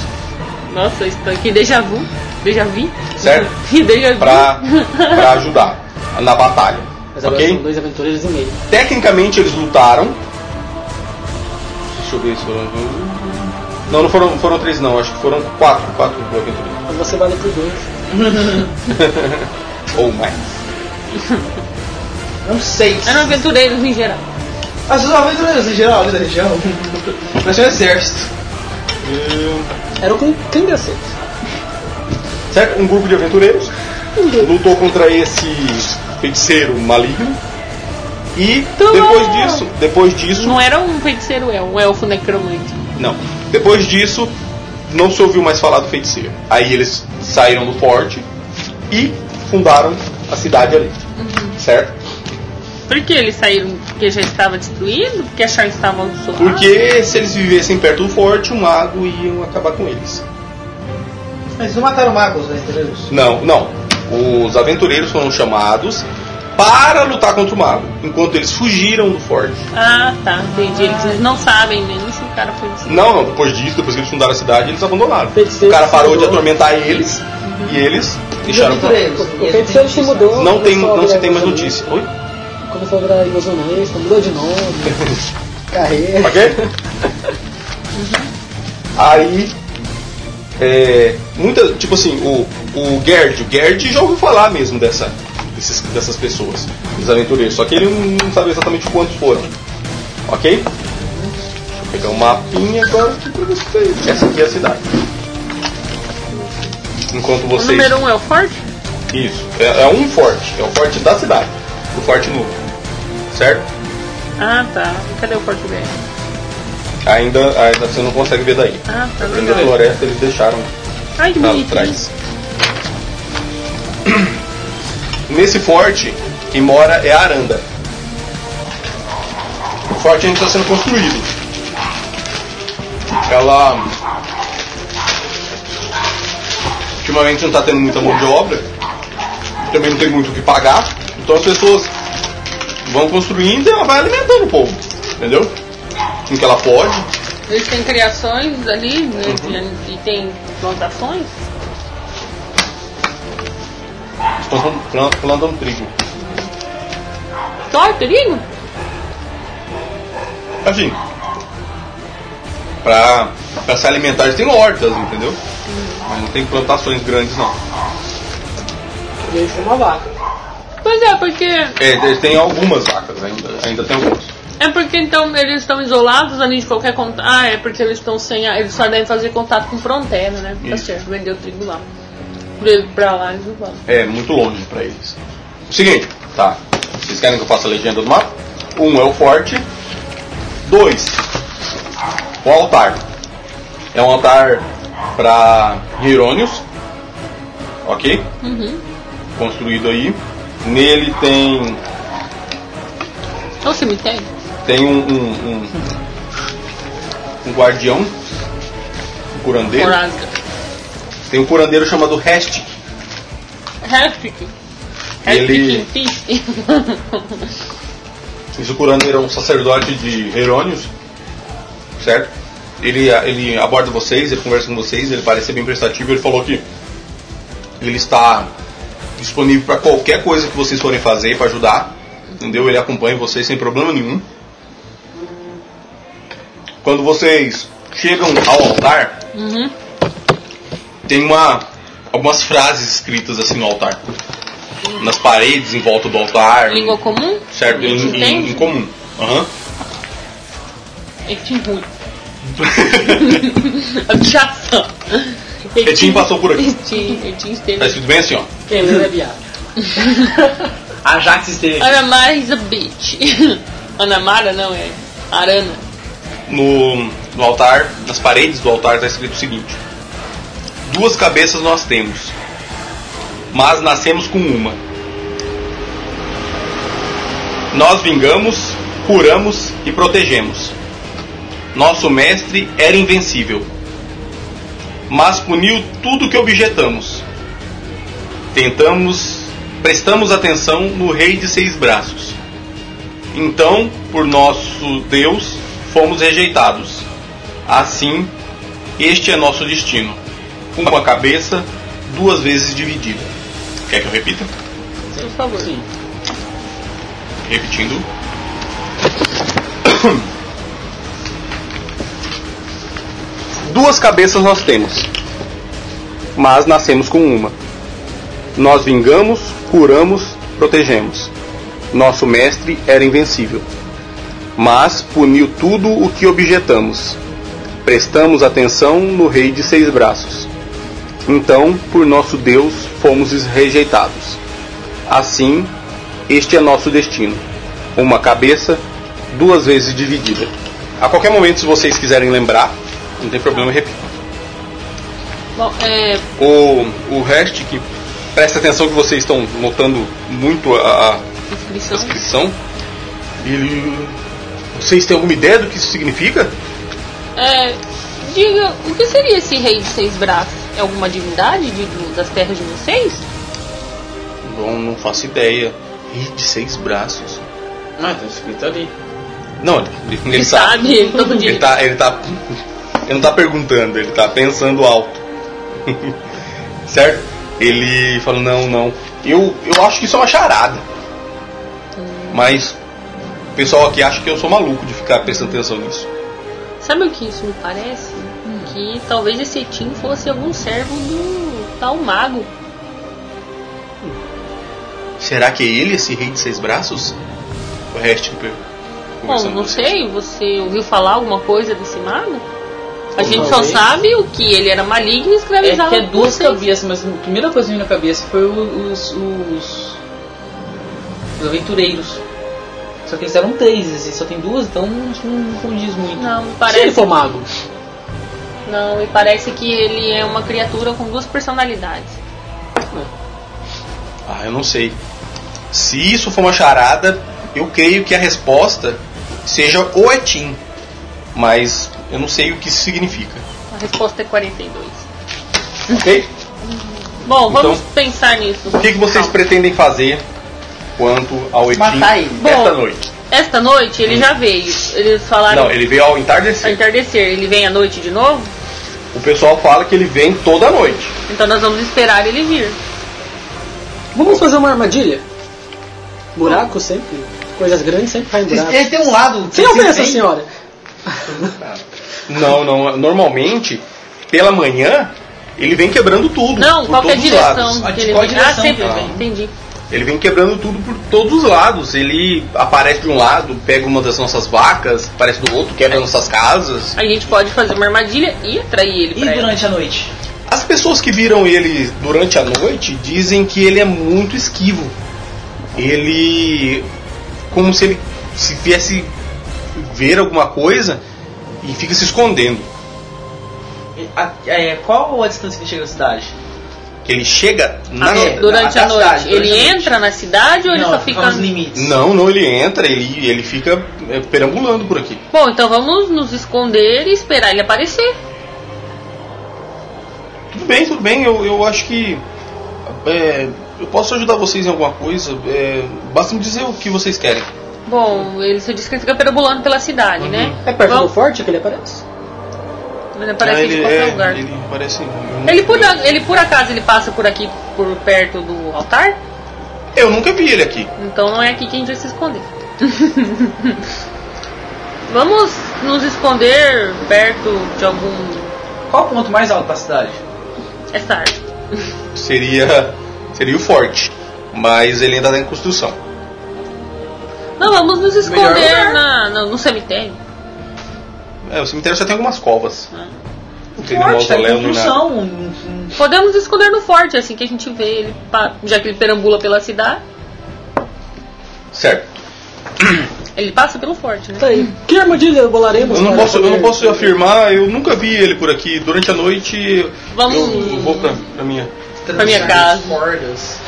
Nossa, isso tá aqui déjà vu. Déjà vu. Certo. Uhum. déjà vu. Pra, pra ajudar na batalha. Mas agora Ok? são dois aventureiros e meio. Tecnicamente eles lutaram. Deixa eu ver se foram. Não, não foram, foram três não, acho que foram quatro, quatro aventureiros. Mas Você vale por dois. Ou mais. Não sei. Eram aventureiros em geral. Ah, As suas aventuras em né? geral, ali da região. Mas é um exército. Era com quem deu certo. Certo? Um grupo de aventureiros lutou contra esse feiticeiro maligno. E Tá depois bom. disso, depois disso, Não era um feiticeiro, é um elfo necromante. não. Depois disso, não se ouviu mais falar do feiticeiro. Aí eles saíram do forte e fundaram a cidade ali. Certo? Por que eles saíram? Porque já estava destruído? Porque acharam que estava amaldiçoado? Porque se eles vivessem perto do forte, o mago ia acabar com eles. Mas eles não mataram né? o mago, os aventureiros? Não, não. Os aventureiros foram chamados para lutar contra o mago, enquanto eles fugiram do forte. Ah, tá, entendi. Eles não sabem mesmo se o cara foi destruído. Não, não, depois disso, depois que eles fundaram a cidade, eles abandonaram. Feiticeiro O cara parou se de mudou. atormentar eles e eles deixaram pra aventureiros? O feiticeiro se mudou. Não tem, começou a não se virar tem mais ilusionista, notícia. Oi? Começou a virar ilusionista, mudou de nome, carreira. Ok? Aí. É, muita, tipo assim, o, o Gerd, o Gerd já ouviu falar mesmo dessa, desses, dessas pessoas, dos aventureiros, só que ele não sabe exatamente quantos foram. Ok? Deixa eu pegar um mapinha agora aqui pra vocês. Essa aqui é a cidade. Enquanto O vocês. número um é o forte? Isso, é, é um forte, é o forte da cidade, o forte novo. Certo? Ah, tá. Cadê o forte dele? Ainda, ainda você não consegue ver daí. Ah, tá Ainda legal. floresta eles deixaram Ai, que lá bonito. atrás. Nesse forte, quem mora é a Aranda. O forte ainda está sendo construído. Ela. Ultimamente não está tendo muita mão de obra. Também não tem muito o que pagar. Então as pessoas vão construindo e ela vai alimentando o povo. Entendeu? Com o que ela pode. Eles têm criações ali né, Uhum. e tem plantações? Plantam, plan- plantam trigo. Só é perigo? assim, pra, pra se alimentar eles têm hortas, entendeu? Mas não tem plantações grandes não. E aí foi uma vaca. Pois é, porque É, eles têm algumas vacas né? ainda, ainda tem algumas. É porque então eles estão isolados ali de qualquer contato. Ah, é porque eles estão sem. a- Eles só devem fazer contato com fronteira, né? Tá Isso. certo, vendeu trigo lá. Pra- Pra lá eles não vão. É, muito longe pra eles. Seguinte, tá. Vocês querem que eu faça a legenda do mapa? Um é o forte. Dois, o altar. É um altar pra Hierônios. Ok? Construído aí. Nele tem É um cemitério? Tem um, um, um, um guardião, um curandeiro. Morada. Tem um curandeiro chamado Hestic. Hectic. Ele- Hectic Fish. Esse curandeiro é um sacerdote de Herônios, certo? Ele, ele aborda vocês, ele conversa com vocês, ele parece ser bem prestativo. Ele falou que ele está disponível para qualquer coisa que vocês forem fazer para ajudar, entendeu? Ele acompanha vocês sem problema nenhum. Quando vocês chegam ao altar, tem uma algumas frases escritas assim no altar, nas paredes em volta do altar, Língua comum? certo? Eles Em, em, em entendem? comum. Aham. Etim ruim. Objeção. Etim passou por aqui. Etim, Etim Tá esteve. escrito bem assim, ó. Quem lembra é viado. Ajax esteve Ana Mara is a bitch. Ana Mara não é. Arana. No, no altar, nas paredes do altar, tá escrito o seguinte: Duas cabeças nós temos, mas nascemos com uma. Nós vingamos, curamos e protegemos. Nosso mestre era invencível, mas puniu tudo que objetamos. Tentamos, prestamos atenção no rei de seis braços. Então, por nosso Deus, fomos rejeitados. Assim, este é nosso destino. Uma cabeça, duas vezes dividida. Quer que eu repita? Por favor. Repetindo. Duas cabeças nós temos, mas nascemos com uma. Nós vingamos, curamos, protegemos. Nosso mestre era invencível, mas puniu tudo o que objetamos. Prestamos atenção no rei de seis braços. Então, por nosso Deus, fomos rejeitados. Assim, este é nosso destino. Uma cabeça, duas vezes dividida. A qualquer momento, se vocês quiserem lembrar, não tem problema, eu repito. Bom, é. O, o resto que presta atenção que vocês estão notando muito a, a Inscrição. descrição. Ele. Vocês têm alguma ideia do que isso significa? É, diga, o que seria esse rei de seis braços? É alguma divindade de- do- das terras de vocês? Bom, não faço ideia. Rei de seis braços. Ah, tá escrito ali. Não, ele, ele tá- Ele sabe, ele todo dia. Ele tá, ele tá. Ele não tá perguntando, ele tá pensando alto. certo? Ele falou, não, não. Eu, eu acho que isso é uma charada. Mas o pessoal aqui acha que eu sou maluco de ficar prestando atenção nisso. Sabe o que isso me parece? Hum. Que talvez esse Tim fosse algum servo do tal mago. Será que é ele, esse rei de seis braços? O resto per- Bom, conversando assim. não com sei, você ouviu falar alguma coisa desse mago? A gente só talvez. sabe o que ele era maligno e É escravizava que é duas vocês. cabeças, mas a primeira coisa que me veio na cabeça foi o- os, os. os aventureiros. Só que eles eram três, assim, só tem duas, então não, não condiz muito. Não, me Se ele parece. for mago. Não, me parece que ele é uma criatura com duas personalidades. Ah, eu não sei. Se isso for uma charada, eu creio que a resposta seja o Etim. Mas eu não sei o que isso significa. A resposta é 42. Ok? Bom, vamos pensar nisso. O que, que vocês pretendem fazer quanto ao Etim Matar ele. esta Bom, tá noite? Esta noite ele já veio. Eles falaram Não, ele veio ao ao entardecer. entardecer. Ele vem à noite de novo? O pessoal fala que ele vem toda noite. Então nós vamos esperar ele vir. Vamos fazer uma armadilha? Buraco sempre. Coisas grandes sempre caem em É, buraco. Ele tem um lado. Sem ofensa, assim, senhora. Não, não. Normalmente, pela manhã, ele vem quebrando tudo. Não, por qual que é a todos os lados. direção que De ele qual vem? Ah, direção sempre que ele vem. vem? Entendi. Ele vem quebrando tudo por todos os lados. Ele aparece de um lado, pega uma das nossas vacas, aparece do outro, quebra nossas casas. A gente pode fazer uma armadilha e atrair ele E pra ela. durante a noite? As pessoas que viram ele durante a noite dizem que ele é muito esquivo. Ele. como se ele se viesse ver alguma coisa e fica se escondendo. E a- é, qual a distância que chega da cidade? Ele chega na. Ah, é. Durante da a noite. cidade, durante ele a noite. entra na cidade ou ele só fica. nos limites. Não, não, ele entra, ele, ele fica é, perambulando por aqui. Bom, então vamos nos esconder e esperar ele aparecer. Tudo bem, tudo bem. Eu, eu acho que. é, eu posso ajudar vocês em alguma coisa. é, basta me dizer o que vocês querem. Bom, ele se diz que ele fica perambulando pela cidade, Uhum. né? É perto do Vamos, forte que ele aparece? ele aparece Ah, de ele, qualquer é, lugar. Ele... ele parece. um- por, ele por acaso ele passa por aqui, por perto do altar? Eu nunca vi ele aqui. Então não é aqui que a gente vai se esconder. Vamos nos esconder perto de algum. Qual o ponto mais alto da cidade? É tarde. Seria. Seria o forte. Mas ele ainda está em construção. Não, vamos nos Melhor esconder lugar. na, no, no cemitério. É, o cemitério só tem algumas covas. Ah. Não tem nenhum Forte, tá em mausoléu nem nada. construção. um- um- Podemos nos esconder no forte, assim que a gente vê ele, pa- já que ele perambula pela cidade. Certo. Ele passa pelo forte, né? Tá aí. Que armadilha bolaremos? Eu não, para posso, eu não poder- posso afirmar, eu nunca vi ele por aqui. Durante a noite. Vamos- Eu vou pra, pra minha. Pra minha casa. Cordas.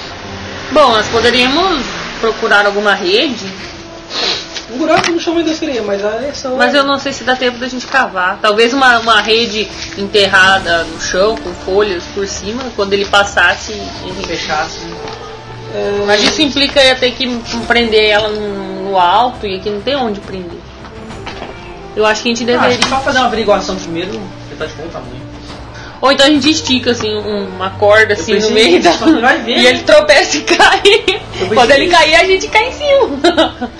Bom, nós poderíamos procurar alguma rede, Um buraco não chama indústria, mas a essa mas eu não sei se dá tempo da gente cavar. Talvez uma, uma rede enterrada no chão, com folhas por cima, quando ele passasse, ele fechasse. é, Mas isso implica eu ter que prender ela no, no alto e aqui não tem onde prender. Eu acho que a gente Ah, acho que deveria. só fazer uma averiguação primeiro, ele tá de bom tamanho. Ou então a gente estica assim um- uma corda assim no pensei meio da. nisso, só que vai ver, e né? ele tropeça e cai. pensei Quando ele nisso. cair, a gente cai em cima.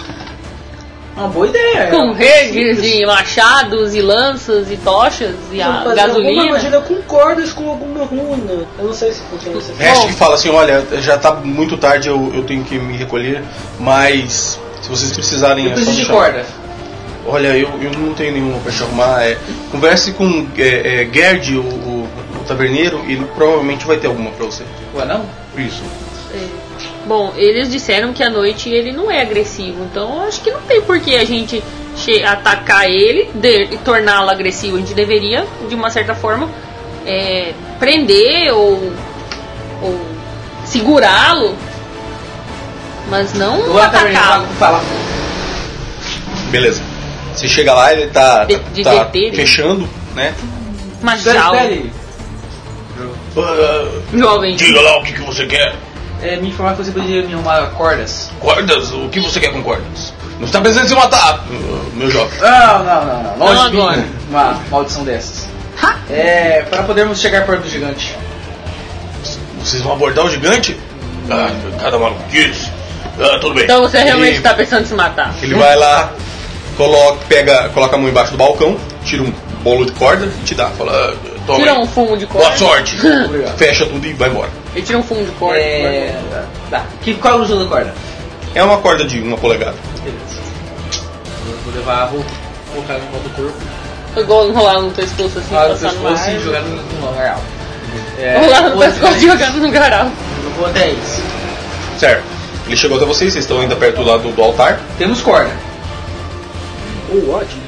Uma boa É, ideia. Com redes e machados e lanças e tochas e Vamos a fazer Alguma Ah, gasolina. armadilha com cordas com alguma runa. Eu não sei se funciona. Assim. Hash que fala assim, olha, já tá muito tarde, eu, eu tenho que me recolher, mas se vocês precisarem é só Preciso me de chamar. corda. Olha, eu, eu não tenho nenhuma pra chamar. é, converse com é, é, Gerd, o, o- o taverneiro, ele provavelmente vai ter alguma pra você. Ué, não? Isso. É. Bom, eles disseram que à noite ele não é agressivo, então eu acho que não tem por que a gente che- atacar ele de- e torná-lo agressivo. A gente deveria, de uma certa forma, é, prender ou, ou segurá-lo, mas não Vou lá também atacá-lo. falar. Beleza. Você chega lá, ele tá, De- de tá, tá deter. fechando, né? Uma Espera, jaula. espera aí. Ah, Jovem. diga lá o que, que você quer. É, me informar que você poderia me arrumar cordas. Cordas? O que você quer com cordas? Não está precisando se matar, ah, meu jovem. Não, não, não, não. Longe Não de mim, agora. Uma maldição dessas. É, para podermos chegar perto do gigante. Vocês vão abordar o gigante? Ah, cada maluquice. Ah, tudo bem. Então você realmente Ele- tá pensando em se matar. Ele vai lá, coloca, pega, coloca a mão embaixo do balcão, tira um bolo de corda e te dá. Fala, ah, toma. Tira aí. um fumo de Boa corda. sorte. Obrigado. Fecha tudo e vai embora. Ele tira um fumo de corda. É, Tá. Que, qual é o uso da corda? É uma corda de uma polegada. Beleza. Eu vou levar a roupa, colocar no volta do corpo, Foi igual enrolar no pescoço assim, lá no passar no pescoço ar. e jogar no, no real. É, Enrolar no vou pescoço até e jogar no garal. Eu vou até isso. Certo. Ele chegou até vocês, vocês estão ainda perto do lado do altar. Temos corda. Oh, ótimo.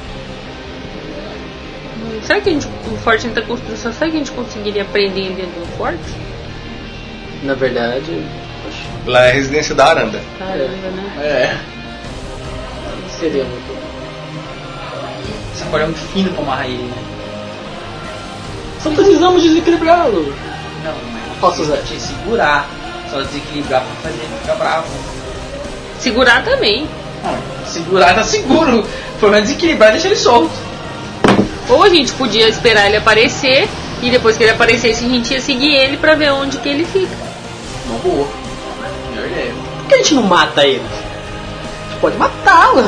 Hum, Será que a gente, o forte ainda tá construção, será que a gente conseguiria prender ele dentro do forte? na verdade. Lá é a residência da Aranda. Caramba, né? É. Seria muito. Essa corda é muito fina pra amarrar ele, né? Só precisamos desequilibrá-lo. Não, mas Posso usar? te segurar, só desequilibrar pra fazer ele ficar bravo. Segurar também. Não, segurar tá seguro. Pelo menos desequilibrar deixa ele solto. Ou a gente podia esperar ele aparecer e depois que ele aparecesse a gente ia seguir ele pra ver onde que ele fica. Uma boa. Melhor ideia. Por que a gente não mata ele? A gente pode matá-lo.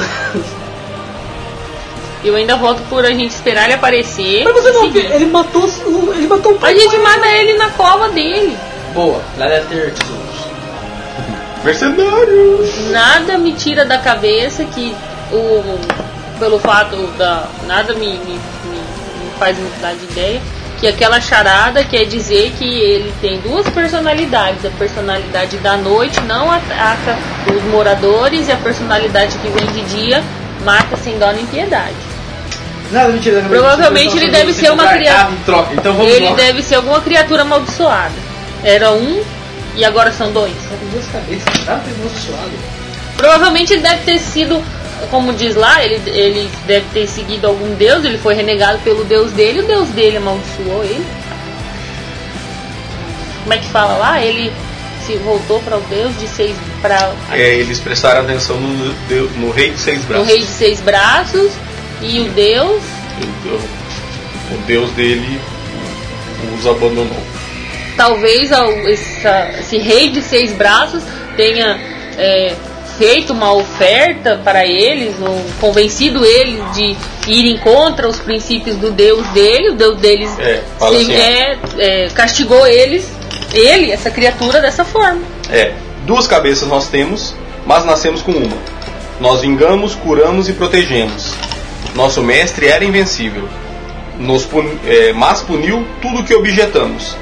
Eu ainda voto por a gente esperar ele aparecer. Mas você e não viu? seguir. Ele matou. Ele matou um o A gente mata ele na cova dele. Boa. Lá deve ter tesouros. Mercenário! Nada me tira da cabeça que o pelo fato da nada me, me, me- me faz mudar de ideia que aquela charada quer dizer que ele tem duas personalidades, a personalidade da noite não ataca os moradores e a personalidade que vem de dia mata sem dó nem piedade. Nada, mentira. não, Provavelmente não, ele não, deve não, ser uma não, criatura. não, Troca. Então vamos Ele lá. deve ser alguma criatura amaldiçoada. Era um e agora são dois. Tem duas cabeças, tá? Tem duas suado. Provavelmente ele deve ter sido, como diz lá, ele, ele deve ter seguido algum deus, ele foi renegado pelo deus dele, o deus dele amaldiçoou ele. Como é que fala lá? Ele se voltou para o deus de seis para É, eles prestaram atenção no, deu- no rei de seis o braços. rei de seis braços e o deus O, Então, o- o deus dele os abandonou. talvez ao- essa- esse rei de seis braços tenha é, feito uma oferta para eles, ou convencido eles de irem contra os princípios do Deus dele, o Deus deles É, fala se- assim, é, é, castigou eles, ele, essa criatura, dessa forma. É, duas cabeças nós temos, mas nascemos com uma. Nós vingamos, curamos e protegemos. Nosso mestre era invencível, nos pun- é, mas puniu tudo que objetamos.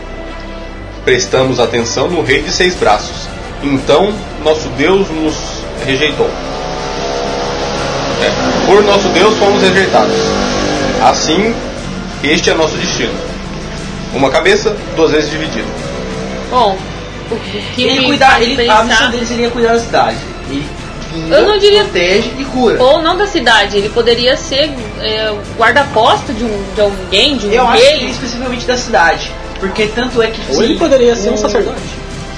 Prestamos atenção no rei de seis braços. Então, nosso Deus nos rejeitou. É, por nosso Deus fomos rejeitados. Assim, este é nosso destino. Uma cabeça, duas vezes dividida. Bom, o que que Ele me cuidar, faz ele, a missão pensar, dele seria cuidar da cidade. Ele vinga, Eu não diria- protege e cura. ou não da cidade, ele poderia ser é, guarda-posta de, um, de alguém, de um Eu acho que rei, ele é especificamente da cidade. Porque tanto é que. Ou ele poderia ser um sacerdote.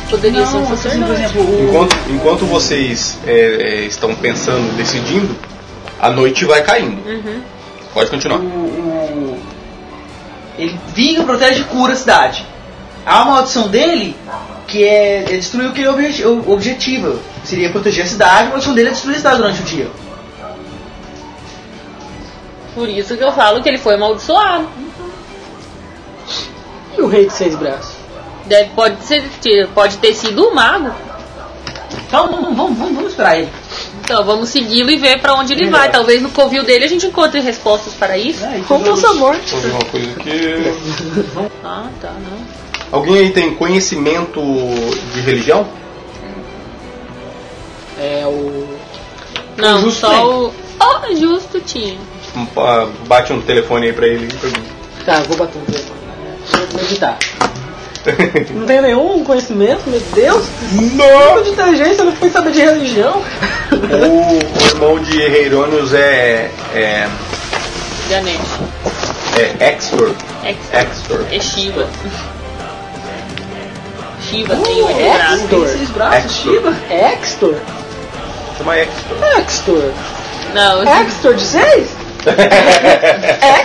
poderia ser Não, um assim, por sacerdote. exemplo, o. Enquanto, enquanto vocês é, é, estão pensando, decidindo, a noite vai caindo. Uhum. Pode continuar. o- o- Ele vinga, protege e cura a cidade. A maldição dele, que é, é destruir o que ele obje- o objetivo. Seria proteger a cidade, a maldição dele é destruir a cidade durante o dia. Por isso que eu falo que ele foi amaldiçoado. E o rei de seis braços? Deve, pode, ser, pode ter sido um mago. Então vamos, vamos, vamos, vamos esperar ele. Então vamos segui-lo e ver pra onde ele vai. Talvez no covil dele a gente encontre respostas para isso. né? E Conta o tudo- seu amor. Deixa eu ver uma coisa aqui. Ah, tá, não. Alguém aí tem conhecimento de religião? É o. Não, justo só tem. o. Oh, justo tinha. Um, pa- Bate um telefone aí pra ele e pergunta. Tá, eu vou bater um telefone. Vou meditar. Não tenho nenhum conhecimento, meu Deus. Não! Tipo de inteligência, eu não fui saber de religião. O, o irmão de Heironius é. é. Ganesh. é Exford. Exford. É Shiva. Shiva Uh, um tem oito Hum, braços. Tem seis braços, Extor. Shiva. É Extor? Chama Exford. Extor. Não, Extor de 6?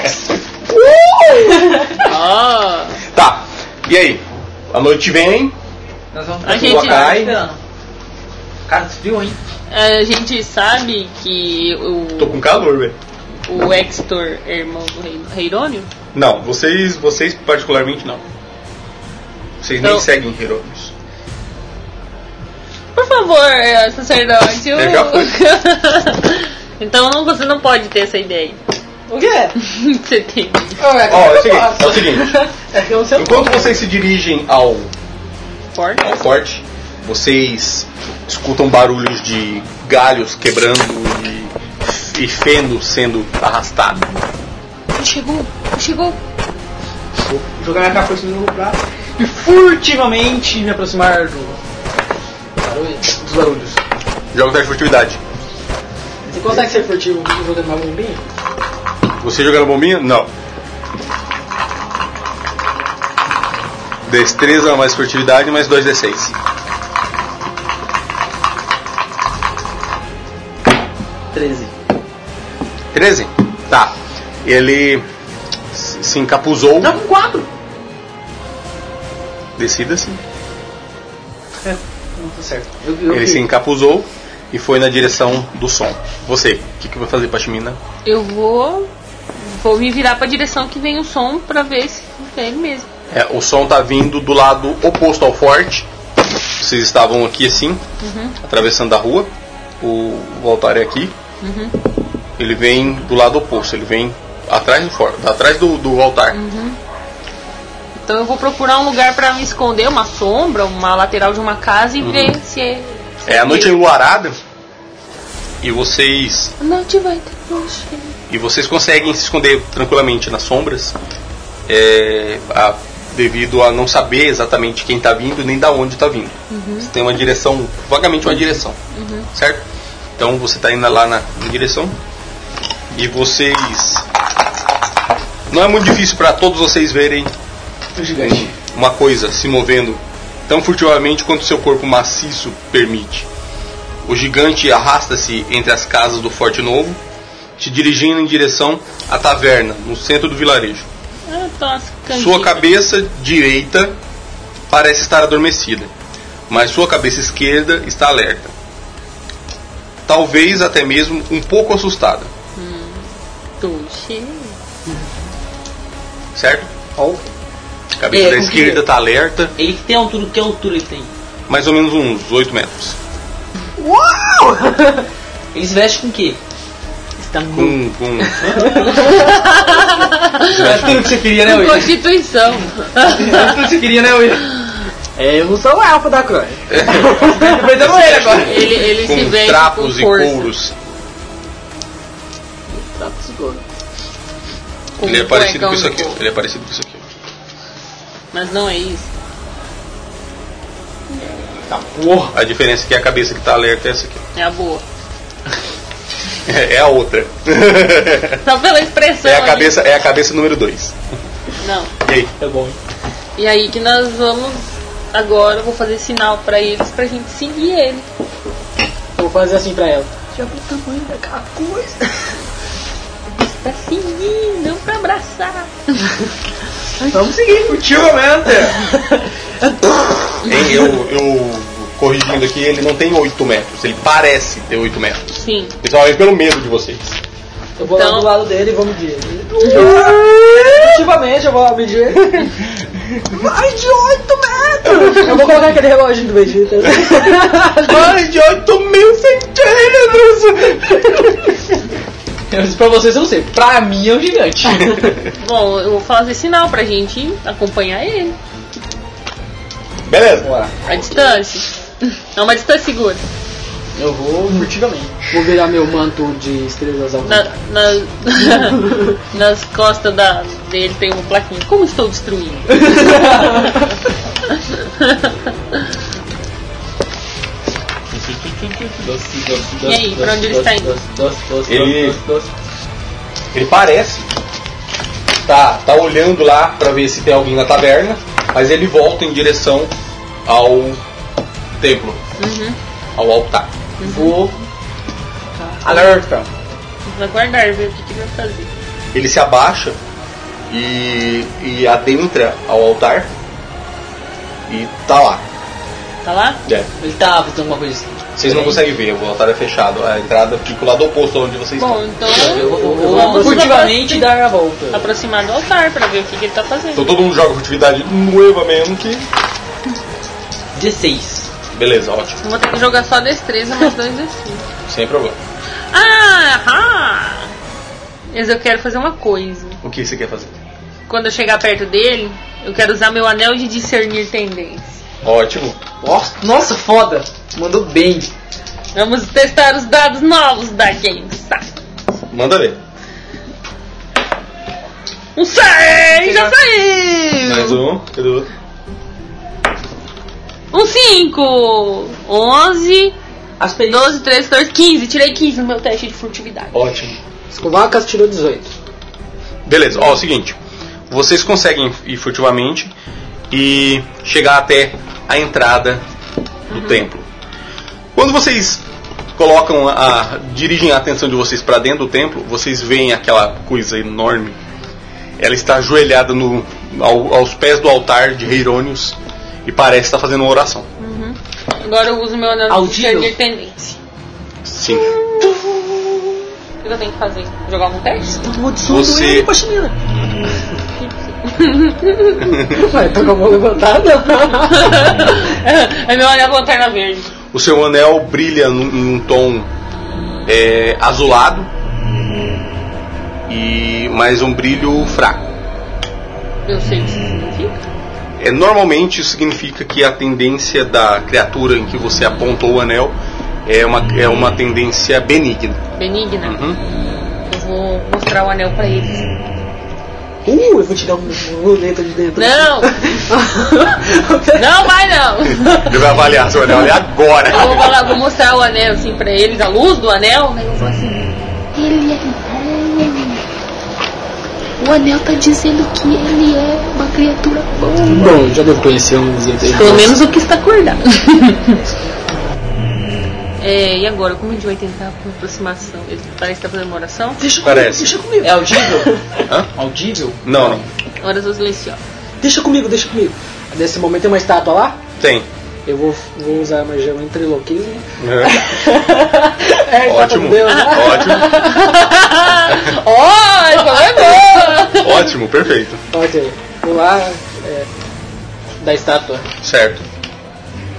Ex? ó. Tá, e aí? A noite vem, Nós vamos A ficar É gente- Wakai tá esperando. Cara, frio, hein? A gente sabe que tô o, com calor, velho. o Extor é irmão do rei, Reirônio. Não, vocês, vocês particularmente não. Vocês nem Não. seguem Herônimos. Por favor, é, sacerdote. eu- Eu já fui. então não- você não pode ter essa ideia. O quê? você tem. Ó, é o seguinte, é o seguinte. É que eu não sei o Enquanto vocês se dirigem ao Forte. ao forte. Vocês escutam barulhos de galhos quebrando e, e feno sendo arrastado. Chegou, chegou. Jogar minha capa por cima do braço. E furtivamente me aproximar do barulho, dos barulhos. Joga um teste de furtividade. Você consegue ser furtivo jogando uma bombinha? Você jogando bombinha? Não. Destreza mais furtividade mais 2d6. Treze. 13? Tá. Ele se se encapuzou. Não, com quatro. Tá Decida-se. Não, tá certo. Eu, eu, Ele se encapuzou e foi na direção do som. Você, o que, que vai fazer, Pashmina? Eu vou. Vou me virar pra direção que vem o som pra ver se é ele mesmo. É, o som tá vindo do lado oposto ao forte. Vocês estavam aqui assim, atravessando a rua. O, o altar é aqui. Ele vem do lado oposto, ele vem atrás do forte, atrás do, do altar. Então eu vou procurar um lugar pra me esconder, uma sombra, uma lateral de uma casa e ver se é. se Uhum. É a noite um- é ele. enluarada. E vocês A noite vai ter luz. e vocês conseguem se esconder tranquilamente nas sombras, é, a- devido a não saber exatamente quem está vindo nem da onde está vindo. Você tem uma direção, vagamente uma direção, certo? Então você está indo lá na, na direção e vocês não é muito difícil para todos vocês verem uma coisa se movendo tão furtivamente quanto seu corpo maciço permite. O gigante arrasta-se entre as casas do Forte Novo, te dirigindo em direção à taverna, no centro do vilarejo. Ah, tô as Sua canjica. cabeça direita parece estar adormecida, mas sua cabeça esquerda está alerta. Talvez até mesmo um pouco assustada, Tô cheio. certo? A cabeça É, da com que esquerda está alerta, Ele que tem altura, que altura ele tem? mais ou menos uns 8 metros. Eles vestem com o quê? Com, com É tudo que você queria, né, Will? Constituição. É tudo que você queria, né, Will? É, eu não sou o elfo da crônica. Aproveitamos Tá ele agora. Ele, ele se com vende trapos com e força. couros. Com Ele é um parecido com cuecão isso de aqui. ó. couro. Ele é parecido com isso aqui. ó. Mas não é isso. A diferença é que a cabeça que tá alerta é essa aqui. É a boa. É é a outra. Só pela expressão. É a né? cabeça, é a cabeça número 2. Não. E aí? É bom. E aí que nós vamos. Agora eu vou fazer sinal pra eles pra gente seguir ele. Vou fazer assim pra ela. Pra seguir, não pra abraçar. Vamos seguir. Furtivamente. Hein, Eu, eu corrigindo aqui, ele não tem 8 metros. Ele parece ter 8 metros. Sim. Principalmente pelo medo de vocês. Eu vou lá Então- do lado dele e vou medir. Ativamente eu vou medir ele. Mais de 8 metros! Eu vou colocar aquele reloginho do Vegeta. Mais de 8 mil centímetros! Eu disse pra vocês, eu não sei. Pra mim é um gigante. Bom, eu vou fazer sinal pra gente acompanhar ele. Beleza. Bora. A distância. É uma distância segura. Eu vou furtivamente. Vou virar meu manto de estrelas ao Na, na- nas costas da, dele tem uma plaquinha. Como estou destruindo? Doce, doce, E aí, pra onde ele está indo? Doce, doce, doce, Ele- doce, doce, Ele parece. Tá, tá olhando lá pra ver se tem alguém na taverna, mas ele volta em direção ao templo, Uhum. ao altar. Vou. Alerta! Vou aguardar, ver o que, que vai fazer. Ele se abaixa e, e adentra ao altar e tá lá. Tá lá? É. Ele tá fazendo alguma coisa assim. Vocês não conseguem ver, o altar é fechado, a entrada fica do lado oposto onde vocês estão. Bom, então Eu vou, eu vou vamos furtivamente dar a volta. apro- aproximar do altar pra ver o que, que ele tá Então fazendo. todo mundo joga furtividade nuevamente. 16. Beleza, ótimo, Vou ter que jogar só destreza, mais dois assim. sem problema. Ah, ah! Mas eu quero fazer uma coisa. O que você quer fazer? Quando eu chegar perto dele, eu quero usar meu anel de discernir tendência. Ótimo. Nossa, nossa, foda! Mandou bem. Vamos testar os dados novos da tá? Game Sai. Manda ver. Um 6 já Mais saiu! um. Cadê o outro? Um 5! 11, 12, 13, 14, 15. Tirei 15 no meu teste de furtividade. Ótimo. Escovacas tirou 18. Beleza, ó, é o seguinte. Vocês conseguem ir furtivamente e chegar até a entrada do templo. Quando vocês colocam a, a- dirigem a atenção de vocês para dentro do templo, vocês veem aquela coisa enorme. Ela está ajoelhada no, ao- aos pés do altar de Reirônios e parece estar fazendo uma oração. Agora eu uso meu anel de Audível? discernir tendência. Sim. O que eu tenho que fazer? Jogar um teste? Você Ué, tô com a mão levantada. é meu anel de lanterna verde. O seu anel brilha num, num tom é, azulado, e mas um brilho fraco. Eu sei o que isso significa. É, normalmente isso significa que a tendência da criatura em que você apontou o anel é uma, é uma tendência benigna. Benigna. Uhum. Eu vou mostrar o anel pra eles. Uh, eu vou tirar um luneta de dentro. Não! não vai não! Ele vai avaliar seu anel ali agora. Eu vou, falar, vou mostrar o anel assim pra eles, a luz do anel, né? Eu vou assim. Ele é bom. O anel tá dizendo que ele é uma criatura boa. Bom, já devo conhecer um desenho aí. Pelo menos o que está acordado. é, e agora? Como a gente vai tentar por aproximação? Ele parece que tá fazendo uma oração? Deixa comigo, Parece. deixa comigo. É audível? Hã? Audível? Não, não. Oração silenciosa. Deixa comigo, deixa comigo. Nesse momento tem uma estátua lá. Tem. Eu vou, vou usar a magia ventriloquismo. Uhum. É, a estátua Ótimo. do Deus, né? Ótimo. Ó, então é boa! Ótimo, perfeito. Ok. Vou lá. É, da estátua. Certo.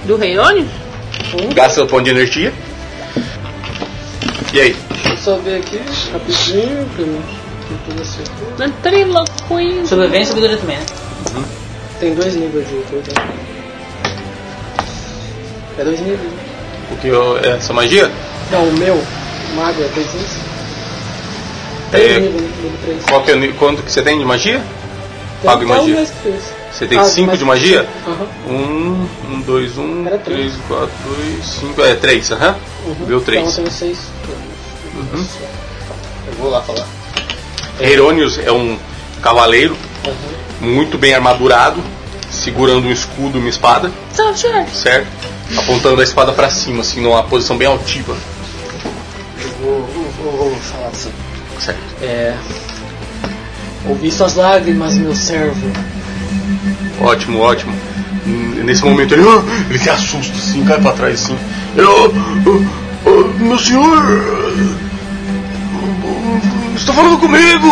Do Reirônio? Gasta o ponto de energia. E aí? Deixa eu só ver aqui rapidinho. que eu não- que eu não sei. Ventriloquismo. Sobrevivência ou sabedoria também, né? Tem dois níveis de tudo. É dois níveis. né? O que eu- essa magia? Não, o meu, o mago, é dois níveis. Três É, níveis, né? Nível três. qual que é, o ni- quanto que você tem de magia? Tem Mago e até o magia. mês que fez. Você tem Ah, 5 mas- de magia? Aham. 1, 1, 2, 1, Era 3, três. 4, 2, 5. É, 3, aham. Viu Então eu 3. tenho seis. Eu vou lá falar. Herônios é um cavaleiro muito bem armadurado, segurando um escudo e uma espada, Só chefe. certo? Apontando a espada pra cima, assim, numa posição bem altiva, Eu vou, eu vou, eu vou falar assim. certo? É. Ouvi suas lágrimas, meu servo. Ótimo, ótimo. Hum, Nesse momento ele, "Ah!" ele se assusta, assim, cai pra trás, assim. Ele, "Ah, ah, ah, meu senhor, ah, está falando comigo?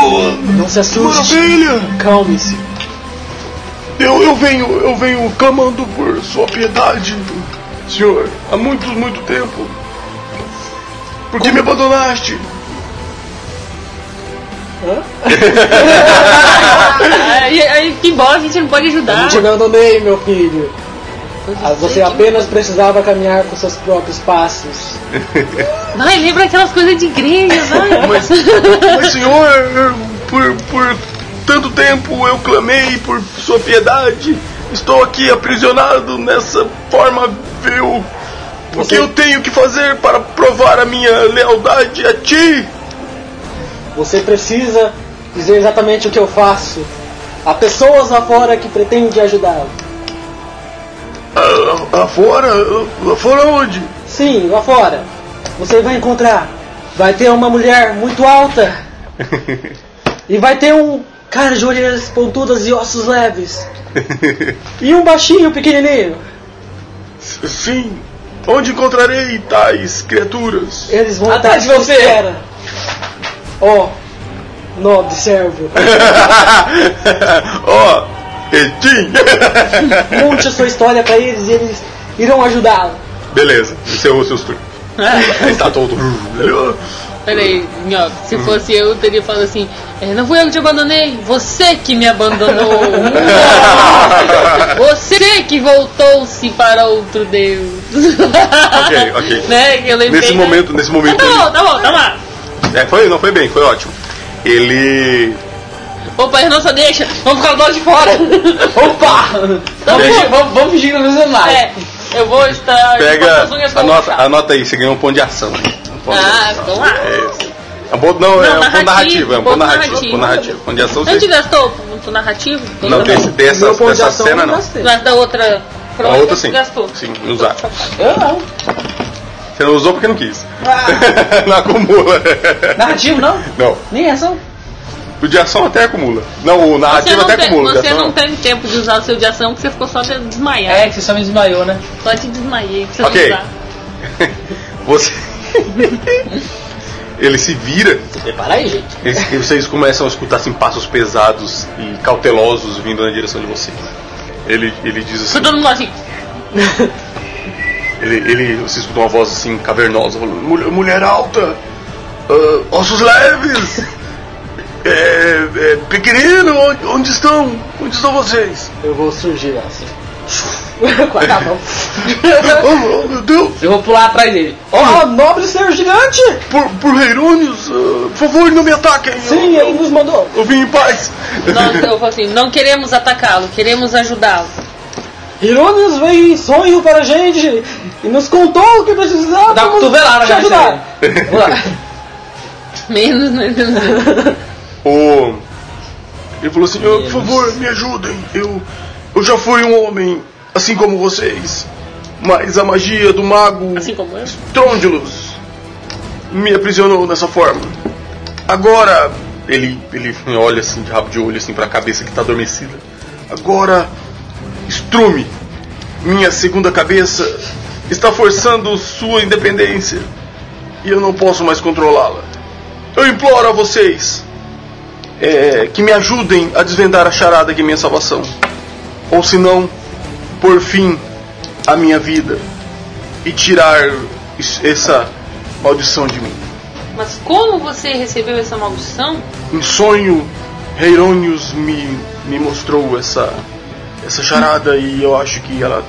Não se Que assuste, maravilha! calme-se. Eu, eu venho, eu venho clamando por sua piedade, senhor, há muito, muito tempo. Por que me abandonaste? Aí, aí que embora a gente não pode ajudar. Te abandonei, meu filho. Ah, Você Sei É? que- apenas precisava caminhar com seus próprios passos. Vai, lembra aquelas coisas de igreja, vai. Mas, mas senhor, por, por tanto tempo eu clamei por sua piedade. Estou aqui aprisionado nessa forma vil. O que eu tenho que fazer para provar a minha lealdade a ti? Você precisa dizer exatamente o que eu faço. Há pessoas lá fora que pretendem ajudá-lo. Ah, Lá fora? Lá fora onde? Sim, lá fora. Você vai encontrar. Vai ter uma mulher muito alta. e vai ter um cara de orelhas pontudas e ossos leves. e um baixinho pequenininho. Sim. Onde encontrarei tais criaturas? Eles vão Atrás estar de à você. espera. Ó, nobre servo, Ó, Edinho. conte a sua história pra eles e eles irão ajudá-lo. Beleza, encerrou seus turnos. Aí tá todo. Peraí, Nhoque, se fosse eu, eu teria falado assim: "É, não fui eu que te abandonei, você que me abandonou. você que voltou-se para outro Deus. ok, ok. né? que Eu lembrei. Nesse né? momento, nesse momento. Tá bom, tá bom, tá lá. ele- É, foi, não foi bem, foi ótimo. Ele. Opa, Renan, só deixa, vamos ficar do lado de fora. Opa! Vamos fingir, Tá vamos, vamos fingir que não fizemos nada. é, eu vou estar. Pega. as unhas vão Anota, ficar. anota aí, você ganhou um ponto de ação. Um ponto de Ah, ação. vamos lá. É, esse. É um ponto, não, é um ponto narrativo, narrativo, é um ponto narrativo. ponto narrativo. Ponto narrativo. Ponto de ação Não assim, te você. gastou ponto narrativo? Não, desse, dessa, Meu ponto de dessa ação cena eu não. gastei. Mas da outra. A crônica outra tu sim. Gastou. Sim, usar. Eu não. Você não usou porque não quis. Ah. não acumula. Narrativo não? Não. Nem ação. O de ação até acumula. Não, o Você narrativo não, até tem, acumula. o de você ação não teve tempo de usar o seu de ação porque você ficou só de desmaiar. É, que você só me desmaiou, né? Só te desmaiei. que Você Ok. não usar. Você. ele se vira. Prepara aí, gente. eles- vocês começam a escutar assim, passos pesados e cautelosos vindo na direção de vocês. Ele, ele diz assim. Foi todo mundo assim. Ele, ele, você escuta uma voz assim cavernosa falando: Mulher, mulher alta, ah, ossos leves, é, é, pequenino, onde, onde estão? Onde estão vocês? Eu vou surgir assim. Com a mão. Oh, oh, meu Deus, Eu vou pular atrás dele. Ó, nobre ser gigante! por, por Reirônios, ah, por favor, não me ataquem. Sim, eu, ele nos mandou. eu vim em paz. Não, eu falo assim, não queremos atacá-lo, queremos ajudá-lo. Hirones veio em sonho para a gente e nos contou o que precisávamos. Dá uma cotovelada na te cabeça ajudar. dele. Vamos lá. Menos, né? O... Ele falou assim, "Ah, por favor, me ajudem. Eu, eu já fui um homem, assim como vocês. Mas a magia do mago Assim como eu. Trôndulus me aprisionou dessa forma. Agora... Ele, ele olha assim, de rabo de olho, assim, pra cabeça que tá adormecida. Agora, estrume. Minha segunda cabeça está forçando sua independência. E eu não posso mais controlá-la. Eu imploro a vocês, é, que me ajudem a desvendar a charada que é minha salvação. Ou se não, por fim, a minha vida e tirar is- essa maldição de mim. Mas como você recebeu essa maldição? Em Um sonho, Heironius me, me mostrou essa, essa charada e eu acho que ela,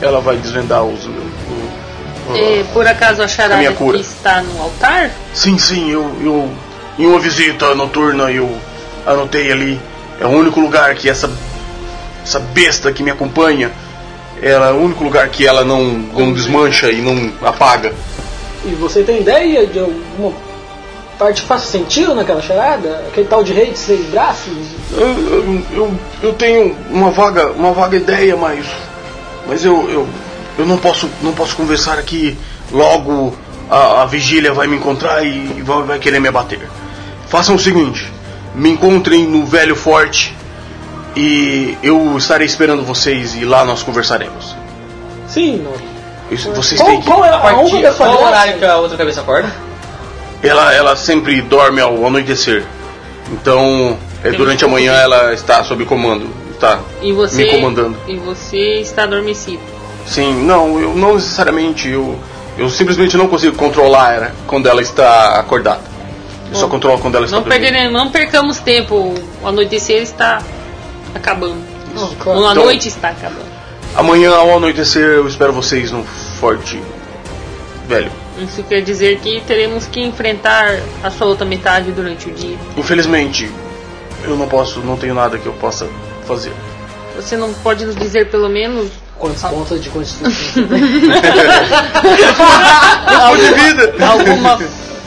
ela vai desvendar os. o- o- É, por acaso a A minha charada cura. que está no altar? Sim, sim, eu, eu. Em uma visita noturna eu anotei ali. É o único lugar que essa. Essa besta que me acompanha. Ela é o único lugar que ela não, não desmancha e não apaga. E você tem ideia de alguma parte que faça sentido naquela charada? Aquele tal de rei de seis braços? Eu, eu, eu- eu tenho uma vaga, uma vaga ideia, mas. Mas eu, eu, eu não posso não posso conversar aqui. Logo a, a vigília vai me encontrar e vai, vai querer me abater. Façam o seguinte: me encontrem no velho forte e eu estarei esperando vocês e lá nós conversaremos. Sim, nobre. Isso- Vocês têm Qual, que. qual é a honra Partir. da sua Qual o graça? horário que a outra cabeça acorda? Ela, ela sempre dorme ao anoitecer. Então, é, durante a manhã ela está sob comando. tá? Está E você. me comandando. E você está adormecido. Sim, não, eu não necessariamente, eu, eu simplesmente não consigo controlar ela quando ela está acordada. Eu só controlo quando ela está Não, dormindo. perderemos, não percamos tempo. O anoitecer está acabando. Não, claro. A Então- noite está acabando. Amanhã ao anoitecer eu espero vocês no forte velho. Isso quer dizer que teremos que enfrentar a sua outra metade durante o dia. Infelizmente, eu não posso, não tenho nada que eu possa fazer. Você não pode nos dizer pelo menos Quantos pontos de constituição? Por de vida. Ah, alguma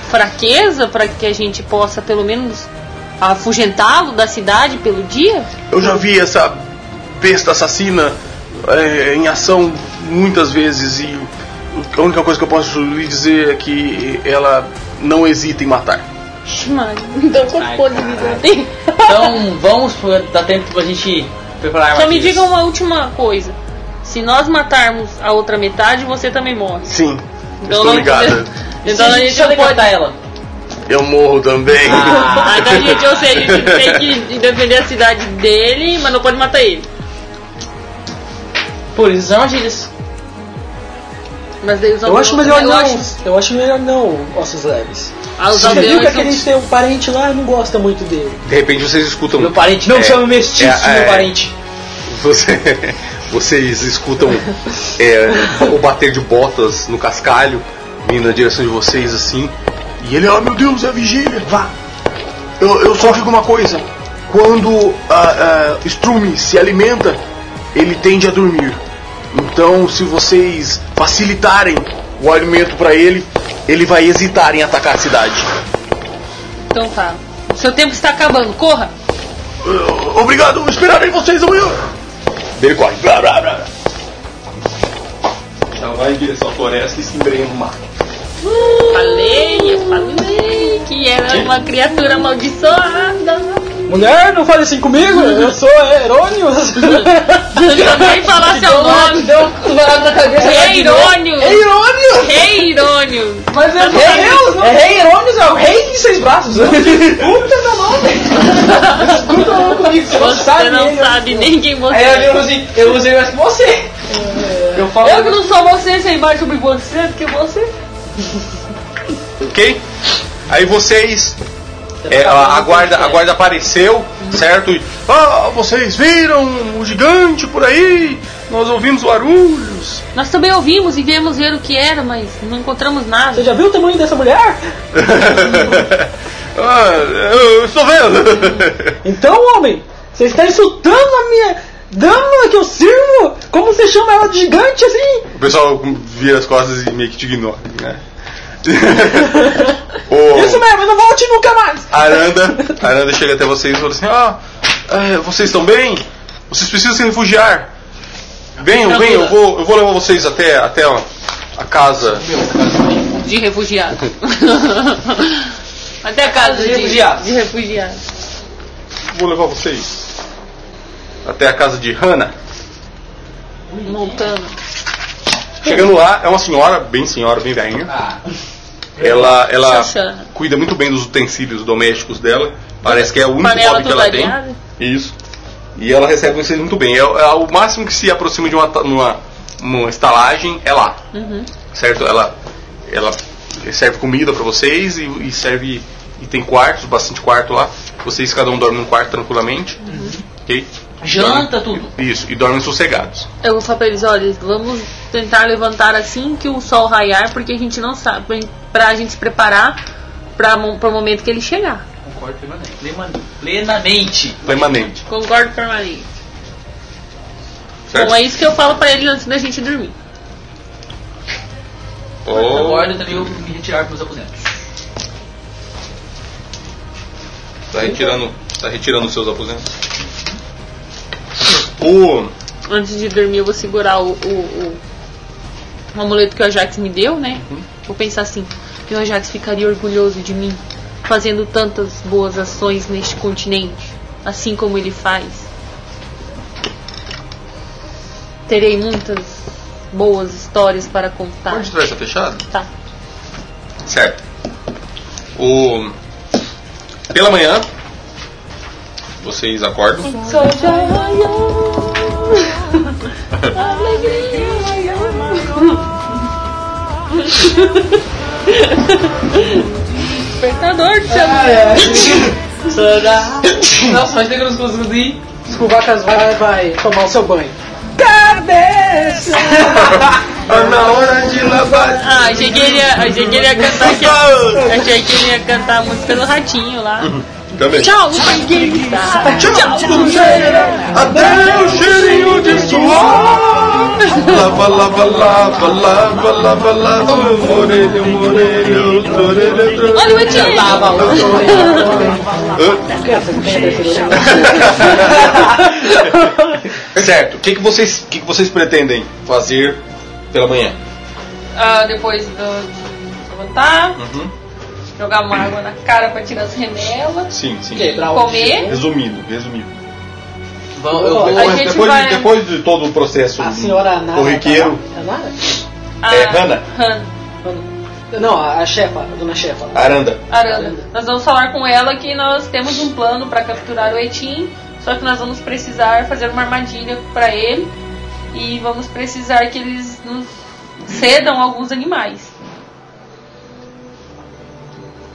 fraqueza para que a gente possa pelo menos afugentá-lo da cidade pelo dia? Eu já vi essa besta assassina é, em ação muitas vezes e a única coisa que eu posso lhe dizer é que ela não hesita em matar. Mano, um então quantos Ai, pontos de vida eu tenho? Então vamos, pro- dá tempo pra gente preparar Só me armadilhas. diga uma última coisa. Se nós matarmos a outra metade, você também morre. Sim, Então estou não- ligada. E se Então a gente não pode. decapitar ela. tá. Eu morro também. Ah, então a gente, ou seja, a gente tem que defender a cidade dele, mas não pode matar ele. Por isso são armadilhas. Mas daí os Eu acho aldeões- melhor eu não. acho- Eu acho melhor não ossos leves. ah, os Você viu que aldeões aquele são- seu parente lá não gosta muito dele. De repente vocês escutam. Meu parente não É, chama mestiço, é, é. meu parente. Você- vocês escutam é, o bater de botas no cascalho vindo na direção de vocês assim. E ele, ah meu Deus, é a vigília! Vá! Eu, eu só digo uma coisa: quando a, a Strume se alimenta, ele tende a dormir. Então, se vocês facilitarem o alimento para ele, ele vai hesitar em atacar a cidade. Então tá. O seu tempo está acabando, corra! "Ah, Obrigado, esperarei vocês amanhã! Ele corre. Blá, blá, blá, blá. Já vai em direção à floresta e se embrenha no mar. Falei, eu falei que era uma criatura amaldiçoada. Mulher, não fale assim comigo, eu sou é, Herônimos. Eu nem falar seu nome. Deu uma parada na cabeça. Rei Irônio! É Herônimos! Rei Irônio! Mas é rei, Deus, não. é rei Herônimos, é o rei de seis braços. Puta da mão, Puta mão comigo, você não sabe. Você não nem- sabe nem quem você Aí eu é. usei, eu usei mais que você. É. Eu falo. um- Eu que não sou você, sei mais sobre você do que você. Ok? Aí vocês. é, a, a guarda, a guarda apareceu, certo? E, ah, vocês viram o gigante por aí? Nós ouvimos barulhos. Nós também ouvimos e viemos ver o que era, mas não encontramos nada. Você já viu o tamanho dessa mulher? Ah, eu estou vendo. Então, homem, você está insultando a minha dama que eu sirvo? Como você chama ela de gigante assim? O pessoal vira as costas e meio que te ignora, né? O- Isso mesmo, eu não volte nunca mais. Aranda, Aranda chega até vocês e fala assim: Ah, é, vocês estão bem? Vocês precisam se refugiar. Venham, venham, eu vou, eu vou levar vocês até, até a, a casa. De refugiado. Até a casa de, de refugiado. Vou levar vocês até a casa de Hannah. Montando. Chegando lá, é uma senhora, bem senhora, bem velhinha. Ela, ela Xoxana. cuida muito bem dos utensílios domésticos dela. Parece que é o único Panela hobby que ela toda tem. areada. Isso. E ela recebe vocês muito bem. É, é o máximo que se aproxima de uma, ta- numa, numa estalagem é lá. Certo? Ela, ela serve comida pra vocês e, e serve. E tem quartos, bastante quarto lá. Vocês cada um dorme num quarto tranquilamente. Ok? Janta, Dormem- tudo. Isso, e dormem sossegados. Eu vou falar pra eles, olha, vamos tentar levantar assim que o sol raiar, porque a gente não sabe, pra gente se preparar pra, mo- pro momento que ele chegar. Concordo plenamente. Plena- Plenamente. Permanente. Concordo permanente. Certo? Bom, é isso que eu falo pra eles antes da gente dormir. Oh, Concordo também eu me retirar para os aposentos. tá retirando. Tá retirando os seus aposentos. O. Antes de dormir, eu vou segurar o, o, o- o amuleto que o Ajax me deu, né? Vou pensar assim: que o Ajax ficaria orgulhoso de mim, fazendo tantas boas ações neste continente, assim como ele faz. Terei muitas boas histórias para contar. Onde trás tá fechado? Tá. Certo. O... Pela manhã, vocês acordam. Despertador de seu Nossa, mas tem que eu não consegui. Escovacas vai, vai tomar o seu banho. na hora Tá de lavar. Ah, achei que ele ia, achei que ele ia cantar aqui. Achei que ele ia cantar a música do ratinho lá. Também. Tchau, Superguista! Tchau, Até o um cheirinho de suor. Lava, lava, lava, lava, lava, lava. um Orelha, orelha, orelha. Olha o Etinho! Certo, o que, que, vocês, o que, que vocês pretendem fazer pela manhã? Ah, depois do, de levantar, Uhum. jogar uma água na cara pra tirar as remelas, Sim, sim. Quebrar o comer. Resumido, resumido. Vamos- Ó, Depois, a gente depois, vai- depois de todo o processo A senhora Nara. corriqueiro, tá lá? É Nara? A É, Hannah? Ah, Hannah, Não, a a chefa, a dona chefa. tá Aranda. Aranda. Nós vamos falar com ela que nós temos um plano pra capturar o Etim, só que nós vamos precisar fazer uma armadilha pra ele e vamos precisar que eles nos cedam alguns animais.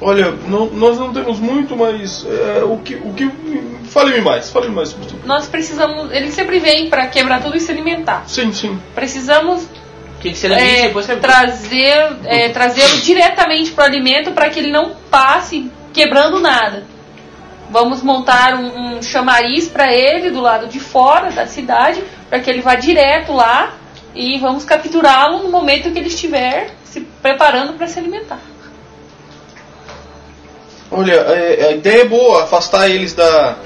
Olha, não- nós não temos muito, mas é, o que. O que Fale-me mais, fale-me mais. Nós precisamos, eles sempre vêm pra quebrar tudo e se alimentar. Sim, sim. Precisamos Tem que ser limite, é, depois você... trazer, é, trazê-lo diretamente para o alimento para que ele não passe quebrando nada. Vamos montar um, um chamariz para ele do lado de fora da cidade para que ele vá direto lá e vamos capturá-lo no momento que ele estiver se preparando para se alimentar. Olha, é, a ideia é boa, afastar eles da.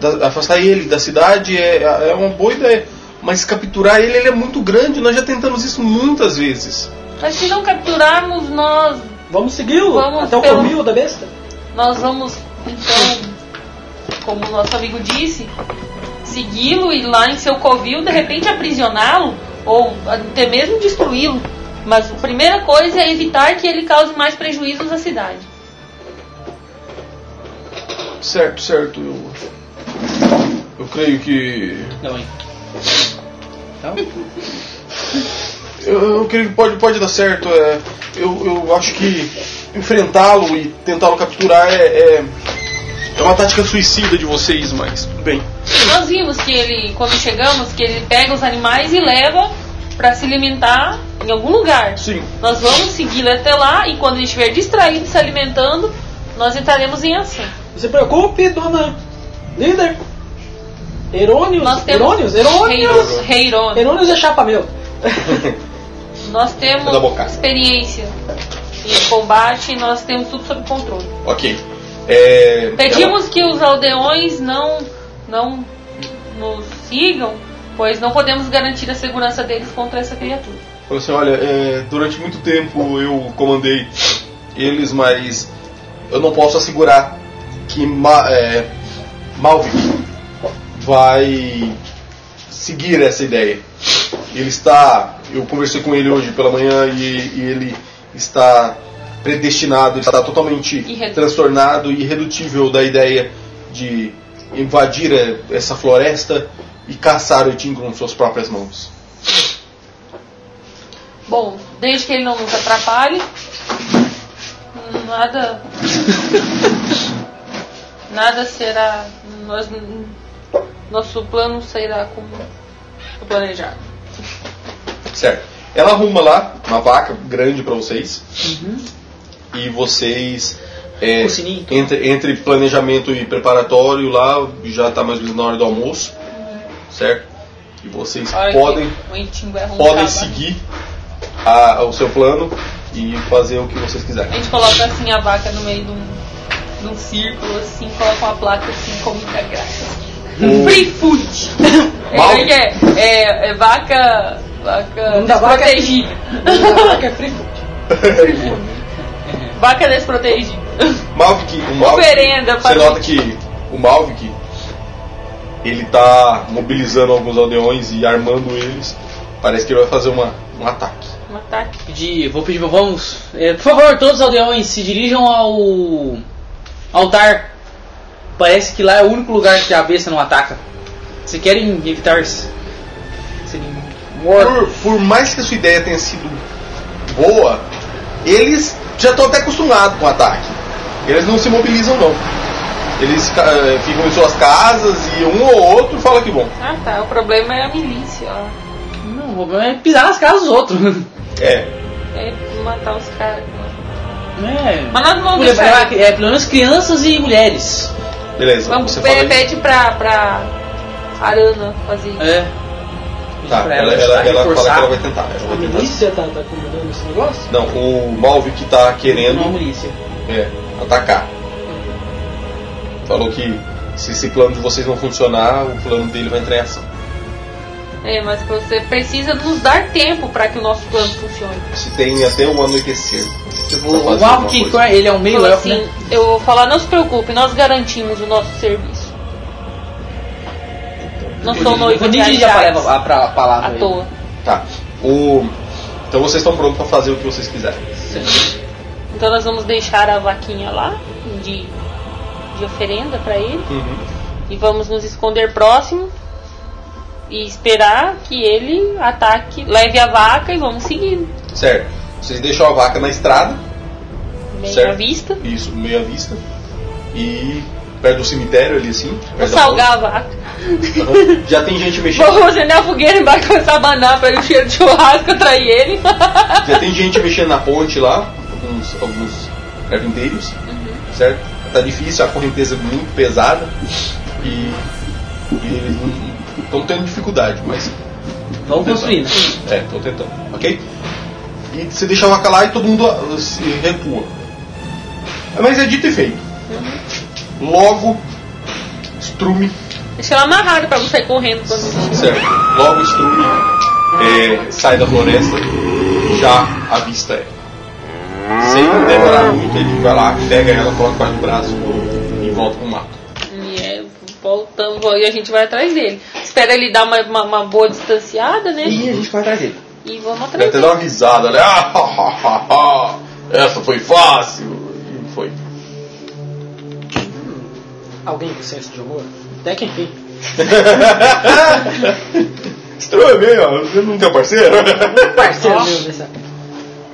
da- afastar ele da cidade é, é uma boa ideia. Mas capturar ele, ele é muito grande, nós já tentamos isso muitas vezes. Mas se não capturarmos nós, Vamos segui-lo Vamos até o pelo- comil da besta. nós vamos então, como o nosso amigo disse, segui-lo e lá em seu covil de repente aprisioná-lo ou até mesmo destruí-lo. Mas a primeira coisa é evitar que ele cause mais prejuízos à cidade. Certo, certo. Eu, eu creio que. Não, hein? Eu, eu creio que pode, pode dar certo. é. eu, eu acho que enfrentá-lo e tentá-lo capturar é, é. é uma tática suicida de vocês, mas tudo bem. Nós vimos que ele, quando chegamos, que ele pega os animais e leva para se alimentar em algum lugar. Sim. Nós vamos segui-lo até lá e quando ele estiver distraído se alimentando, nós entraremos em ação. Não se preocupe, dona líder. Herônios, Nós temos Herônios, Herônios. Heiros- Heirônios. Herônios é chapa meu. Nós Vou dar temos boca. experiência em combate, nós temos tudo sob controle. Ok. É, ela- Pedimos que os aldeões não, não nos sigam, pois não podemos garantir a segurança deles contra essa criatura. Falou assim, olha, é, durante muito tempo eu comandei eles, mas eu não posso assegurar que Ma é, Malvin vai seguir essa ideia. Ele está. Eu conversei com ele hoje pela manhã e, e ele está predestinado, ele está totalmente Irredutível. transtornado e irredutível da ideia de invadir eh, essa floresta e caçar o Tingo com suas próprias mãos. Bom, desde que ele não nos atrapalhe, nada. nada será. Nós, nosso plano será como planejado. Certo. Ela arruma lá uma vaca grande pra vocês. Uhum. E vocês. É, Com sininho. entre, entre planejamento e preparatório lá, já tá mais ou menos na hora do almoço. Uhum. Certo? E vocês A hora que podem, o Itingo é podem roncado. seguir a- o seu plano e fazer o que vocês A quiserem. gente coloca assim a vaca no meio de um, de um círculo, assim, coloca uma placa assim, comida grátis. O- Um Free food! tipo, É, Mal- como que é, é, é vaca. Vaca Não dá vaca. desprotegida. Caraca, é frio. Vaca desprotegida. Malvik, o Malvik, Oferenda você para nota o- que o Malvik ele tá mobilizando alguns aldeões e armando eles. Parece que ele vai fazer uma, um ataque. Um ataque. Pedir, vou pedir, vamos... é, por favor, todos os aldeões se dirijam ao... Altar. Parece que lá é o único lugar que a besta não ataca. Se querem evitar... s- Serem mortos. por, por mais que a sua ideia tenha sido boa, eles já estão até acostumados com o ataque. Eles não se mobilizam não. Eles ca- eh, ficam em suas casas e um ou outro fala que bom. Ah tá, o problema é a milícia, ó. Não, o problema é pisar nas casas dos outros. É. é matar os caras. É. Mas nós não vamos Mulher- deixar. é, pelo menos crianças e mulheres. Beleza, Vamos, você pe- fala aí. pede pra, pra Arana fazer isso. É. Tá, Pra ela, ela ela, Uhum. ela estar fala que reforçada. ela vai tentar. Ela A vai tentar. milícia tá, tá comandando esse negócio? Não, o Malvik tá querendo Uma milícia. é, atacar. Uhum. Falou que se esse plano de vocês não funcionar, o plano dele vai entrar em ação. É, mas você precisa nos dar tempo pra que o nosso plano funcione. Se tem até o anoitecer. Pra Eu vou- O fazer alguma Malkin, coisa. ele é um meio Falou elfo, assim, né? eu vou falar, não se preocupe, nós garantimos o nosso serviço. Não sou Eu noivo vou de dirigir a Ajax palavra, a, pra- a palavra. à aí. toa. Tá. O... Então vocês estão prontos pra fazer o que vocês quiserem. Então nós vamos deixar a vaquinha lá de, de oferenda pra ele Uhum. e vamos nos esconder próximo e esperar que ele ataque, leve a vaca e vamos seguindo. Certo. Vocês deixam a vaca na estrada, Bem à Certo. vista. isso, meio à vista. E perto do cemitério ali assim. Vou perto da salgar a vaca. ponte. Aham. Já tem gente mexendo. Vou acender a fogueira e vai começar a abanar pra ele o cheiro de churrasco atrair ele. Já tem gente mexendo na ponte lá, alguns, alguns carpinteiros, certo? Tá difícil, a correnteza é muito pesada e, e eles estão tendo dificuldade, mas Vamos construir, né? é, estão tentando, ok? E se deixar a vaca lá e todo mundo ah, se recua. Mas é dito e feito. Logo, Strume Deixa ela amarrada pra não sair correndo quando Certo. Logo o Strume é, sai da floresta, já à vista é. Sem demorar muito, ele vai lá, pega ela, coloca embaixo do braço e volta pro mato. E é, voltamos vo- e a gente vai atrás dele. Espera ele dar uma, uma, uma boa distanciada, né? E a gente vai atrás dele. E vamos Vai atrás até dele. dar uma risada, né? Ah, ha, ha, ha, ha. Essa foi fácil! E foi. Alguém com senso de humor? Até que enfim. Estranho bem, ó. Você não tem um parceiro? Parceiro meu dessa.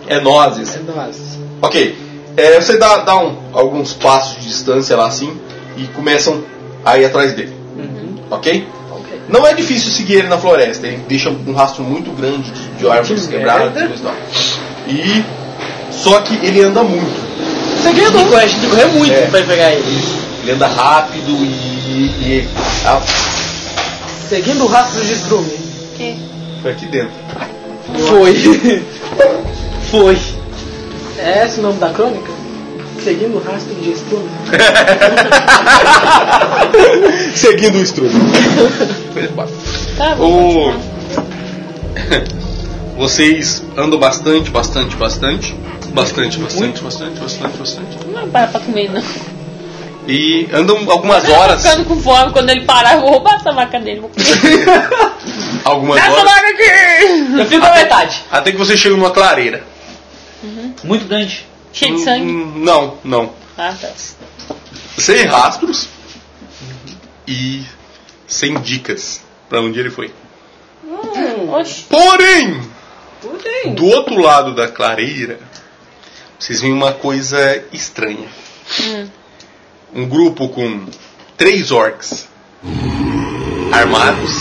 é nozes. Nós. Ok. É, você dá, dá um- alguns passos de distância lá assim e começam a ir atrás dele. Uhum. Ok? Não é difícil seguir ele na floresta, ele deixa um rastro muito grande de, de árvores quebradas e coisa e tal. E. Só que ele anda muito. Segredo. A gente tem que correr- a gente tem que correr muito É. pra pegar ele. Ele anda rápido e. e ah, Seguindo o rastro de Strume. foi aqui dentro. Foi. Foi. É esse o nome da crônica? Seguindo o rastro de Strume. Seguindo o estrume. Tá, vamos O... continuar. Vocês andam bastante, bastante, bastante. Bastante, bastante, bastante, bastante, bastante. Não para pra comer, não. E andam algumas Eu tô horas. ficando com fome. Quando ele parar, eu vou roubar essa vaca dele. Vou comer Algumas essa horas. vaca aqui! Eu Ah. fico na metade. Até que você chega numa clareira. Muito grande. Cheio de Hum, sangue. Não, não. Ah, tá. Sem rastros e sem dicas pra onde ele foi. Hum. Oxi. Porém, do outro lado da clareira, vocês veem uma coisa estranha. Um grupo com três orcs armados,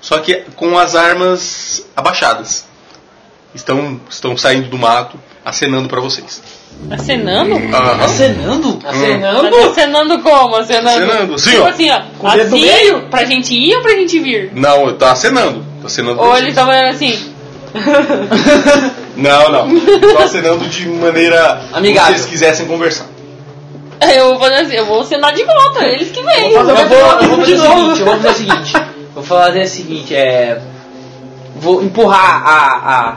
só que com as armas abaixadas. Estão, estão saindo do mato, acenando pra vocês. Acenando? Aham. Hum. Acenando? Mas tá acenando como? Acenando? Acenando, assim, tipo ó. assim, ó. o dedo no assim, meio? pra gente ir ou pra gente vir? Não, tá acenando. Tá acenando pra Ou vocês. ele tava assim, Não, não. Tô acenando de maneira Amigável. Se vocês quisessem conversar. eu vou, fazer assim, eu vou assinar de volta, eles que vêm. Eu vou, eu vou fazer De o novo. seguinte, eu vou fazer o seguinte. Vou fazer o seguinte, é. Vou empurrar a. a,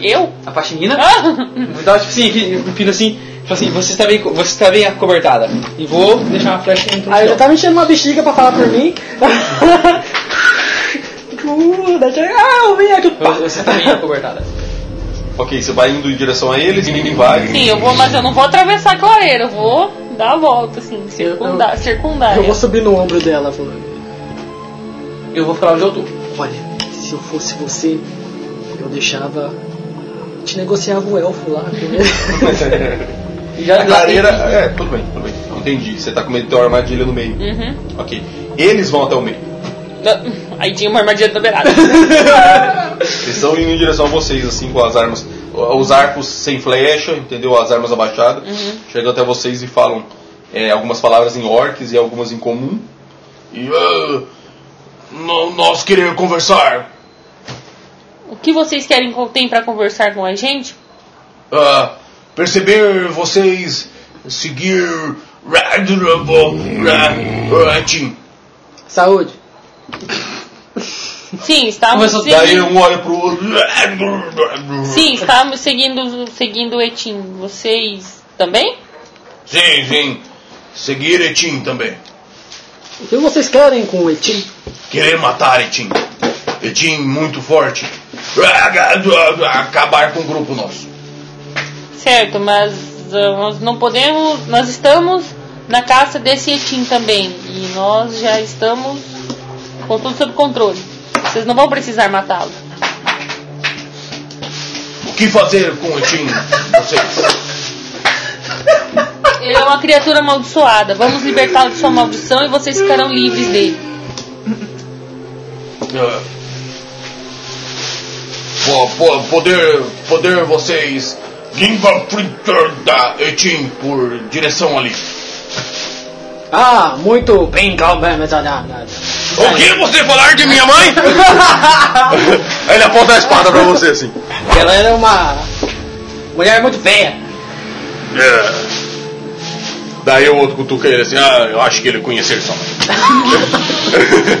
Eu? a faxinina. Ah, Vou dar tipo assim, aqui, um pino assim. Tipo assim, você está bem, co- você está bem acobertada. E vou deixar uma flecha dentro do Aí eu Ah, já chão. tava enchendo uma bexiga pra falar por mim. uh, deixa eu... Ah, eu vim aqui. Eu- Você está bem acobertada. Ok, você vai indo em direção a eles, ele vai. Sim, eu vou, mas eu não vou atravessar a clareira, eu vou dar a volta, assim, circundar, circundária. Eu vou subir no ombro dela falando. Eu vou ficar onde eu tô. Olha, se eu fosse você, eu deixava. Te negociava o elfo lá. né? E já A clareira. É, tudo bem, tudo bem. Entendi. Você tá com medo de ter uma armadilha no meio. Uhum. Ok. Eles vão até o meio. Aí tinha uma armadilha dobrada. Eles estão indo em direção a vocês, assim, com as armas. Os arcos sem flecha, entendeu? As armas abaixadas. Chegam até vocês e falam é, algumas palavras em orcs e algumas em comum. E. "Ah, nó- nós queremos conversar. O que vocês querem con- tem pra conversar com a gente? Ah, perceber vocês seguir. Saúde. Sim, estamos Começou- Daí seguindo. um olha pro outro. Sim, estamos seguindo, seguindo o Etim. Vocês também? Sim, sim. Seguir Etim também. O que vocês querem com o Etim? Querer matar Etim. Etim muito forte. Acabar com o grupo nosso. Certo, mas ah, nós não podemos. Nós estamos na caça desse Etim também. E nós já estamos com tudo sob controle. Vocês não vão precisar matá-lo. O que fazer com Etim? Vocês. Ele é uma criatura amaldiçoada. Vamos libertá-lo de sua maldição e vocês ficarão livres dele. Ah, po- po- poder, poder vocês. Língua Printer da Etim por direção ali. Ah, muito bem, calma, mas olha, olha, O que você falar de minha mãe? Ele aponta a espada pra você assim. olha. Ela era uma mulher muito feia. É. Daí o outro cutuca ele assim, ah, eu acho que ele conhecer sua mãe.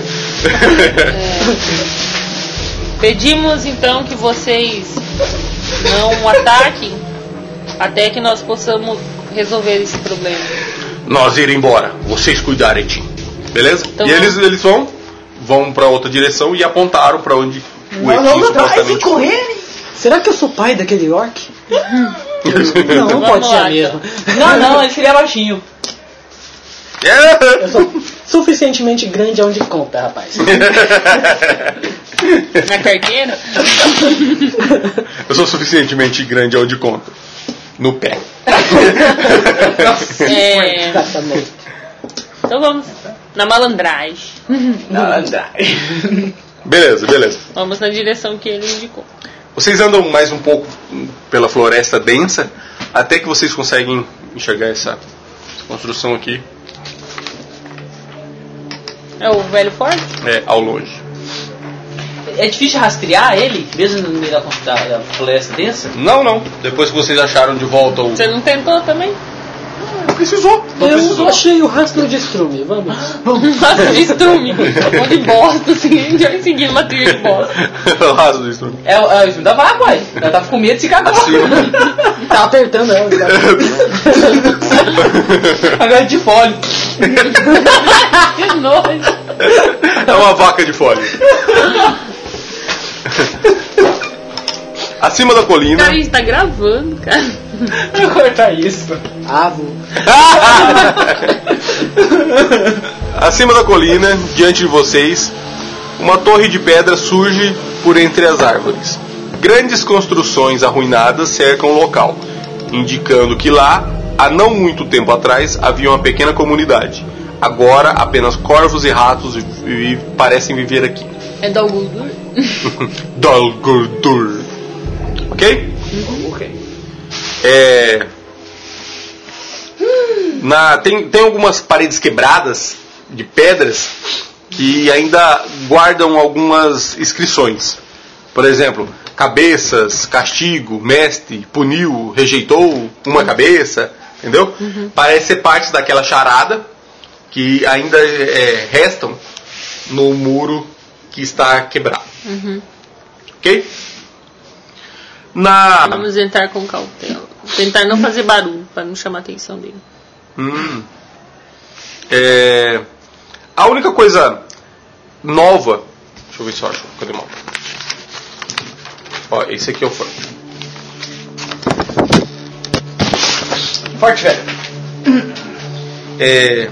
Pedimos então que vocês não ataquem até que nós possamos resolver esse problema. Nós ir embora, vocês cuidarem de mim. Beleza? Tá Então e vamos. eles, eles vão, vão pra outra direção e apontaram pra onde o Nós Etim vamos atrás e supostamente. correr. Será que eu sou pai daquele orc? Não, não Vamos pode lá, ser mesmo. Não, não, ele seria baixinho. É. Eu sou suficientemente grande aonde conta, rapaz. Na carteira? eu sou suficientemente grande ao de conta. No pé. É, Essa moça. então vamos na malandragem. Beleza, beleza. Vamos na direção que ele indicou. Vocês andam mais um pouco pela floresta densa até que vocês conseguem enxergar essa construção aqui É o velho forte? é, ao longe. É difícil rastrear ele, mesmo no meio da, da, da floresta densa? Não, não. Depois que vocês acharam de volta o. Você não tentou também? precisou. Não Eu precisou. achei o rastro de estrume, vamos. Nossa, de estrume. tá Um monte de bosta, assim. Já me seguindo uma trilha de bosta. o raso do estudo. É, o- é o filme da vaca, uai. Ela tava com medo de se cagar. Tá apertando ela. Agora é de fole. Que nojo. É uma vaca de fole. Acima da colina. Cara, a gente tá gravando, cara. Deixa eu cortar isso. Avo. Acima da colina, diante de vocês, uma torre de pedra surge por entre as árvores. Grandes construções arruinadas cercam o local, indicando que lá, há não muito tempo atrás, havia uma pequena comunidade. Agora, apenas corvos e ratos vi- vi- parecem viver aqui. É do Guldur? Dol Guldur. Ok? É. Na, tem, tem algumas paredes quebradas de pedras que ainda guardam algumas inscrições. Por exemplo, cabeças, castigo, mestre, puniu, rejeitou, uma cabeça, entendeu? Parece ser parte daquela charada que ainda é, restam no muro que está quebrado. Ok? Na. Vamos entrar com cautela. Tentar não fazer barulho, pra não chamar a atenção dele. Hum. É, a única coisa nova. Deixa eu ver se eu acho. Cadê o mapa? Ó, esse aqui é o forte. Forte, velho. É,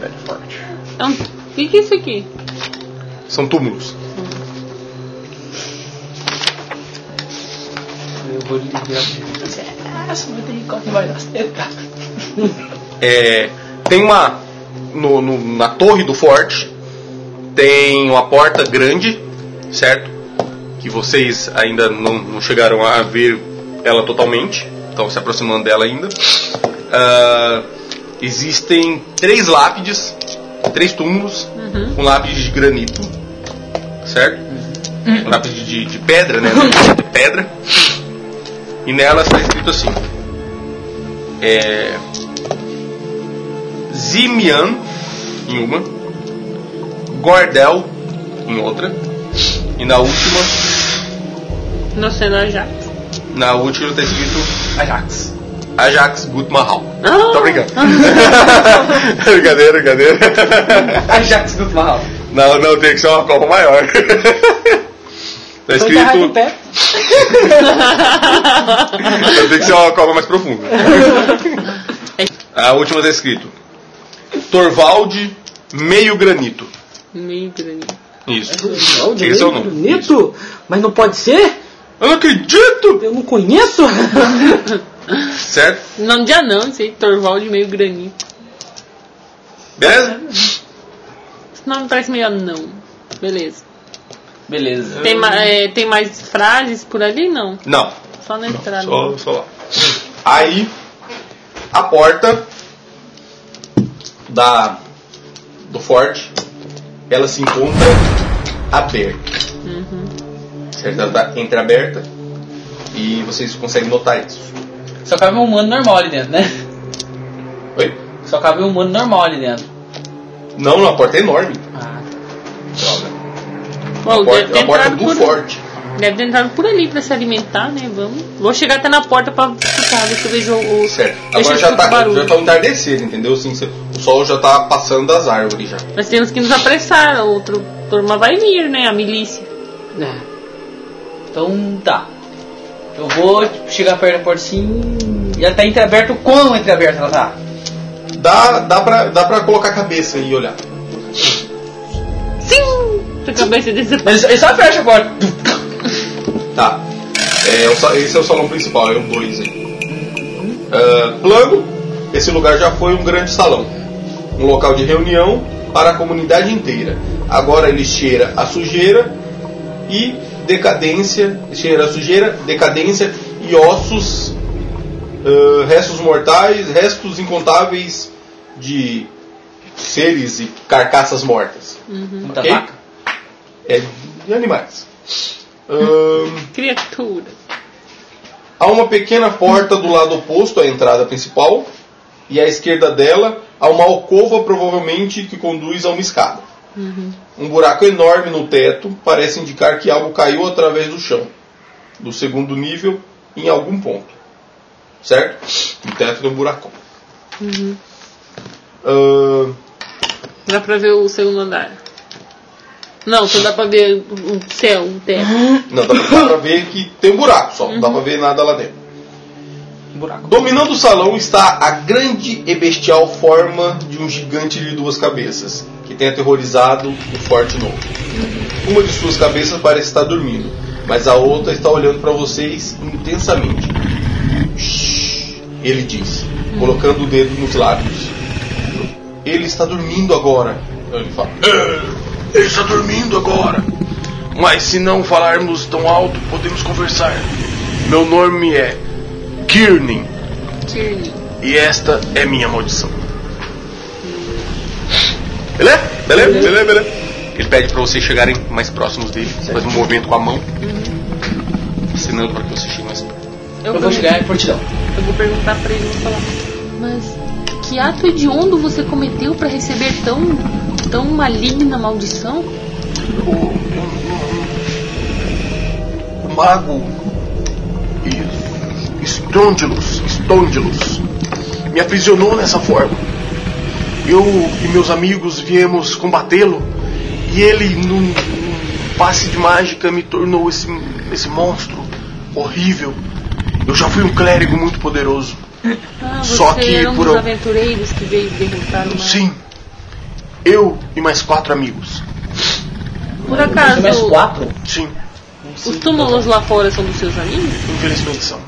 É um... O que, que é isso aqui? são túmulos. Eu vou ligar. Nossa, meu Deus, corre vai dar certo. um É, tem uma. no- no- na torre do forte tem uma porta grande, certo? que vocês ainda não, não chegaram a ver ela totalmente, estão se aproximando dela ainda. Ah, existem três lápides, três túmulos, um lápide de granito, certo? Um lápide de, de pedra, né? De pedra. E nela está escrito assim: é, Zimian em uma, Gordel em outra, e na última, Não sei, não já. na última está escriito Ajax. Ajax Gutmahal. Ah! Tô brincando. brincadeira, brincadeira. Ajax do Mal. Não, não, tem que ser uma copa maior. Então tá é escrito. pé. Então Tem que ser uma copa mais profunda. A última tá escrito. Torvalde meio granito. Meio grande. Isso. Não, de Esse é o meio nome. um bonito, mas não pode ser? Eu não acredito! Eu não conheço. Certo? Nome de anão, isso aí, Torvaldo meio granito. Beleza? Esse nome parece meio anão. Beleza. Beleza. Tem, ma- é, tem mais frases por ali? Não. Não. Só na entrada. Só, só lá. Aí, a porta da do forte, ela se encontra aberta. Certo? Ela tá entreaberta. E vocês conseguem notar isso. Só cabe um humano normal ali dentro, né? Oi? Só cabe um humano normal ali dentro. Não, não, a porta é enorme. Ah, Droga. Bom, A deve porta, ter a porta entrado do por, forte. deve ter entrado por ali pra se alimentar, né? Vamos. Vou chegar até na porta pra ficar, ver se eu vejo o. o- Certo. ver se eu Agora já escuto tá, barulho. já tá um entardecer, entendeu? Assim, cê- o sol já tá passando das árvores já. Nós temos que nos apressar, a outra turma vai vir, né? A milícia. Então tá. Eu vou tipo, chegar perto da porta assim. E ela tá entreaberta. O quão entreaberta ela tá? Dá, dá, pra, dá pra colocar a cabeça e olhar. Sim! Sua cabeça desse. Mas ele só fecha a porta. Tá. É, o sa- esse é o salão principal, é o 2 aí. Ah, plano: esse lugar já foi um grande salão, um local de reunião para a comunidade inteira. Agora ele cheira a sujeira e decadência, cheira a sujeira, decadência e ossos, ah, restos mortais, restos incontáveis de seres e carcaças mortas, Muita Ok. vaca. é, de animais. Ahn, Criatura. Há uma pequena porta do lado oposto à entrada principal, e à esquerda dela há uma alcova, provavelmente que conduz a uma escada. Um buraco enorme no teto parece indicar que algo caiu através do chão, do segundo nível, em algum ponto. Certo? O teto tem um buracão. Ahn, Dá pra ver o segundo andar. Não, só dá pra ver o o céu, o teto. não, dá pra, dá pra ver que tem um buraco só, não dá pra ver nada lá dentro. Uhum. Um buraco. Dominando o salão está a grande e bestial forma de um gigante de duas cabeças, que tem aterrorizado o forte novo. Uhum. Uma de suas cabeças parece estar dormindo, mas a outra está olhando para vocês intensamente. Shhh, ele diz, Uhum. colocando o dedo nos lábios. Ele está dormindo agora. Ele fala. "É, Ele está dormindo agora. Mas se não falarmos tão alto, podemos conversar. Meu nome é Kearney Tierney. e esta é minha maldição. Beleza? Beleza? Uhum. Beleza? Beleza? Ele pede pra vocês chegarem mais próximos dele, faz um movimento com a mão, Uhum. ensinando pra que vocês cheguem mais perto. Eu, Eu vou chegar em portidão. eu vou perguntar pra ele e falar. Mas que ato hediondo você cometeu pra receber tão, tão maligna maldição? O mago Stondilus, Stondilus, me aprisionou nessa forma. Eu e meus amigos viemos combatê-lo e ele, num, num passe de mágica, me tornou esse, esse monstro horrível. Eu já fui um clérigo muito poderoso. Ah, você Só que era um por dos al- aventureiros que veio derrotar o mar. Sim, eu e mais quatro amigos. Por Tem mais acaso, quatro? Sim, os túmulos lá fora são dos seus amigos? infelizmente são.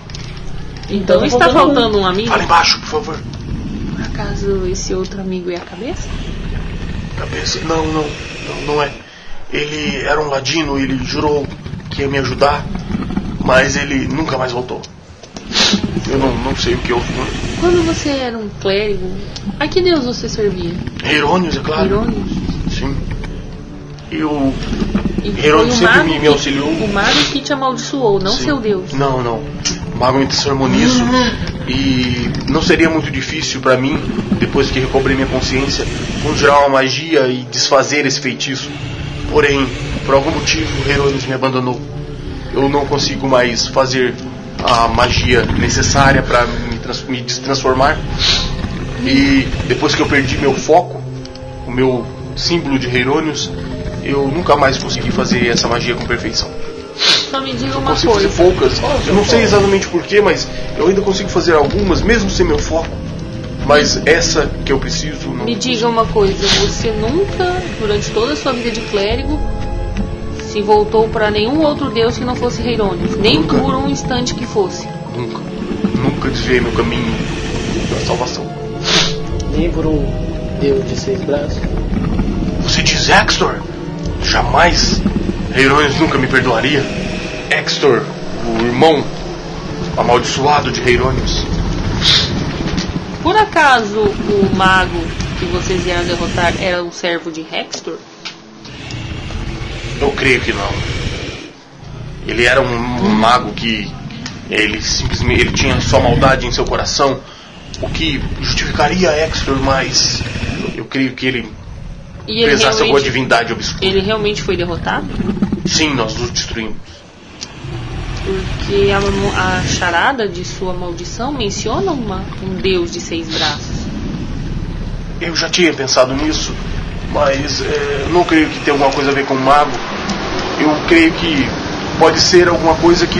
Então está faltando um amigo? Fala embaixo, por favor. Por acaso esse outro amigo é a cabeça? Cabeça. Não, não, não, não é. Ele era um ladino e ele jurou que que ia me ajudar, mas ele nunca mais voltou. Eu não, não sei o que houve com ele. Quando você era um clérigo, a que deus você servia? Herônios, é claro. Herônimos? Sim. E o E foi Herônimo o sempre mago me, me que- auxiliou. O mago que te amaldiçoou, não Sim. seu deus. Não, não. O mago me desarmonizo. e não seria muito difícil pra mim, depois que recobrei minha consciência, conjurar uma magia e desfazer esse feitiço. Porém, por algum motivo, Herônimos me abandonou. Eu não consigo mais fazer a magia necessária para me, trans me destransformar. E depois que eu perdi meu foco, o meu símbolo de Herônimos, eu nunca mais consegui fazer essa magia com perfeição. Só me diga uma Consigo fazer coisa. poucas. Eu não sei exatamente porquê, mas eu ainda consigo fazer algumas, mesmo sem meu foco. Mas essa que eu preciso não. Me diga uma coisa, você nunca, durante toda a sua vida de clérigo, se voltou pra nenhum outro deus que não fosse Heirônimos, nem Nunca. por um instante que fosse. Nunca. Nunca desviei meu caminho da salvação. Nem por um deus de seis braços. Você diz Extor? Jamais. Heirões nunca me perdoaria. Extor, o irmão amaldiçoado de Heirônios. Por acaso o mago que vocês vieram derrotar era um servo de Hextor? Eu creio que não. Ele era um, um mago que ele simplesmente ele tinha só maldade em seu coração, o que justificaria Extor, mas eu creio que ele E ele prezasse alguma realmente, divindade obscura. ele realmente foi derrotado? Sim, nós nos destruímos. Porque a, a charada de sua maldição menciona uma- um deus de seis braços. Eu já tinha pensado nisso, mas é, eu não creio que tenha alguma coisa a ver com o mago. Eu creio que pode ser alguma coisa que,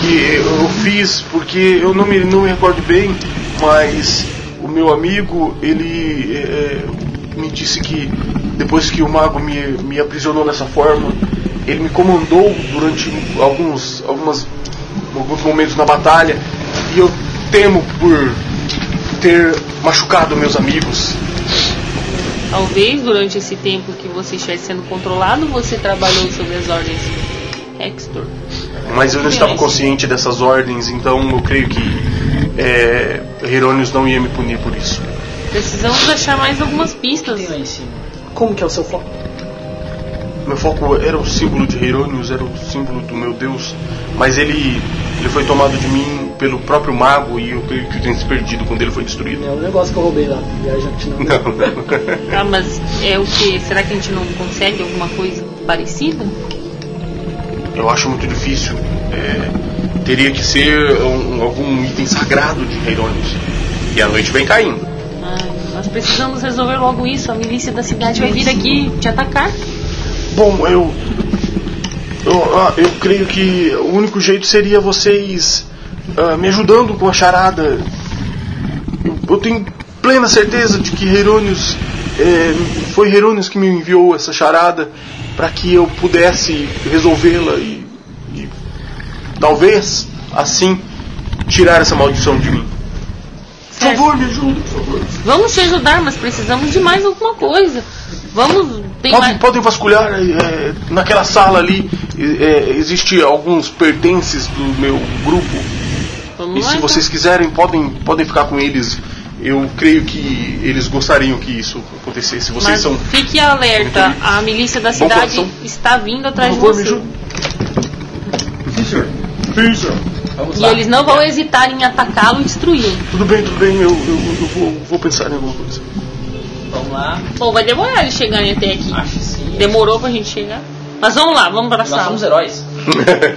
que eu fiz, porque eu não me, não me recordo bem, mas o meu amigo, ele é, me disse que depois que o mago me, me aprisionou dessa forma, ele me comandou durante alguns, algumas, alguns momentos na batalha, e eu temo por ter machucado meus amigos. Talvez durante esse tempo que você estiver sendo controlado, você trabalhou sob as ordens de Hextor. Mas eu não estava consciente dessas ordens, então eu creio que é, Herônios não ia me punir por isso. Precisamos achar mais algumas pistas. Tem lá em cima. Como que é o seu foco? Meu foco era o símbolo de Herônios, era o símbolo do meu Deus, mas ele, ele foi tomado de mim pelo próprio mago e eu creio que eu tenho se perdido quando ele foi destruído. Então, É o negócio que eu roubei lá. Viajante não. Não, não. Ah, mas é o que? Será que a gente não consegue alguma coisa parecida? Eu acho muito difícil. É, teria que ser um- algum item sagrado de Herônios. E a noite vem caindo. Ai, nós precisamos resolver logo isso. A milícia da cidade vai vir aqui te atacar. Bom, eu. Eu, ah, eu creio que o único jeito seria vocês ah, me ajudando com a charada. Eu, eu tenho plena certeza de que Herônios. eh, foi Herônios que me enviou essa charada para que eu pudesse resolvê-la e, e. Talvez, assim, tirar essa maldição de mim. Por Certo. favor, me ajude, por favor. Vamos te ajudar, mas precisamos de mais alguma coisa. Vamos. Tem Podem, mais. podem vasculhar é, naquela sala ali. É, existe alguns pertences do meu grupo. Vamos E lá, se então. vocês quiserem, podem, podem ficar com eles. Eu creio que eles gostariam que isso acontecesse. Vocês Mas são. fique alerta, a milícia da cidade coração. está vindo atrás de Por favor, me você. ajudem. Sim, senhor. Vamos E lá. eles não vão hesitar em atacá-lo e destruí-lo. Tudo bem, tudo bem. Eu, eu, eu vou, vou pensar em alguma coisa. Vamos lá. Bom, vai demorar eles chegarem até aqui. Ah. Acho que sim. Demorou pra gente chegar. Mas vamos lá, vamos pra Nós sala. somos heróis.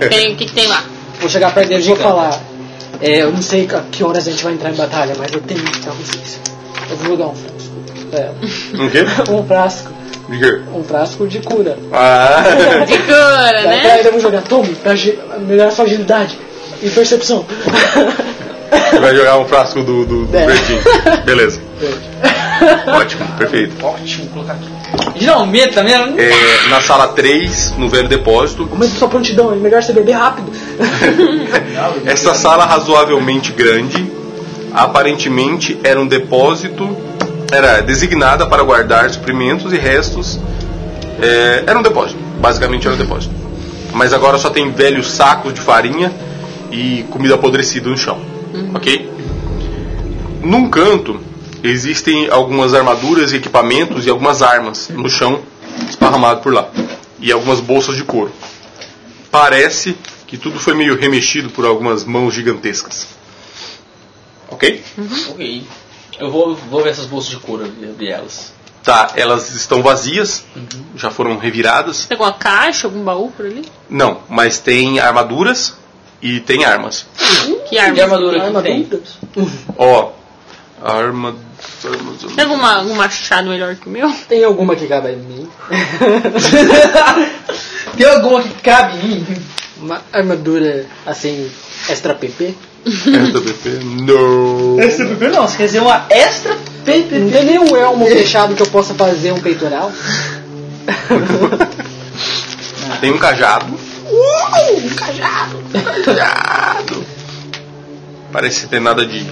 Tem, o que, que tem lá? Vou chegar perto deles e vou Gigante. falar. É, eu não sei a que horas a gente vai entrar em batalha, mas eu tenho que estar com vocês. Eu vou jogar um, é, O quê? um frasco. Diga. Um frasco de cura. Ah, De cura, Daí pra né? ele eu vou jogar. Tome, pra agi- melhorar sua agilidade e percepção. você vai jogar um frasco do, do, do É. verdinho. Beleza. Ótimo, perfeito. Ótimo, colocar aqui. Geralmente também era um É, na sala 3, no velho depósito, Aumenta sua prontidão, é melhor você beber rápido. Essa sala razoavelmente grande, aparentemente era um depósito, era designada para guardar suprimentos e restos. É, era um depósito, basicamente era um depósito. mas agora só tem velhos sacos de farinha e comida apodrecida no chão. Uhum. Ok? Num canto existem algumas armaduras, equipamentos e algumas armas no chão esparramado por lá e algumas bolsas de couro. Parece que tudo foi meio remexido por algumas mãos gigantescas. Ok? Uhum. Ok. Eu vou, vou ver essas bolsas de couro abrir elas. Tá, elas estão vazias, uhum. já foram reviradas. Tem alguma caixa, algum baú por ali? Não, mas tem armaduras e tem armas. Uhum. Que, armas? que armadura que, que tem? Ó, arma... arma... Tem alguma, algum um machado melhor que o meu? Tem alguma que cabe em mim? tem alguma que cabe em mim? Uma armadura, assim, extra PP? Extra PP? Não. Extra PP é não, você quer dizer uma extra PP? Não tem nenhum elmo fechado que eu possa fazer um peitoral? tem um cajado. Uh, um cajado! Um cajado! Parece ter nada de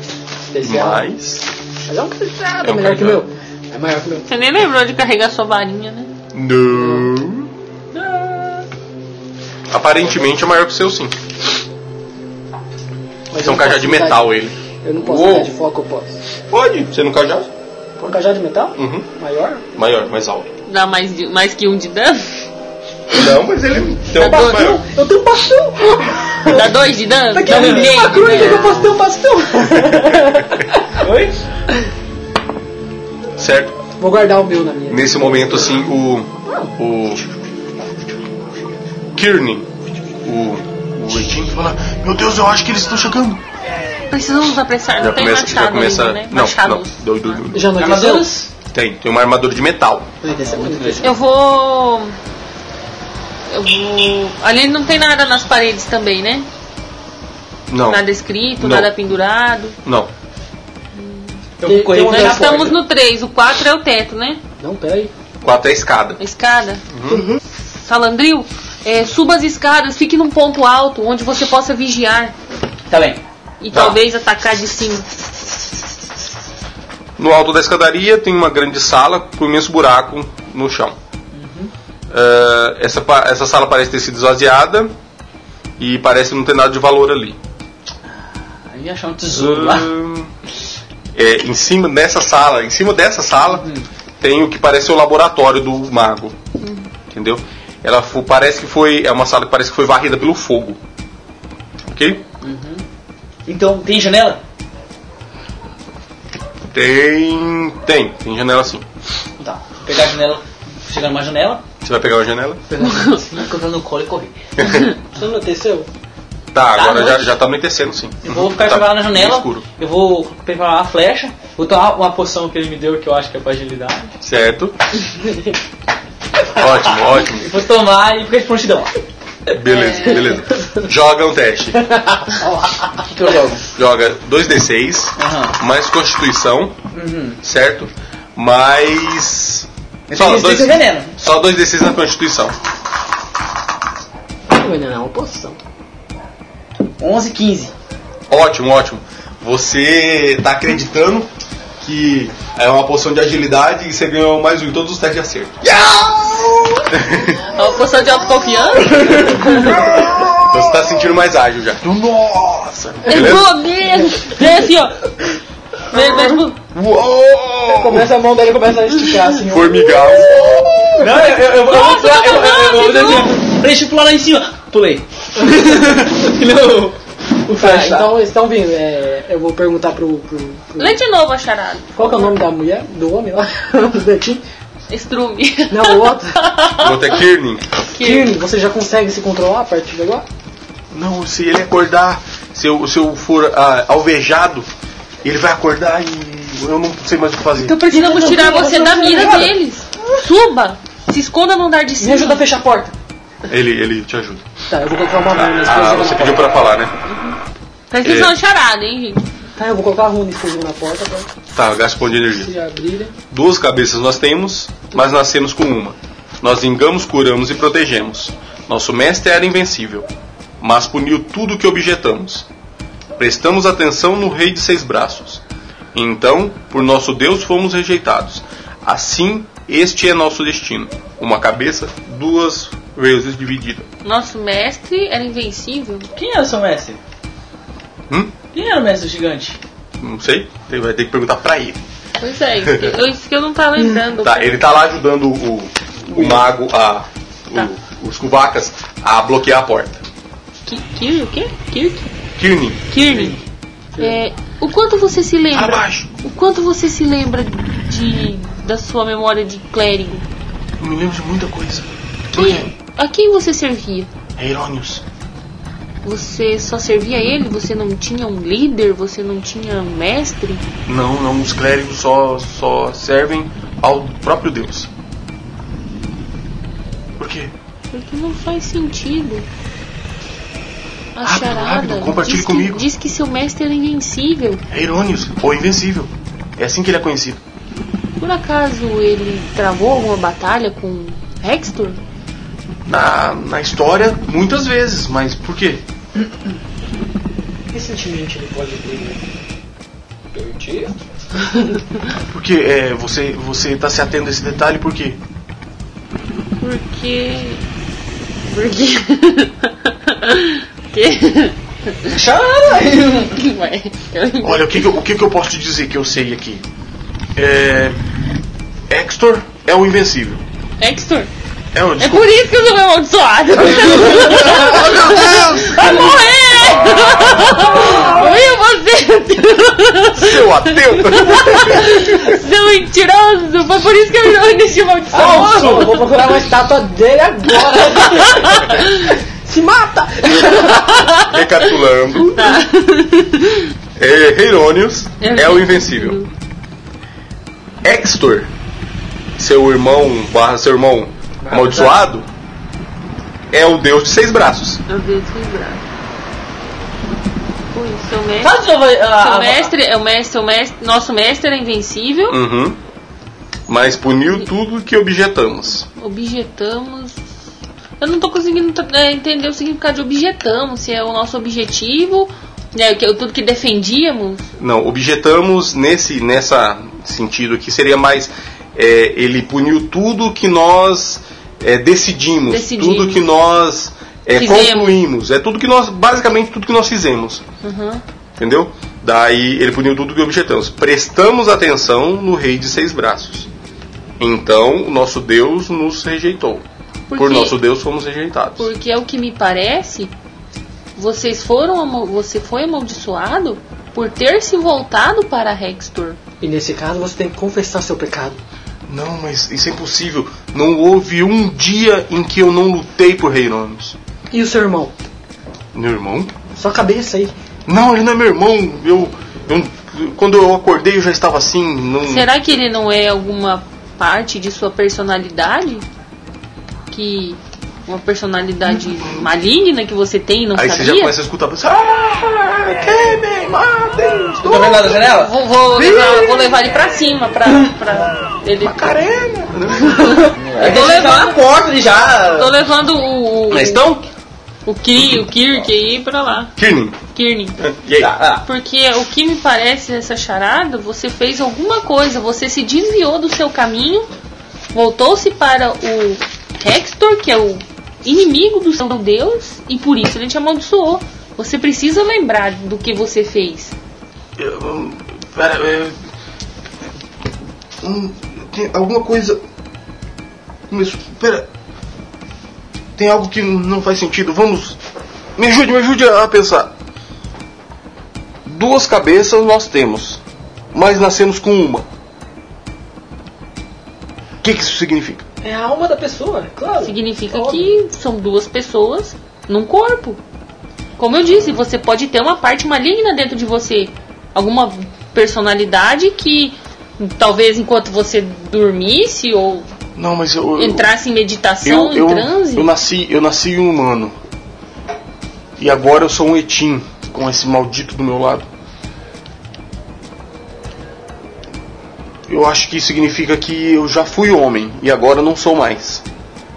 Especial. mais. Mas é um cajado, é um melhor cajado. que o meu. É maior que o meu. Você nem lembrou de carregar sua varinha, né? Não. Aparentemente é maior que o seu, sim. Mas é um cajado de metal, de... ele. Eu não posso Uou. de foco, eu posso? Pode, você não cajado. Um cajado de metal? Uhum. Maior? Maior, mais alto. Dá mais, de, mais que um de dano? Não, mas ele tem um bastão. Maior. Eu tenho um bastão. Dá um dois de dano? Daqui a pouco uma cruz, eu posso ter um bastão. Oi? Certo. Vou guardar o meu na minha. Nesse momento, assim, o... O... Kearney, o, o Leitinho, fala: Meu Deus, eu acho que eles estão chegando. Precisamos apressar, não já tem começa, machado já começa, ainda, né? Ah. Não, Machados. não. Do, do, do. Já não Armaduras? Tem, tem uma armadura de metal. Eu vou... Eu vou... Ali não tem nada nas paredes também, né? Não. Nada escrito, não. nada pendurado. Não. Eu vou correr Nós estamos no 3, o 4 é o teto, né? Não, peraí. O 4 é a escada. A escada? Uhum. Salandril, é, suba as escadas, fique num ponto alto onde você possa vigiar. Tá bem. E tá. talvez atacar de cima. No alto da escadaria tem uma grande sala com um imenso buraco no chão. Uhum. Uh, essa, essa sala parece ter sido esvaziada e parece não ter nada de valor ali. Ah, ia achar um tesouro uh, lá. É, em cima dessa sala, em cima dessa sala uhum. tem o que parece o laboratório do mago. Uhum. Entendeu? ela foi, parece que foi é uma sala que parece que foi varrida pelo fogo ok uhum. então tem janela tem tem tem janela sim tá vou pegar a janela chegar numa janela você vai pegar a janela assim, encontrar no colo e correr você não anoiteceu tá agora tá já, já tá anoitecendo sim eu vou ficar tá na janela escuro. eu vou preparar a flecha vou tomar uma poção que ele me deu que eu acho que é pra agilidade certo Ótimo, ótimo. Vou tomar e ficar de prontidão. Beleza, É. beleza. Joga um teste. O que eu jogo? Joga 2d6, uhum. mais constituição, uhum. certo? Mais. Esse só 2 é Só 2d6 na constituição. Veneno é uma poção. 11, 15. Ótimo, ótimo. Você tá acreditando que é uma poção de agilidade e você ganhou mais um em todos os testes de acerto. Yeah! é uma poção de autoconfiança? então você tá sentindo mais ágil já. Nossa! Eu vou mesmo! Vem assim, ó! Vem, vem, Uou! Começa a mão dele começa a esticar assim. Formigal. Não, eu, eu, eu, vou pular, eu, eu, eu, eu, Deixa eu pular lá em cima. Pulei. Não. Tá, então estão vindo. É, eu vou perguntar pro. pro, pro... Lê de novo a charada. Qual é o nome da mulher? Do homem lá? Daqui? Strume. Não, o outro. O outro é Kirning. Kirning, você já consegue se controlar a partir de agora? Não, se ele acordar, se eu, se eu for ah, alvejado, ele vai acordar e eu não sei mais o que fazer. Então precisamos não, tirar não, você não, da mira deles. Suba! Se esconda no andar de cima. Me ajuda a fechar a porta. Ele, ele te ajuda. Tá, eu vou colocar uma mão nesse Ah, você pediu pra falar, né? Tá inscrição é. charada, hein, gente? Tá, eu vou colocar a runa exclusiva na porta. Pra... Tá, gasto ponto de energia. Se abrirem. Duas cabeças nós temos, mas nascemos com uma. Nós vingamos, curamos e protegemos. Nosso mestre era invencível, mas puniu tudo o que objetamos. Prestamos atenção no rei de seis braços. Então, por nosso Deus fomos rejeitados. Assim, este é nosso destino. Uma cabeça, duas vezes dividida. Nosso mestre era invencível. Quem era seu mestre? Hum? Quem era o mestre gigante? Não sei, Você vai ter que perguntar pra ele. Pois é, isso que eu, isso que eu não tava lembrando. Tá, ele tá lá ajudando o, o mago a. o- Tá. os cubacas a bloquear a porta. Ki- Kirk? O quê? Kirk? Kirni, Kirby. É, o quanto você se lembra? abaixo! O quanto você se lembra de da sua memória de clérigo? Eu me lembro de muita coisa. É Quem, a quem você servia? Heirônios. Você só servia a ele? Você não tinha um líder? Você não tinha um mestre? Não, não, os clérigos só, só servem ao próprio Deus. Por quê? Porque não faz sentido. A Rápido, charada rápido, compartilhe diz, comigo. Que, diz que seu mestre era invencível. Heirônios, ou É invencível. É assim que ele é conhecido. Por acaso ele travou alguma batalha com Hextor? Na, na história, muitas vezes, mas por quê? Recentemente ele pode ter perdido. Porque é, você você está se atendo a esse detalhe por quê? Porque. Porque. que... Ué, eu- Olha, o que, que eu- o que, que eu posso te dizer que eu sei aqui? É, Hector é o invencível. Hextor, É, o- é desculpa. por isso que eu sou amaldiçoado! Oh, meu Deus! Vai Oh. morrer! Viu você? Seu ateu! Seu mentiroso! Foi por isso que eu não deixei Tá Ah, maldição! eu vou procurar uma estátua dele agora. Se mata! Recapitulando. É, Heirônios é o invencível. Extor, seu irmão, barra seu irmão amaldiçoado, é o deus de seis braços. Meu Deus, que bravo. Ui, seu Sabe mestre. de novo a- a- Seu a- mestre, é o mestre, seu mestre, nosso mestre era invencível. Uhum. Mas puniu tudo que objetamos. Objetamos. Eu não tô conseguindo t- é, entender o significado de objetamos, se é o nosso objetivo, né, que- tudo que defendíamos. Não, objetamos nesse nessa sentido aqui seria mais é, ele puniu tudo que nós é, decidimos, Decidimos. tudo que nós é, Fizemos. concluímos, é tudo que nós basicamente tudo que nós fizemos, Uhum. entendeu? Daí ele puniu tudo que objetamos. Prestamos atenção no rei de seis braços. Então o nosso Deus nos rejeitou. Por Por quê? nosso Deus fomos rejeitados. Porque é o que me parece, vocês foram amo- você foi amaldiçoado por ter se voltado para Hextor. E nesse caso você tem que confessar seu pecado. Não, mas isso é impossível. Não houve um dia em que eu não lutei por Heirônios. E o seu irmão? Meu irmão? Só cabeça aí. Não, ele não é meu irmão. Eu, eu- quando eu acordei eu já estava assim. Não, Será que ele não é alguma parte de sua personalidade? Que uma personalidade maligna que você tem e não Aí você já sabia? começa a escutar. Ah, queimem, matem, Tu tá vendo lá da janela? Vou, vou levar, vou levar ele pra cima, pra, pra ele. Macarena. É. Eu tô levando na porta ele já. Tô levando o. o- Mas então, O, Ki, o Kirk aí pra lá. Kirnin. Kirning. E aí? Ah, Porque o que me parece essa charada, você fez alguma coisa, você se desviou do seu caminho, voltou-se para o Hextor, que é o inimigo do seu Deus, e por isso ele te amaldiçoou. Você precisa lembrar do que você fez. Eu- eu- Pera, é, hum, tem alguma coisa. Mas, pera. Tem algo que não faz sentido. Vamos. Me ajude, me ajude a pensar. Duas cabeças nós temos, mas nascemos com uma. O que, que isso significa? É a alma da pessoa, claro. Significa que são duas pessoas num corpo. Como eu disse, você pode ter uma parte maligna dentro de você, alguma personalidade que talvez enquanto você dormisse ou Não, mas eu. eu- entrasse em eu, meditação, eu, em é um transe. eu nasci, eu nasci um humano. E agora eu sou um etim com esse maldito do meu lado. Eu acho que significa que eu já fui homem e agora eu não sou mais.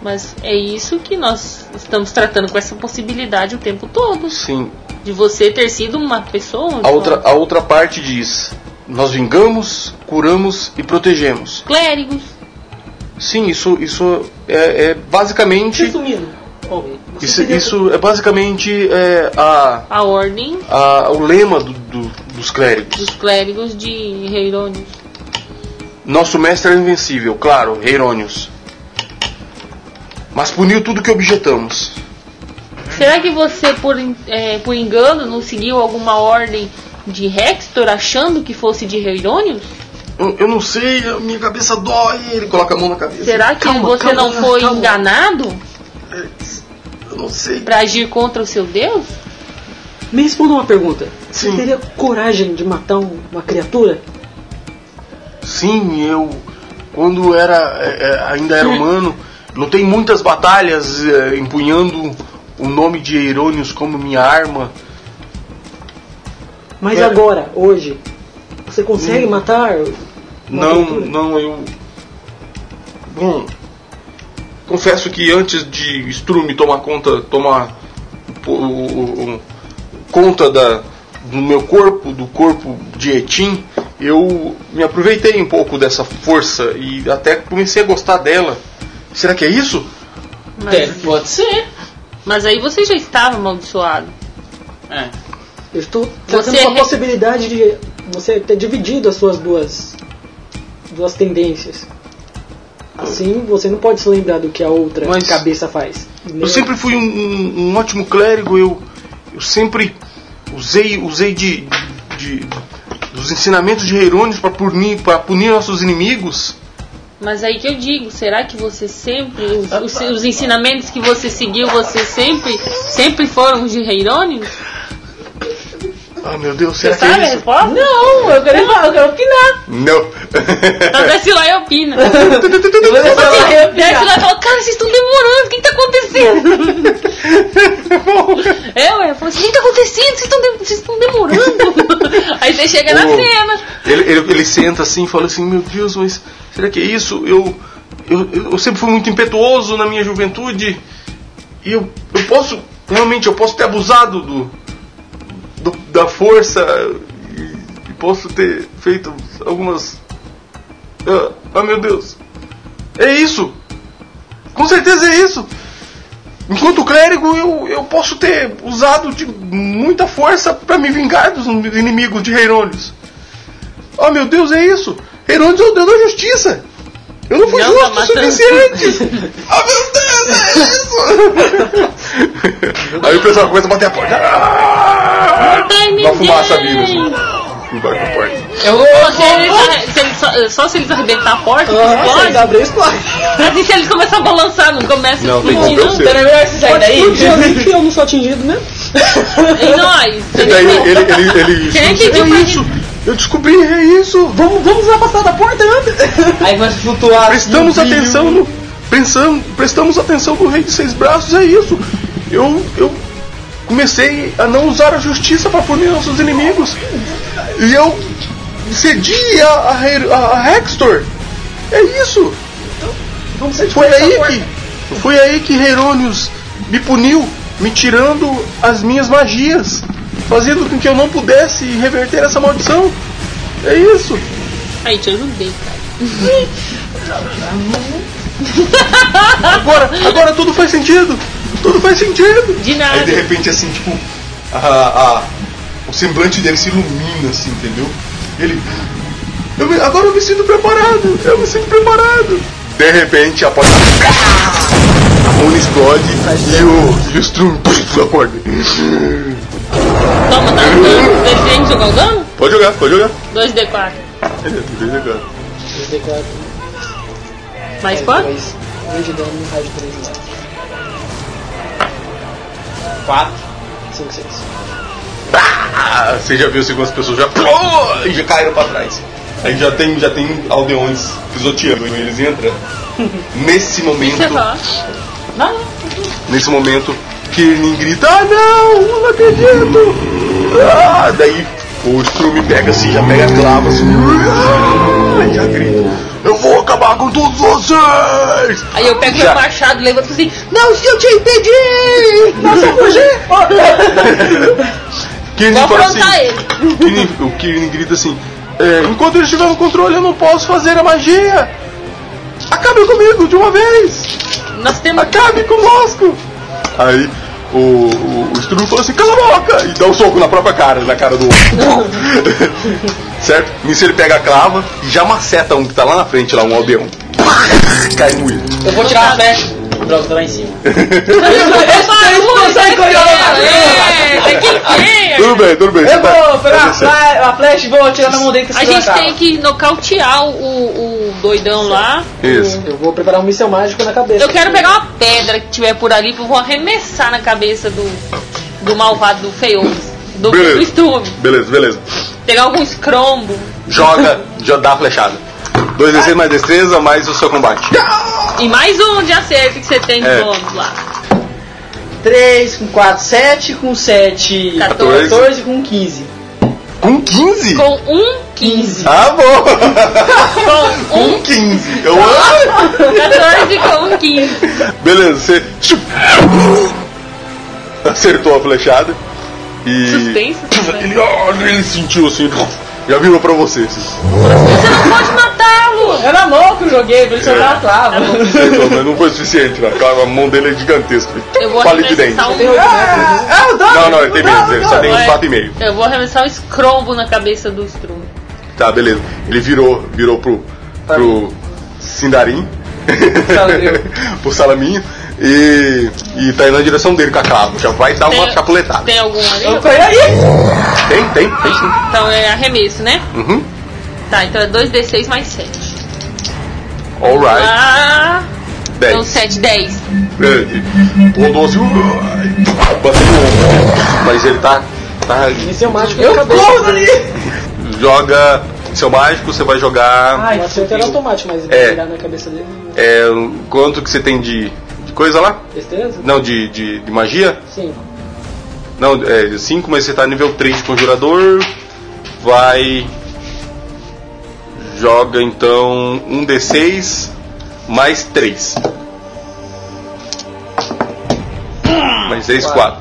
Mas é isso que nós estamos tratando com essa possibilidade o tempo todo. Sim. De você ter sido uma pessoa. A outra, a outra parte diz: Nós vingamos, curamos e protegemos. Clérigos. Sim, isso, isso é, é basicamente. Resumindo. Bom, Isso, isso é basicamente é, a, A ordem a- o lema do- do- dos clérigos. dos clérigos de Heironius. Nosso mestre é invencível, claro, Heirônios. Mas puniu tudo que objetamos. Será que você, por, en- é, por engano, não seguiu alguma ordem de Hextor achando que fosse de Heironius? Eu, eu não sei, a minha cabeça dói. Ele coloca a mão na cabeça. Será que você calma, não foi enganado Eu não sei. para agir contra o seu Deus? Me responda uma pergunta. Você Sim. teria coragem de matar um- uma criatura? Sim, eu quando era é, é, ainda Hum. era humano, lutei muitas batalhas é, empunhando o nome de Herônios como minha arma. Mas É. Hum. agora, hoje, você consegue matar? uma Não, criatura? não, eu. Bom, confesso que antes de Strume tomar conta, tomar o, o- o- conta da, do meu corpo, do corpo de Etim, eu me aproveitei um pouco dessa força e até comecei a gostar dela. Será que é isso? Deve, pode ser. Mas aí você já estava amaldiçoado. É. Eu estou trazendo Você uma re- possibilidade de você ter dividido as suas duas duas tendências. Assim, você não pode se lembrar do que a outra Mas- cabeça faz. Nem- Eu sempre fui um, um- um ótimo clérigo, eu, eu sempre usei, usei de, de- dos ensinamentos de Herônimos para punir, pra punir nossos inimigos. Mas aí que eu digo, será que você sempre, os, os- os ensinamentos que você seguiu, você sempre, sempre foram os de Heironius? Ah, meu Deus, Você será que sabe a é isso? resposta? Não, eu quero, eu quero opinar. Não. Então desce lá e opina. Eu vou deixar ela Desce reopinar. lá e fala, cara, vocês estão demorando, o que que tá acontecendo? É, ué, eu falo assim, o que que tá acontecendo? Vocês estão de- vocês estão demorando. Aí você chega na Ô. cena. ele, ele, ele senta assim e fala assim, meu Deus, mas será que é isso? Eu, eu, eu sempre fui muito impetuoso na minha juventude e eu, eu posso, realmente, eu posso ter abusado do, do- da força e, e posso ter feito algumas... Ah, ah, meu Deus. É isso. Com certeza é isso. Enquanto clérigo, eu, eu posso ter usado de muita força para me vingar dos inimigos de Heirônios. Oh meu Deus, é isso! Herônimo é o deus da justiça! Eu não fui Não tá justo o matando. suficiente! oh meu Deus, é isso! Aí o pessoal começa a bater a porta. Ah! tem Uma fumaça vindo assim. ninguém. Bate a porta. Eu Só se eles arre- se eles- só- só se eles arrebentar a porta, Você explode. abre explode. Mas e se eles começam a balançar, não começa a Não, tem que explodir, romper o não? selo. é melhor você sair Pode É daí. explodir, eu Um nem que eu não sou atingido, né? E nós? E daí ele. ele, ele, Quem é que é pediu pra isso! Eu descobri, é isso! Vamos, vamos lá passar da porta antes. Aí começa a flutuar. Prestamos assim, atenção no. Pensam, prestamos atenção no rei de seis braços, é isso! Eu. eu comecei a não usar a justiça para punir nossos inimigos. E eu cedi a, a, Her- a- a Hextor. É isso! Foi aí que. Foi aí que Herônios me puniu, me tirando as minhas magias, fazendo com que eu não pudesse reverter essa maldição. É isso! Aí, te ajudei. Agora, agora tudo faz sentido! Tudo faz sentido! De Aí de nada. repente assim, tipo, a- a- o semblante dele se ilumina, assim, entendeu? Ele. "Eu me- agora eu me sinto preparado! Eu me sinto preparado! De repente a porta. A mão explode e o. E o Strum acorda. Toma, tá no dano. Ele tem que jogar o dano? Pode jogar, pode jogar. tá 2D4. Mais quanto? Quatro. 5, 6. Ah, você já viu assim quando as pessoas já. Plô! E já caíram pra trás. Aí já tem, já tem aldeões pisoteando. E eles entram. Nesse Você momento. fala. Não, não. Nesse momento, Kirling grita: Ah, não, eu não acredito! Ah, daí o Strume pega assim, já pega a clava assim, ah, e já grita: Eu vou acabar com todos vocês! Aí eu pego Já. meu machado, levanto e falo assim. Não, se eu te impedi! Não, se eu fugir! Vou afrontar assim. ele. O Kirling grita assim: "É, Enquanto eles tiverem o controle, eu não posso fazer a magia! Acabe comigo de uma vez! Nós temos. Acabe conosco! Aí o, o, o Struve fala assim, cala a boca! E dá um soco na própria cara, na cara do outro. certo? Nisso ele pega a clava e já maceta um que tá lá na frente, lá, um aldeão. Cai moído. Eu vou tirar a flecha. Pronto, tá lá em cima. é Tudo bem, tudo bem. né? Eu você tá- vou pegar tá a certo. fle- a flecha e vou atirar na mão dele que A segura gente capa. tem que nocautear o, o doidão lá. Isso. É. Eu vou preparar um míssel mágico na cabeça. Eu quero pegar uma pedra que tiver por ali, eu vou arremessar na cabeça do, do malvado do feioso. Do, do Beleza. Sturm. Beleza, beleza. Pegar algum escrombo. Joga, já dá a flechada. 2d6 mais destreza, mais o seu combate. E mais um de acerto que você tem de É. bônus lá. 3 com 4, 7 com 7, 14. 14 com 15. Com 15? Com um 15. 15. Ah, bom! Com um Com É 15! Eu amo! 14 com um 15. Beleza, você. chup, Acertou a flechada. E. Suspenso, suspenso. Ele, ah, ele sentiu assim. Já virou pra você. assim. Você não pode matá-lo! Era a É mão que eu joguei, por isso eu tava clava. Tá Acertou, mas não foi suficiente, né? Claro, a mão dele é gigantesca. Eu vou Fale de dente. arremessar um. É o dano! Não, não, ele tem menos, ele só tem um uns Vai. 4,5. Eu vou arremessar um escrombo na cabeça do Strum. Tá, beleza. Ele virou, virou pro, pro Sindarim. pro Salaminho. E, e tá indo na direção dele com a clava. Já vai dar uma Tem- chapuletada. Tem, Tem algum ali? Eu caí aí! tem, tem, sim. Então é arremesso, né? Uhum. Tá, então é 2d6 mais 7. Alright. Ah, então 10. 7, 10. Rodou assim. uh, Bateu no ombro. Mas ele tá. tá Míssel mágico na cabeça. joga seu mágico, você vai jogar. O acerto era automático, mas É. pegar na cabeça dele. É, quanto que você tem de, de coisa lá? Destreza? Não, de, de, de magia? Sim. Não, é 5, mas você tá nível 3 de conjurador. Vai. Joga então 1d6 mais 3. Mais 6, 4.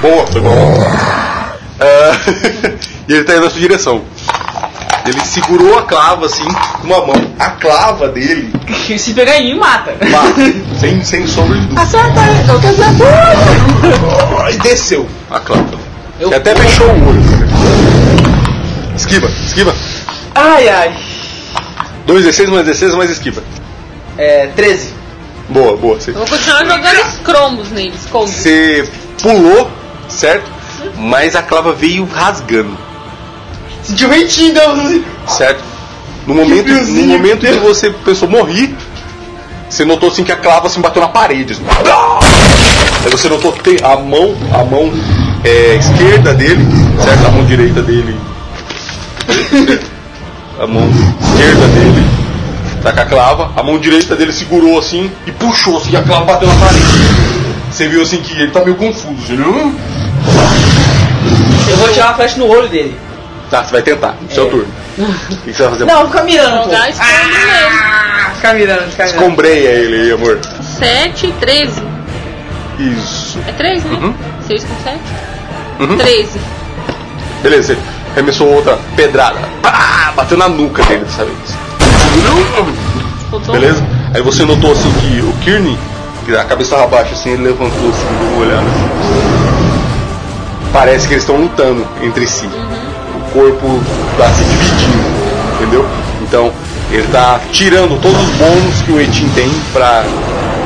Boa, foi bom. Ah, e ele tá indo na sua direção. Ele segurou a clava assim, com uma mão. A clava dele, É Se pegar em mim, um, mata. pá, sem, sem sombra de dúvida. Acerta ele, eu quero dizer tudo! E desceu a clava. Você até fechou o olho. cara. Esquiva, esquiva. Ai, ai. 2d6 mais 16 mais esquiva. É, 13. Boa, boa. Você, Eu vou continuar jogando escrombos nele, escrombos. você pulou, certo? Mas a clava veio rasgando, Sentiu mentinho, damos assim. certo? No momento, no momento que você pensou morrer, você notou assim que a clava se bateu na parede. assim. Aí você notou te- a mão, a mão é, esquerda dele, certo? A mão direita dele. A mão esquerda dele tá com a clava, a mão direita dele segurou assim e puxou assim, e a clava bateu na parede. Você viu assim que ele tá meio confuso, ele, "Hum?" Eu vou tirar a flecha no olho dele. Tá, você vai tentar, seu turno. O que que você vai fazer? Não, fica mirando, pô. Jogar escrombos nele. Fica mirando, fica mirando. Escombreia ele aí, amor. 7, 13. Isso. É 13, né? Uhum. 6 com 7? Uhum. 13. Beleza, você arremessou outra pedrada. Pá! Bateu na nuca dele dessa vez. Faltou Beleza? Aí você notou assim que o Kearney, que a cabeça pra baixo assim, ele levantou assim, deu uma olhada. assim. Parece que eles estão lutando entre si. Uhum. O corpo tá se dividindo, entendeu? Então, ele tá tirando todos os bônus que o Etim tem pra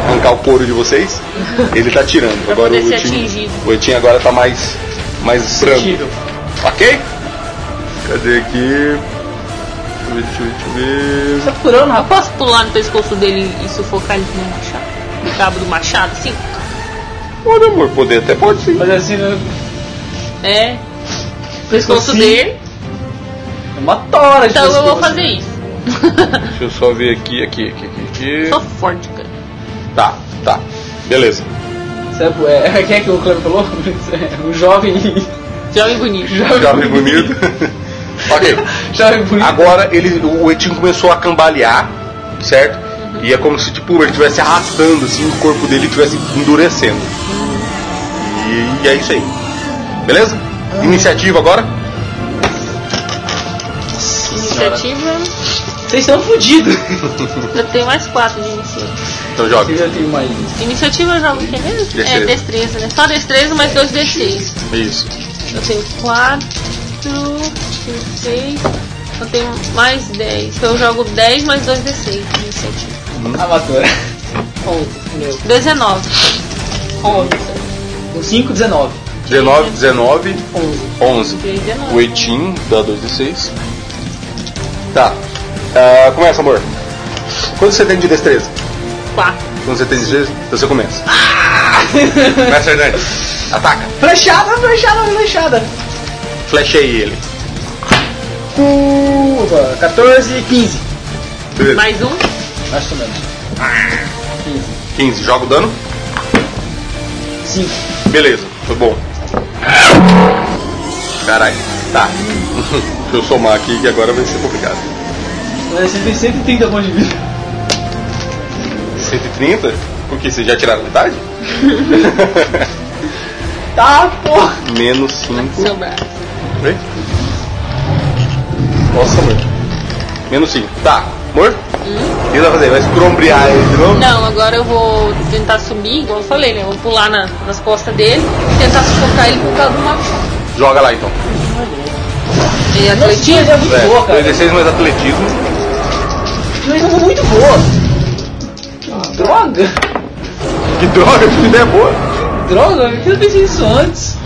arrancar o couro de vocês. Ele tá tirando. Agora o poder ser Etim, atingido. o Etim agora tá mais mais branco. Sensível. Ok? Cadê aqui? Deixa eu ver, deixa eu ver, deixa eu ver. Tá furando, Eu rapaz. posso pular no pescoço dele e sufocar ele com o machado? O cabo do machado, assim? Pode, amor, poder até pode sim. Fazer assim, né? É. O pescoço Assim? dele. uma tora de Então eu vou pescoço. fazer isso. Deixa eu só ver aqui, aqui, aqui, aqui, Sou forte, cara. aqui. Tá, tá. Beleza. Sabe, é, quem é que o Cleber falou? O jovem. Jovem bonito. Jovem bonito. ok. Jovem bonito. Agora ele, o Etinho começou a cambalear, certo? E é como se tipo, ele estivesse arrastando, assim, o corpo dele estivesse endurecendo. E, é isso aí. Beleza? Iniciativa agora? Iniciativa. Vocês estão fodidos. Eu tenho mais quatro de iniciativa. Então joga. Eu já tenho mais. Iniciativa eu jogo o que mesmo? Destreza. É, destreza, né? Só destreza, mais dois D6. Isso. Eu tenho quatro, cinco, seis. Eu tenho mais 10. Então eu jogo 10 mais 2 D6 de iniciativa. Amatora. 11. Meu. 19. 11. Um 5, 19. 19, 19, 11. 11. Tirei 19. O Eitinho dá 2 de 6. Tá. Ah, começa, amor. Quanto você tem de destreza? 4. Quando você tem de destreza, então você começa. começa, Hernandes. Ataca. Flechada, flechada, flechada. Flechei ele. Curva. 14, 15. Beleza. Mais um. Mais ou menos. 15. Joga o dano. 5. Beleza. Foi bom. Caralho. Tá. Deixa eu somar aqui que agora vai ser complicado. Você tem 130 pontos de vida. 130? Porque vocês já tiraram metade? Tá, porra. Menos 5. Seu braço. Vem. Nossa, amor. Menos 5. Tá. Amor? Hum? O que você vai fazer? Vai escrombrear ele de novo? Não, agora eu vou tentar subir, igual eu falei, né? Eu vou pular na- nas costas dele e tentar sufocar ele por causa do machado. Joga lá então. E atletismo? é muito boa, cara. 2d6 mais atletismo. Mas eu sou muito boa. Droga. Que droga, que ideia boa. Droga, por que eu pensei isso antes?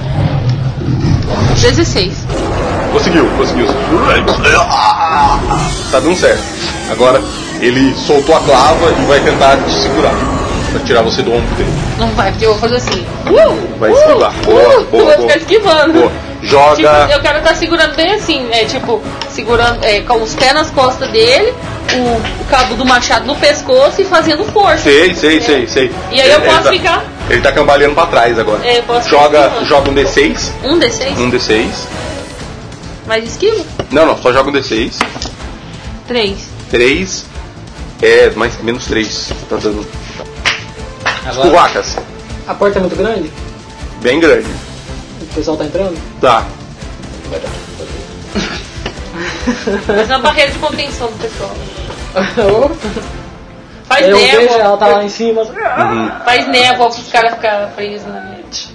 16. Conseguiu, conseguiu. Tá dando certo. Agora ele soltou a clava e vai tentar te segurar. Pra tirar você do ombro dele. Não vai, porque eu vou fazer assim. Vai esquivar. Boa, uh, tu boa, vai boa. ficar esquivando. Boa. Tipo, Joga. eu quero estar segurando bem assim, né? Tipo, segurando é, com os pés nas costas dele, o, o cabo do machado no pescoço e fazendo força. Sei, sei, sei, sei. E aí eu Ele- posso ele tá- ficar? Ele tá cambaleando pra trás agora. É, eu posso Joga, ficar. joga um D6. Um D6? Um D6. Mais esquivo? Não, não, só joga um D6. Três. 3. É, mais, menos 3. Tá dando. Tipo, Curracas. A porta é muito grande? Bem grande. O pessoal tá entrando? Tá. Mas na barreira de contenção do pessoal. Faz Eu vejo névoa, ela tá lá em cima. Uhum. faz névoa pros caras ficarem presos na net.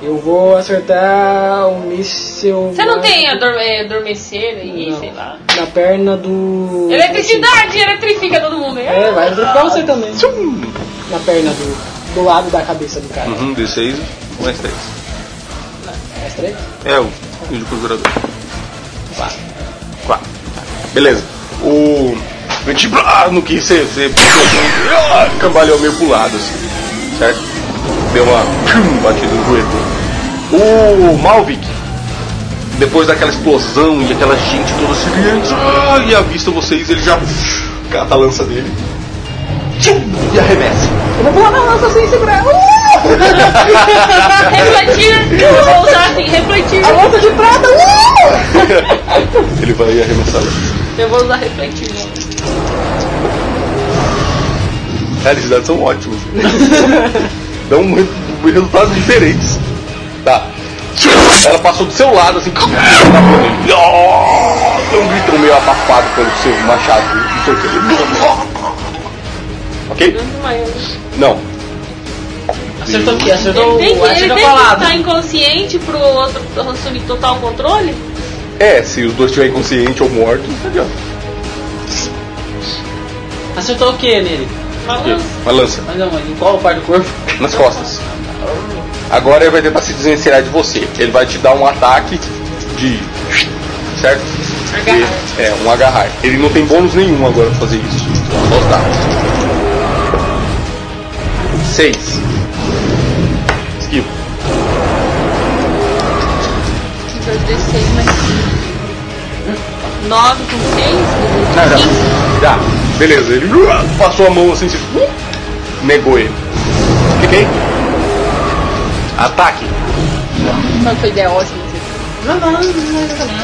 Eu vou acertar o míssil. Você não na- tem ador- é, adormecer e Não. sei lá. Na perna do. Eletricidade, eletrifica todo mundo. É, vai eletrificar você também. Na perna do. Do lado da cabeça do cara. Um, Uhum, D6. Mais 3. Mais três? É, o, o de conjurador. 4. Beleza. O. eu, Tipo, ah, no que você. você ah, cambaleou meio pro lado, assim. Certo? Deu uma hum, batida no joelho. O Malvik, depois daquela explosão e aquela gente toda se viando, ah, e avista vocês, ele já cata a lança dele. Tchum, e arremessa. Eu vou pular na lança sem segurar. Uh! refletir, eu vou usar assim, refletir. A lança de prata! Uh! ele vai arremessar. Eu vou usar refletir. né? Cara, esses dados são ótimos. Dão muito- resultados diferentes. Tá. Ela passou do seu lado, assim. Oh, Deu um grito meio abafado pelo seu machado. Não sei o que. Ok? Muito maior. Não. Acertou o quê? Ele Acertou, tem que, ele tem acertou que falado. estar inconsciente pro outro assumir total controle? É, se os dois estiverem inconscientes ou mortos, tá não adianta. Acertou o que nele? Uma lança. Mas não, mano, em qual parte do corpo? Nas costas. Agora ele vai tentar se desvencilhar de você. Ele vai te dar um ataque de. Certo? Agarrar. E- É, um agarrar. Ele não tem bônus nenhum agora pra fazer isso. Só os dados. 6. Esquiva. 2d6 mais 5. 9 com 6? já. já. Tá. Beleza, ele uh, passou a mão assim, se- uh, negou ele. Fiquei. Ataque. Não foi ideia ótima. assim.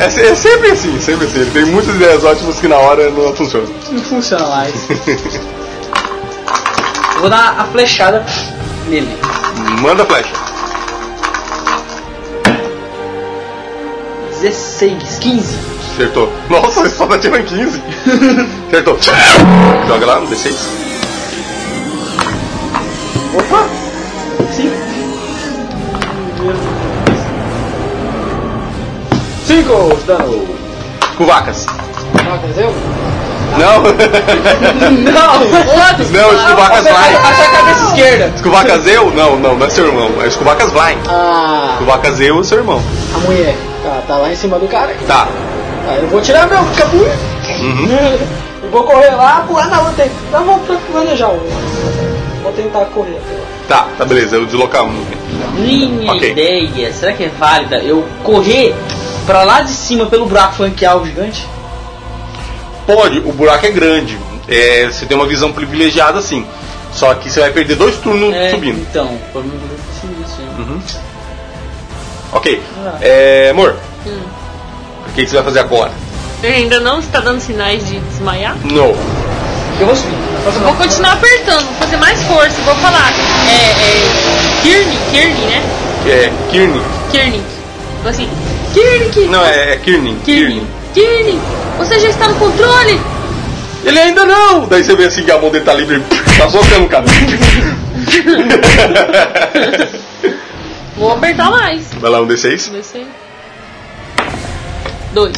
É, se- é sempre assim, sempre assim. Ele tem muitas ideias ótimas que na hora não funcionam. Não funciona mais. Eu vou dar a flechada nele. Manda a flecha. 16, 15. Acertou. Nossa, vocês só tá tirando 15. Acertou. Joga lá no D6. Opa! Sim. 5 de dano. Com vacas. Vacas, eu? Não. Não! Foda-se! Não, escovacas vai. Achei a cabeça esquerda. Escovacas eu? Não, não, não é seu irmão. É escovacas vai. Ah, Escovacas eu é seu irmão. a mulher. Tá, tá lá em cima do cara. Tá. Aí eu vou tirar meu capuz. Uhum. E vou correr lá, pular na outra. Não, vou pra- planejar. o- Vou tentar correr. até lá. Tá, tá, beleza. Eu deslocar um. Minha Ok. ideia, será que é válida eu correr pra lá de cima pelo buraco flanquear o gigante? Pode, o buraco é grande. É, você tem uma visão privilegiada assim. Só que você vai perder dois turnos É, subindo. Então, provavelmente isso, né? Uhum. Ok. É, amor. O que que você vai fazer agora? Ele ainda não está dando sinais de desmaiar. Não. Eu vou subir. Eu vou continuar apertando, vou fazer mais força, vou falar. É, é. Kirni, Kirni, né? É Kirni. Kirni. Tipo assim, Kirni, Kirni. Não, é, é Kirni. Kirni. Kirni, você já está no controle? Ele ainda não! Daí você vê assim que a mão dele tá livre, tá socando o cara. Vou apertar mais. Vai lá, um D6. Descer. Dois.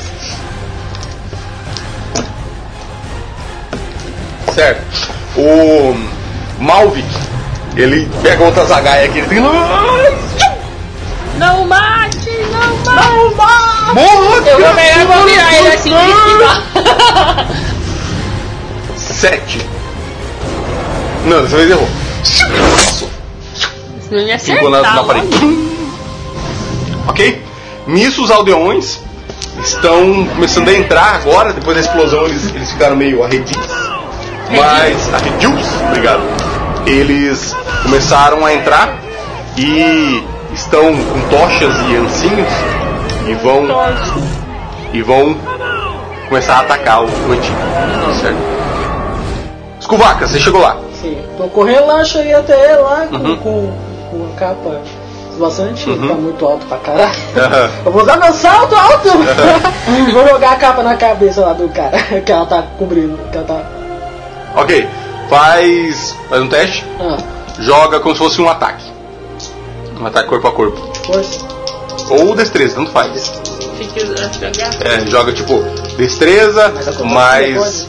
Certo. O Malvik, ele pega outra zagaia aqui, ele fica. Não mate, não mate. Morra! Eu vou pegar e vou virar ele assim pra esquivar. Sete. Não, dessa vez errou. Se não me Ficou acertar. na, na logo. parede. Ok? Nisso os aldeões estão começando a entrar agora, depois da explosão eles, eles ficaram meio arredios. Mas. Arredios? Obrigado. Eles começaram a entrar e estão com tochas e ancinhos e vão. E vão começar a atacar o coitinho. Certo? Escuvaca, você chegou lá. Sim. Tô correndo lá, cheguei até ele lá com, Uhum. com, com a capa bastante, Uhum. É. tá muito alto pra caralho. Aham. Eu vou usar meu salto alto! É. vou jogar a capa na cabeça lá do cara, que ela tá cobrindo, que ela tá. Ok, faz. Faz um teste. Ah, joga como se fosse um ataque. Um ataque corpo a corpo. força. Ou destreza, tanto faz. Fica- jogar. É, joga tipo destreza, mais.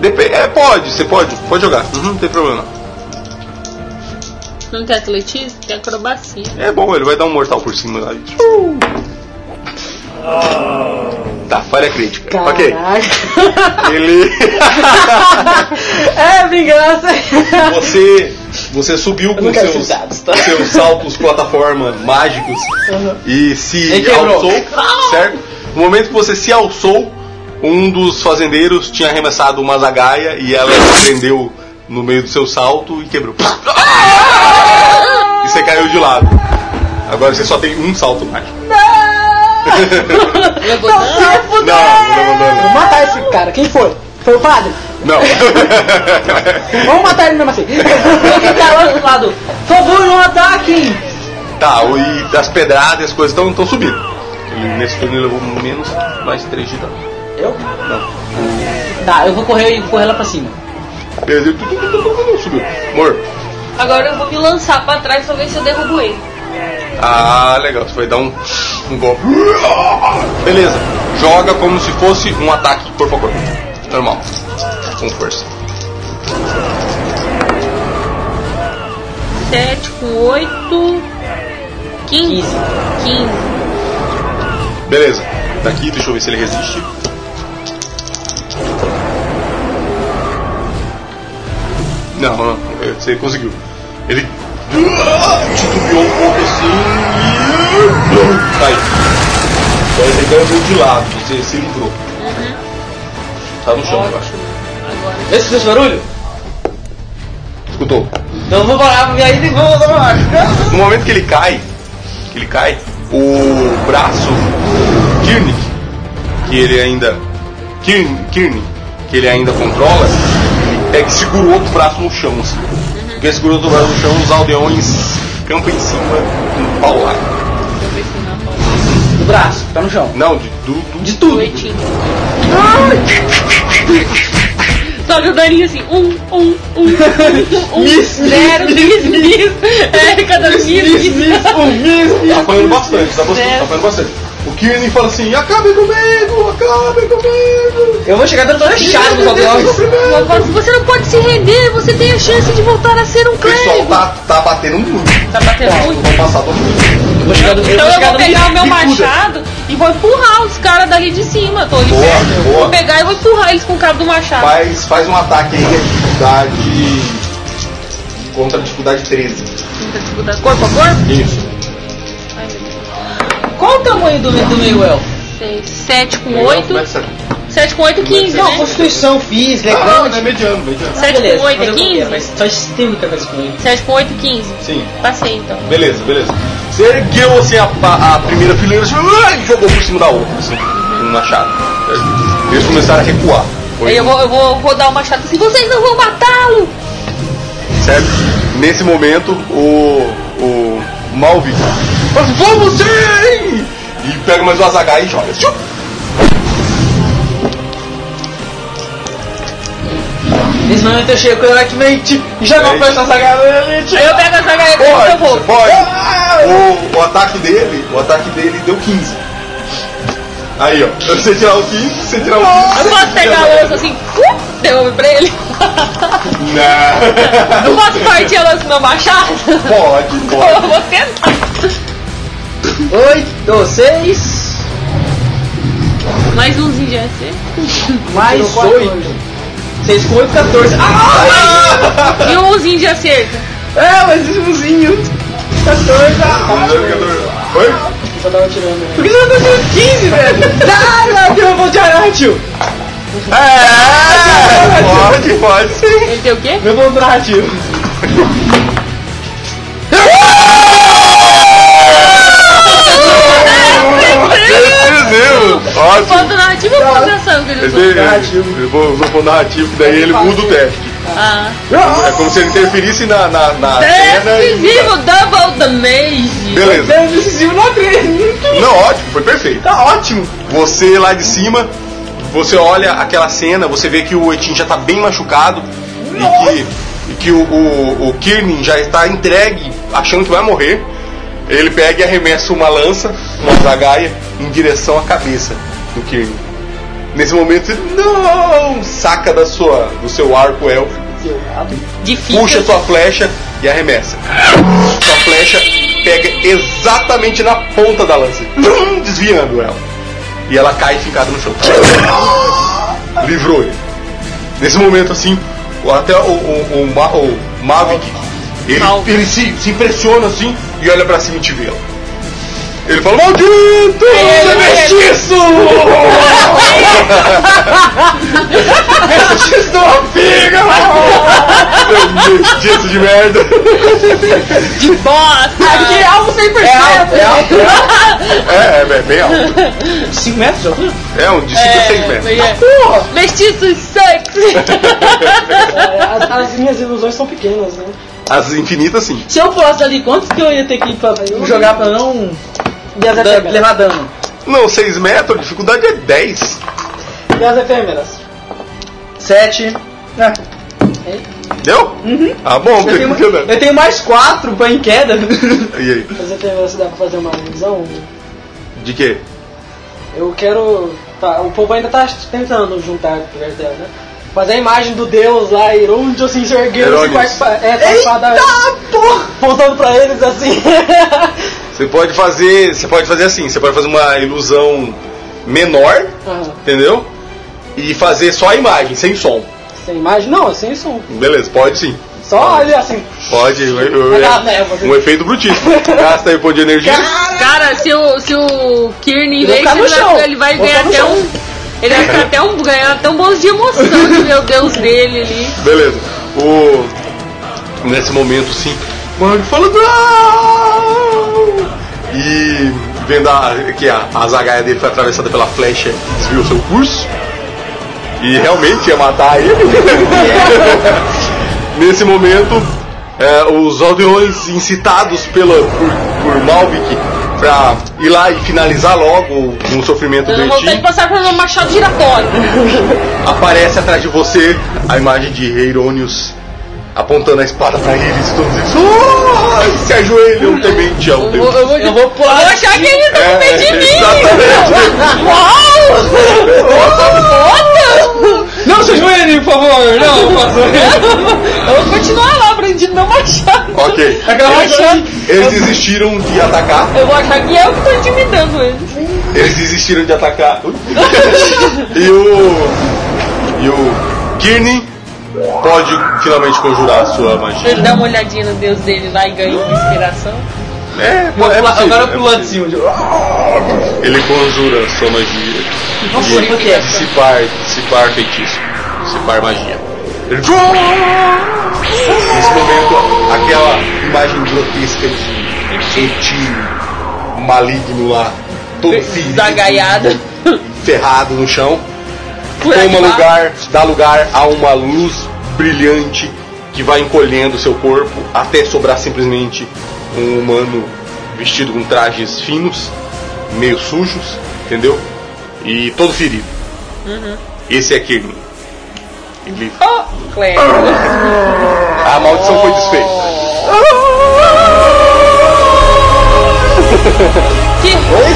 Depe- É, pode, você pode, pode jogar. Uhum, não tem problema. Não tem atletismo, tem acrobacia. É bom, ele vai dar um mortal por cima lá. Tá, falha crítica. Ok. Caralho. Ele. É, vingança! você. Você subiu Eu não com quero seus, esses dados, tá? seus saltos plataforma mágicos Uhum. e se Ele quebrou. alçou, certo? No momento que você se alçou, um dos fazendeiros tinha arremessado uma zagaia e ela se prendeu no meio do seu salto e quebrou. Ah! E você caiu de lado. Agora você só tem um salto mágico. Não, não, não, não, Vou matar esse cara, quem foi? Foi o padre? não. Vamos matar ele mesmo assim. Quem tá lá do outro lado? Por favor, não ataquem! Tá, o- e as pedradas, as coisas estão subindo. Ele, nesse turno ele levou menos mais 3 de dano. Eu? Tá, eu vou correr e correr lá pra cima. Beleza, ele tu- tu- tu- tu- tu- tu- subiu. Amor, Agora eu vou me lançar pra trás pra ver se eu derrubo ele. ah, legal, você vai dar um, um golpe. Beleza, joga como se fosse um ataque corpo a corpo. Normal, com força. Sete com oito. Quinze. Quinze. Beleza, daqui, deixa eu ver se ele resiste. Não, não, é, você conseguiu. Ele titubeou um pouco assim e. Caiu. Então você ganhou de lado, você se livrou. Tá no chão, eu acho. Vê se fez barulho? Escutou. Então eu vou parar pra minha ida e vou voltar pra baixo. No momento que ele cai, que ele cai, o braço do Kirnik, que ele ainda. Kirn, Kirnik, que ele ainda controla, ele pega e segura o outro braço no chão, assim. Porque ele segura o outro braço no chão, os aldeões campam em cima do pau lá. Tá no chão. Não, de, do, do- De tudo. Doitinho. Só que o Daninho assim, um, um, um, um, um, Miss, zero, miss, miss. É, cada miss, miss. Tá apanhando bastante, É. tá apanhando, tá apanhando bastante. O Kirin fala assim: acabe comigo, acabe comigo. Eu vou chegar dando fechado nos aldeões. Eu falo assim, Você não pode se render, você tem a chance de voltar a ser um O pessoal clérigo. tá, tá batendo muito, Tá batendo muito. vão passar todo mundo. Eu vou chegar dando Então eu chegar vou dando- pegar o meu bicuda. machado e vou empurrar os caras dali de cima. Tô ali Boa, perto. boa. Vou pegar e vou empurrar eles com o cabo do machado. Faz, faz um ataque aí, a dificuldade. Contra a dificuldade 13. Muita dificuldade. Corpo a corpo? Isso. Ai, meu Deus. Qual o tamanho do, do meio elfo? Seis, Sete com Como é oito. que você- Sete com oito, quinze, né? Não, constituição física, é Ah, não, grande. é mediano, mediano. Sete com Beleza, oito é mas eu vou ver, quinze? Mas só estilo que eu quero escolher. Sete com oito, quinze. Sim. Passei então. Beleza, beleza. Você ergueu assim a, a- a primeira fileira assim, ah, e jogou por cima da outra, assim, com um machado. Eles começaram a recuar. Aí eu vou, eu vou rodar o machado assim, vocês não vão matá-lo! Certo? Nesse momento, o. o Malvi fala assim, vamos sim! E pega mais o Azagai e joga. Tchup! Nesse momento eu chego corretamente e já não É fecho essa garante. Aí eu pego essa galera e eu vou. Pode, pode. O, o ataque dele, o ataque dele deu 15. Aí, ó. Você tirar o 15, você tirar o 15. Eu posso pegar a lança assim, uh, devolve pra ele. Não. Eu posso partir a lança no meu machado? Pode, Eu pode. vou tentar. Oito, seis, Mais umzinho de AC. mais oito. Seis com oito, 14. Ah! E um umzinho de acerto. É, mas esse mozinho. 14. Ah, Oi? por que você não tá tirando 15, velho? Ah, meu Deus, eu vou de Aratio. É, pode, pode sim. Ele tem o quê? Meu bom Aratio. É Decisivo. Ótimo. Ponto narrativo ou ponto de ação que ele Esse, usou? ele vou- usou ponto narrativo, daí ele muda o teste. Ah. É como se ele interferisse na, na, na cena e... Decisivo, double damage. Tá né? Beleza. Deu um decisivo na 13. Não, ótimo, foi perfeito. Tá ótimo. Você lá de cima, você olha aquela cena, você vê que o Etin já tá bem machucado e que, e que o, o, o Kirnin já está entregue, achando que vai morrer. Ele pega e arremessa uma lança, uma zagaia, em direção à cabeça do Kirnin. Nesse momento, ele não saca da sua, do seu arco elfo, Difícil. puxa sua flecha e arremessa. Sua flecha pega exatamente na ponta da lança, prum, desviando ela. E ela cai fincada no chão. Livrou ele. Nesse momento, assim, o- até o, o, o, Ma- o Mavic, ele, Mal. ele se, se impressiona assim e olha pra cima e te vê. ela. Ele fala: Maldito! Você é mestiço! mestiço do figa! Seu mestiço de merda! de bosta. Aqui é algo 100%. É alto, é alto. É, é, bem- bem alto. 5 metros de altura? É um de 5 a 6 metros. é. Porra! Mestiço É, As, as minhas ilusões são pequenas, né? As infinitas, sim. Se eu pulasse ali, quantos que eu ia ter que ir pra jogar pra não E Tá as da- efêmeras. levar dano? Não, 6 metros, a dificuldade é 10. E as efêmeras. 7. Deu? Ah, bom, Uhum. Eu tem Ah, tenho, é, que andar. eu tenho mais 4 pra em queda. E aí? As efêmeras dá pra fazer uma divisão? De quê? Eu quero. Tá, o povo ainda tá tentando juntar o primeiro dela, né? Mas a imagem do Deus lá, Herôndio, assim, se erguendo, assim, com Herônimo. a espa- é, com a espada. porra! Apontando pra eles, assim. Você pode fazer. Você pode fazer assim, você pode fazer uma ilusão menor, Aham. entendeu? E fazer só a imagem, sem som. Sem imagem? Não, sem som. Beleza, pode sim. Só é ali, assim. Pode. eu- eu- Vai eu- dar leva, assim. um efeito brutíssimo. Gasta aí o ponto de energia. Cara, se o, se o Kearney Vou vê ficar isso, no ele, chão. vai, ele vai Vou ganhar ficar no até chão. um. Ele vai ficar até um. ganhar até um bônus de emoção de ver o Deus dele ali. Beleza. O... Nesse momento, sim. Mano, fala não! E vendo a, que a, a zagaia dele foi atravessada pela flecha, desviou seu curso. E realmente ia matar ele. Nesse momento, é, os aldeões incitados pela, por, por Malvik pra ir lá e finalizar logo um sofrimento Eu vou ter que doentio, passar por um machado giratório. aparece atrás de você a imagem de Heironius apontando a espada pra eles e todos eles "Ah!" se ajoelham temente ao Eu, Deus. É, eu vou, eu vou pular. É, Eu vou achar que tá eles estão com medo de mim. exatamente. Uau! Nossa, foda! Não se ajoelhe, por favor! Não, Eu vou continuar lá, prendido meu machado. ok. Eles, eles desistiram de atacar. Eu vou achar que é eu que tô intimidando eles. Eles desistiram de atacar. Ui. e o. E o Kearney pode finalmente conjurar a sua magia. Ele dá uma olhadinha no deus dele lá e ganha inspiração. É, pô, é possível, Agora é pulando de possível. cima. de- Ele conjura a sua magia. por que de essa? dissipar, dissipar feitiço. Dissipar magia. Ele- Nesse momento, aquela imagem grotesca de Etinho maligno lá, todo ferido, Zagaiada. ferrado no chão, Por toma aqui lá. lugar, dá lugar a uma luz brilhante que vai encolhendo seu corpo até sobrar simplesmente um humano vestido com trajes finos, meio sujos, entendeu? E todo ferido. Esse é Kirby. Ele- Oh, Cleber. A maldição foi desfeita. Que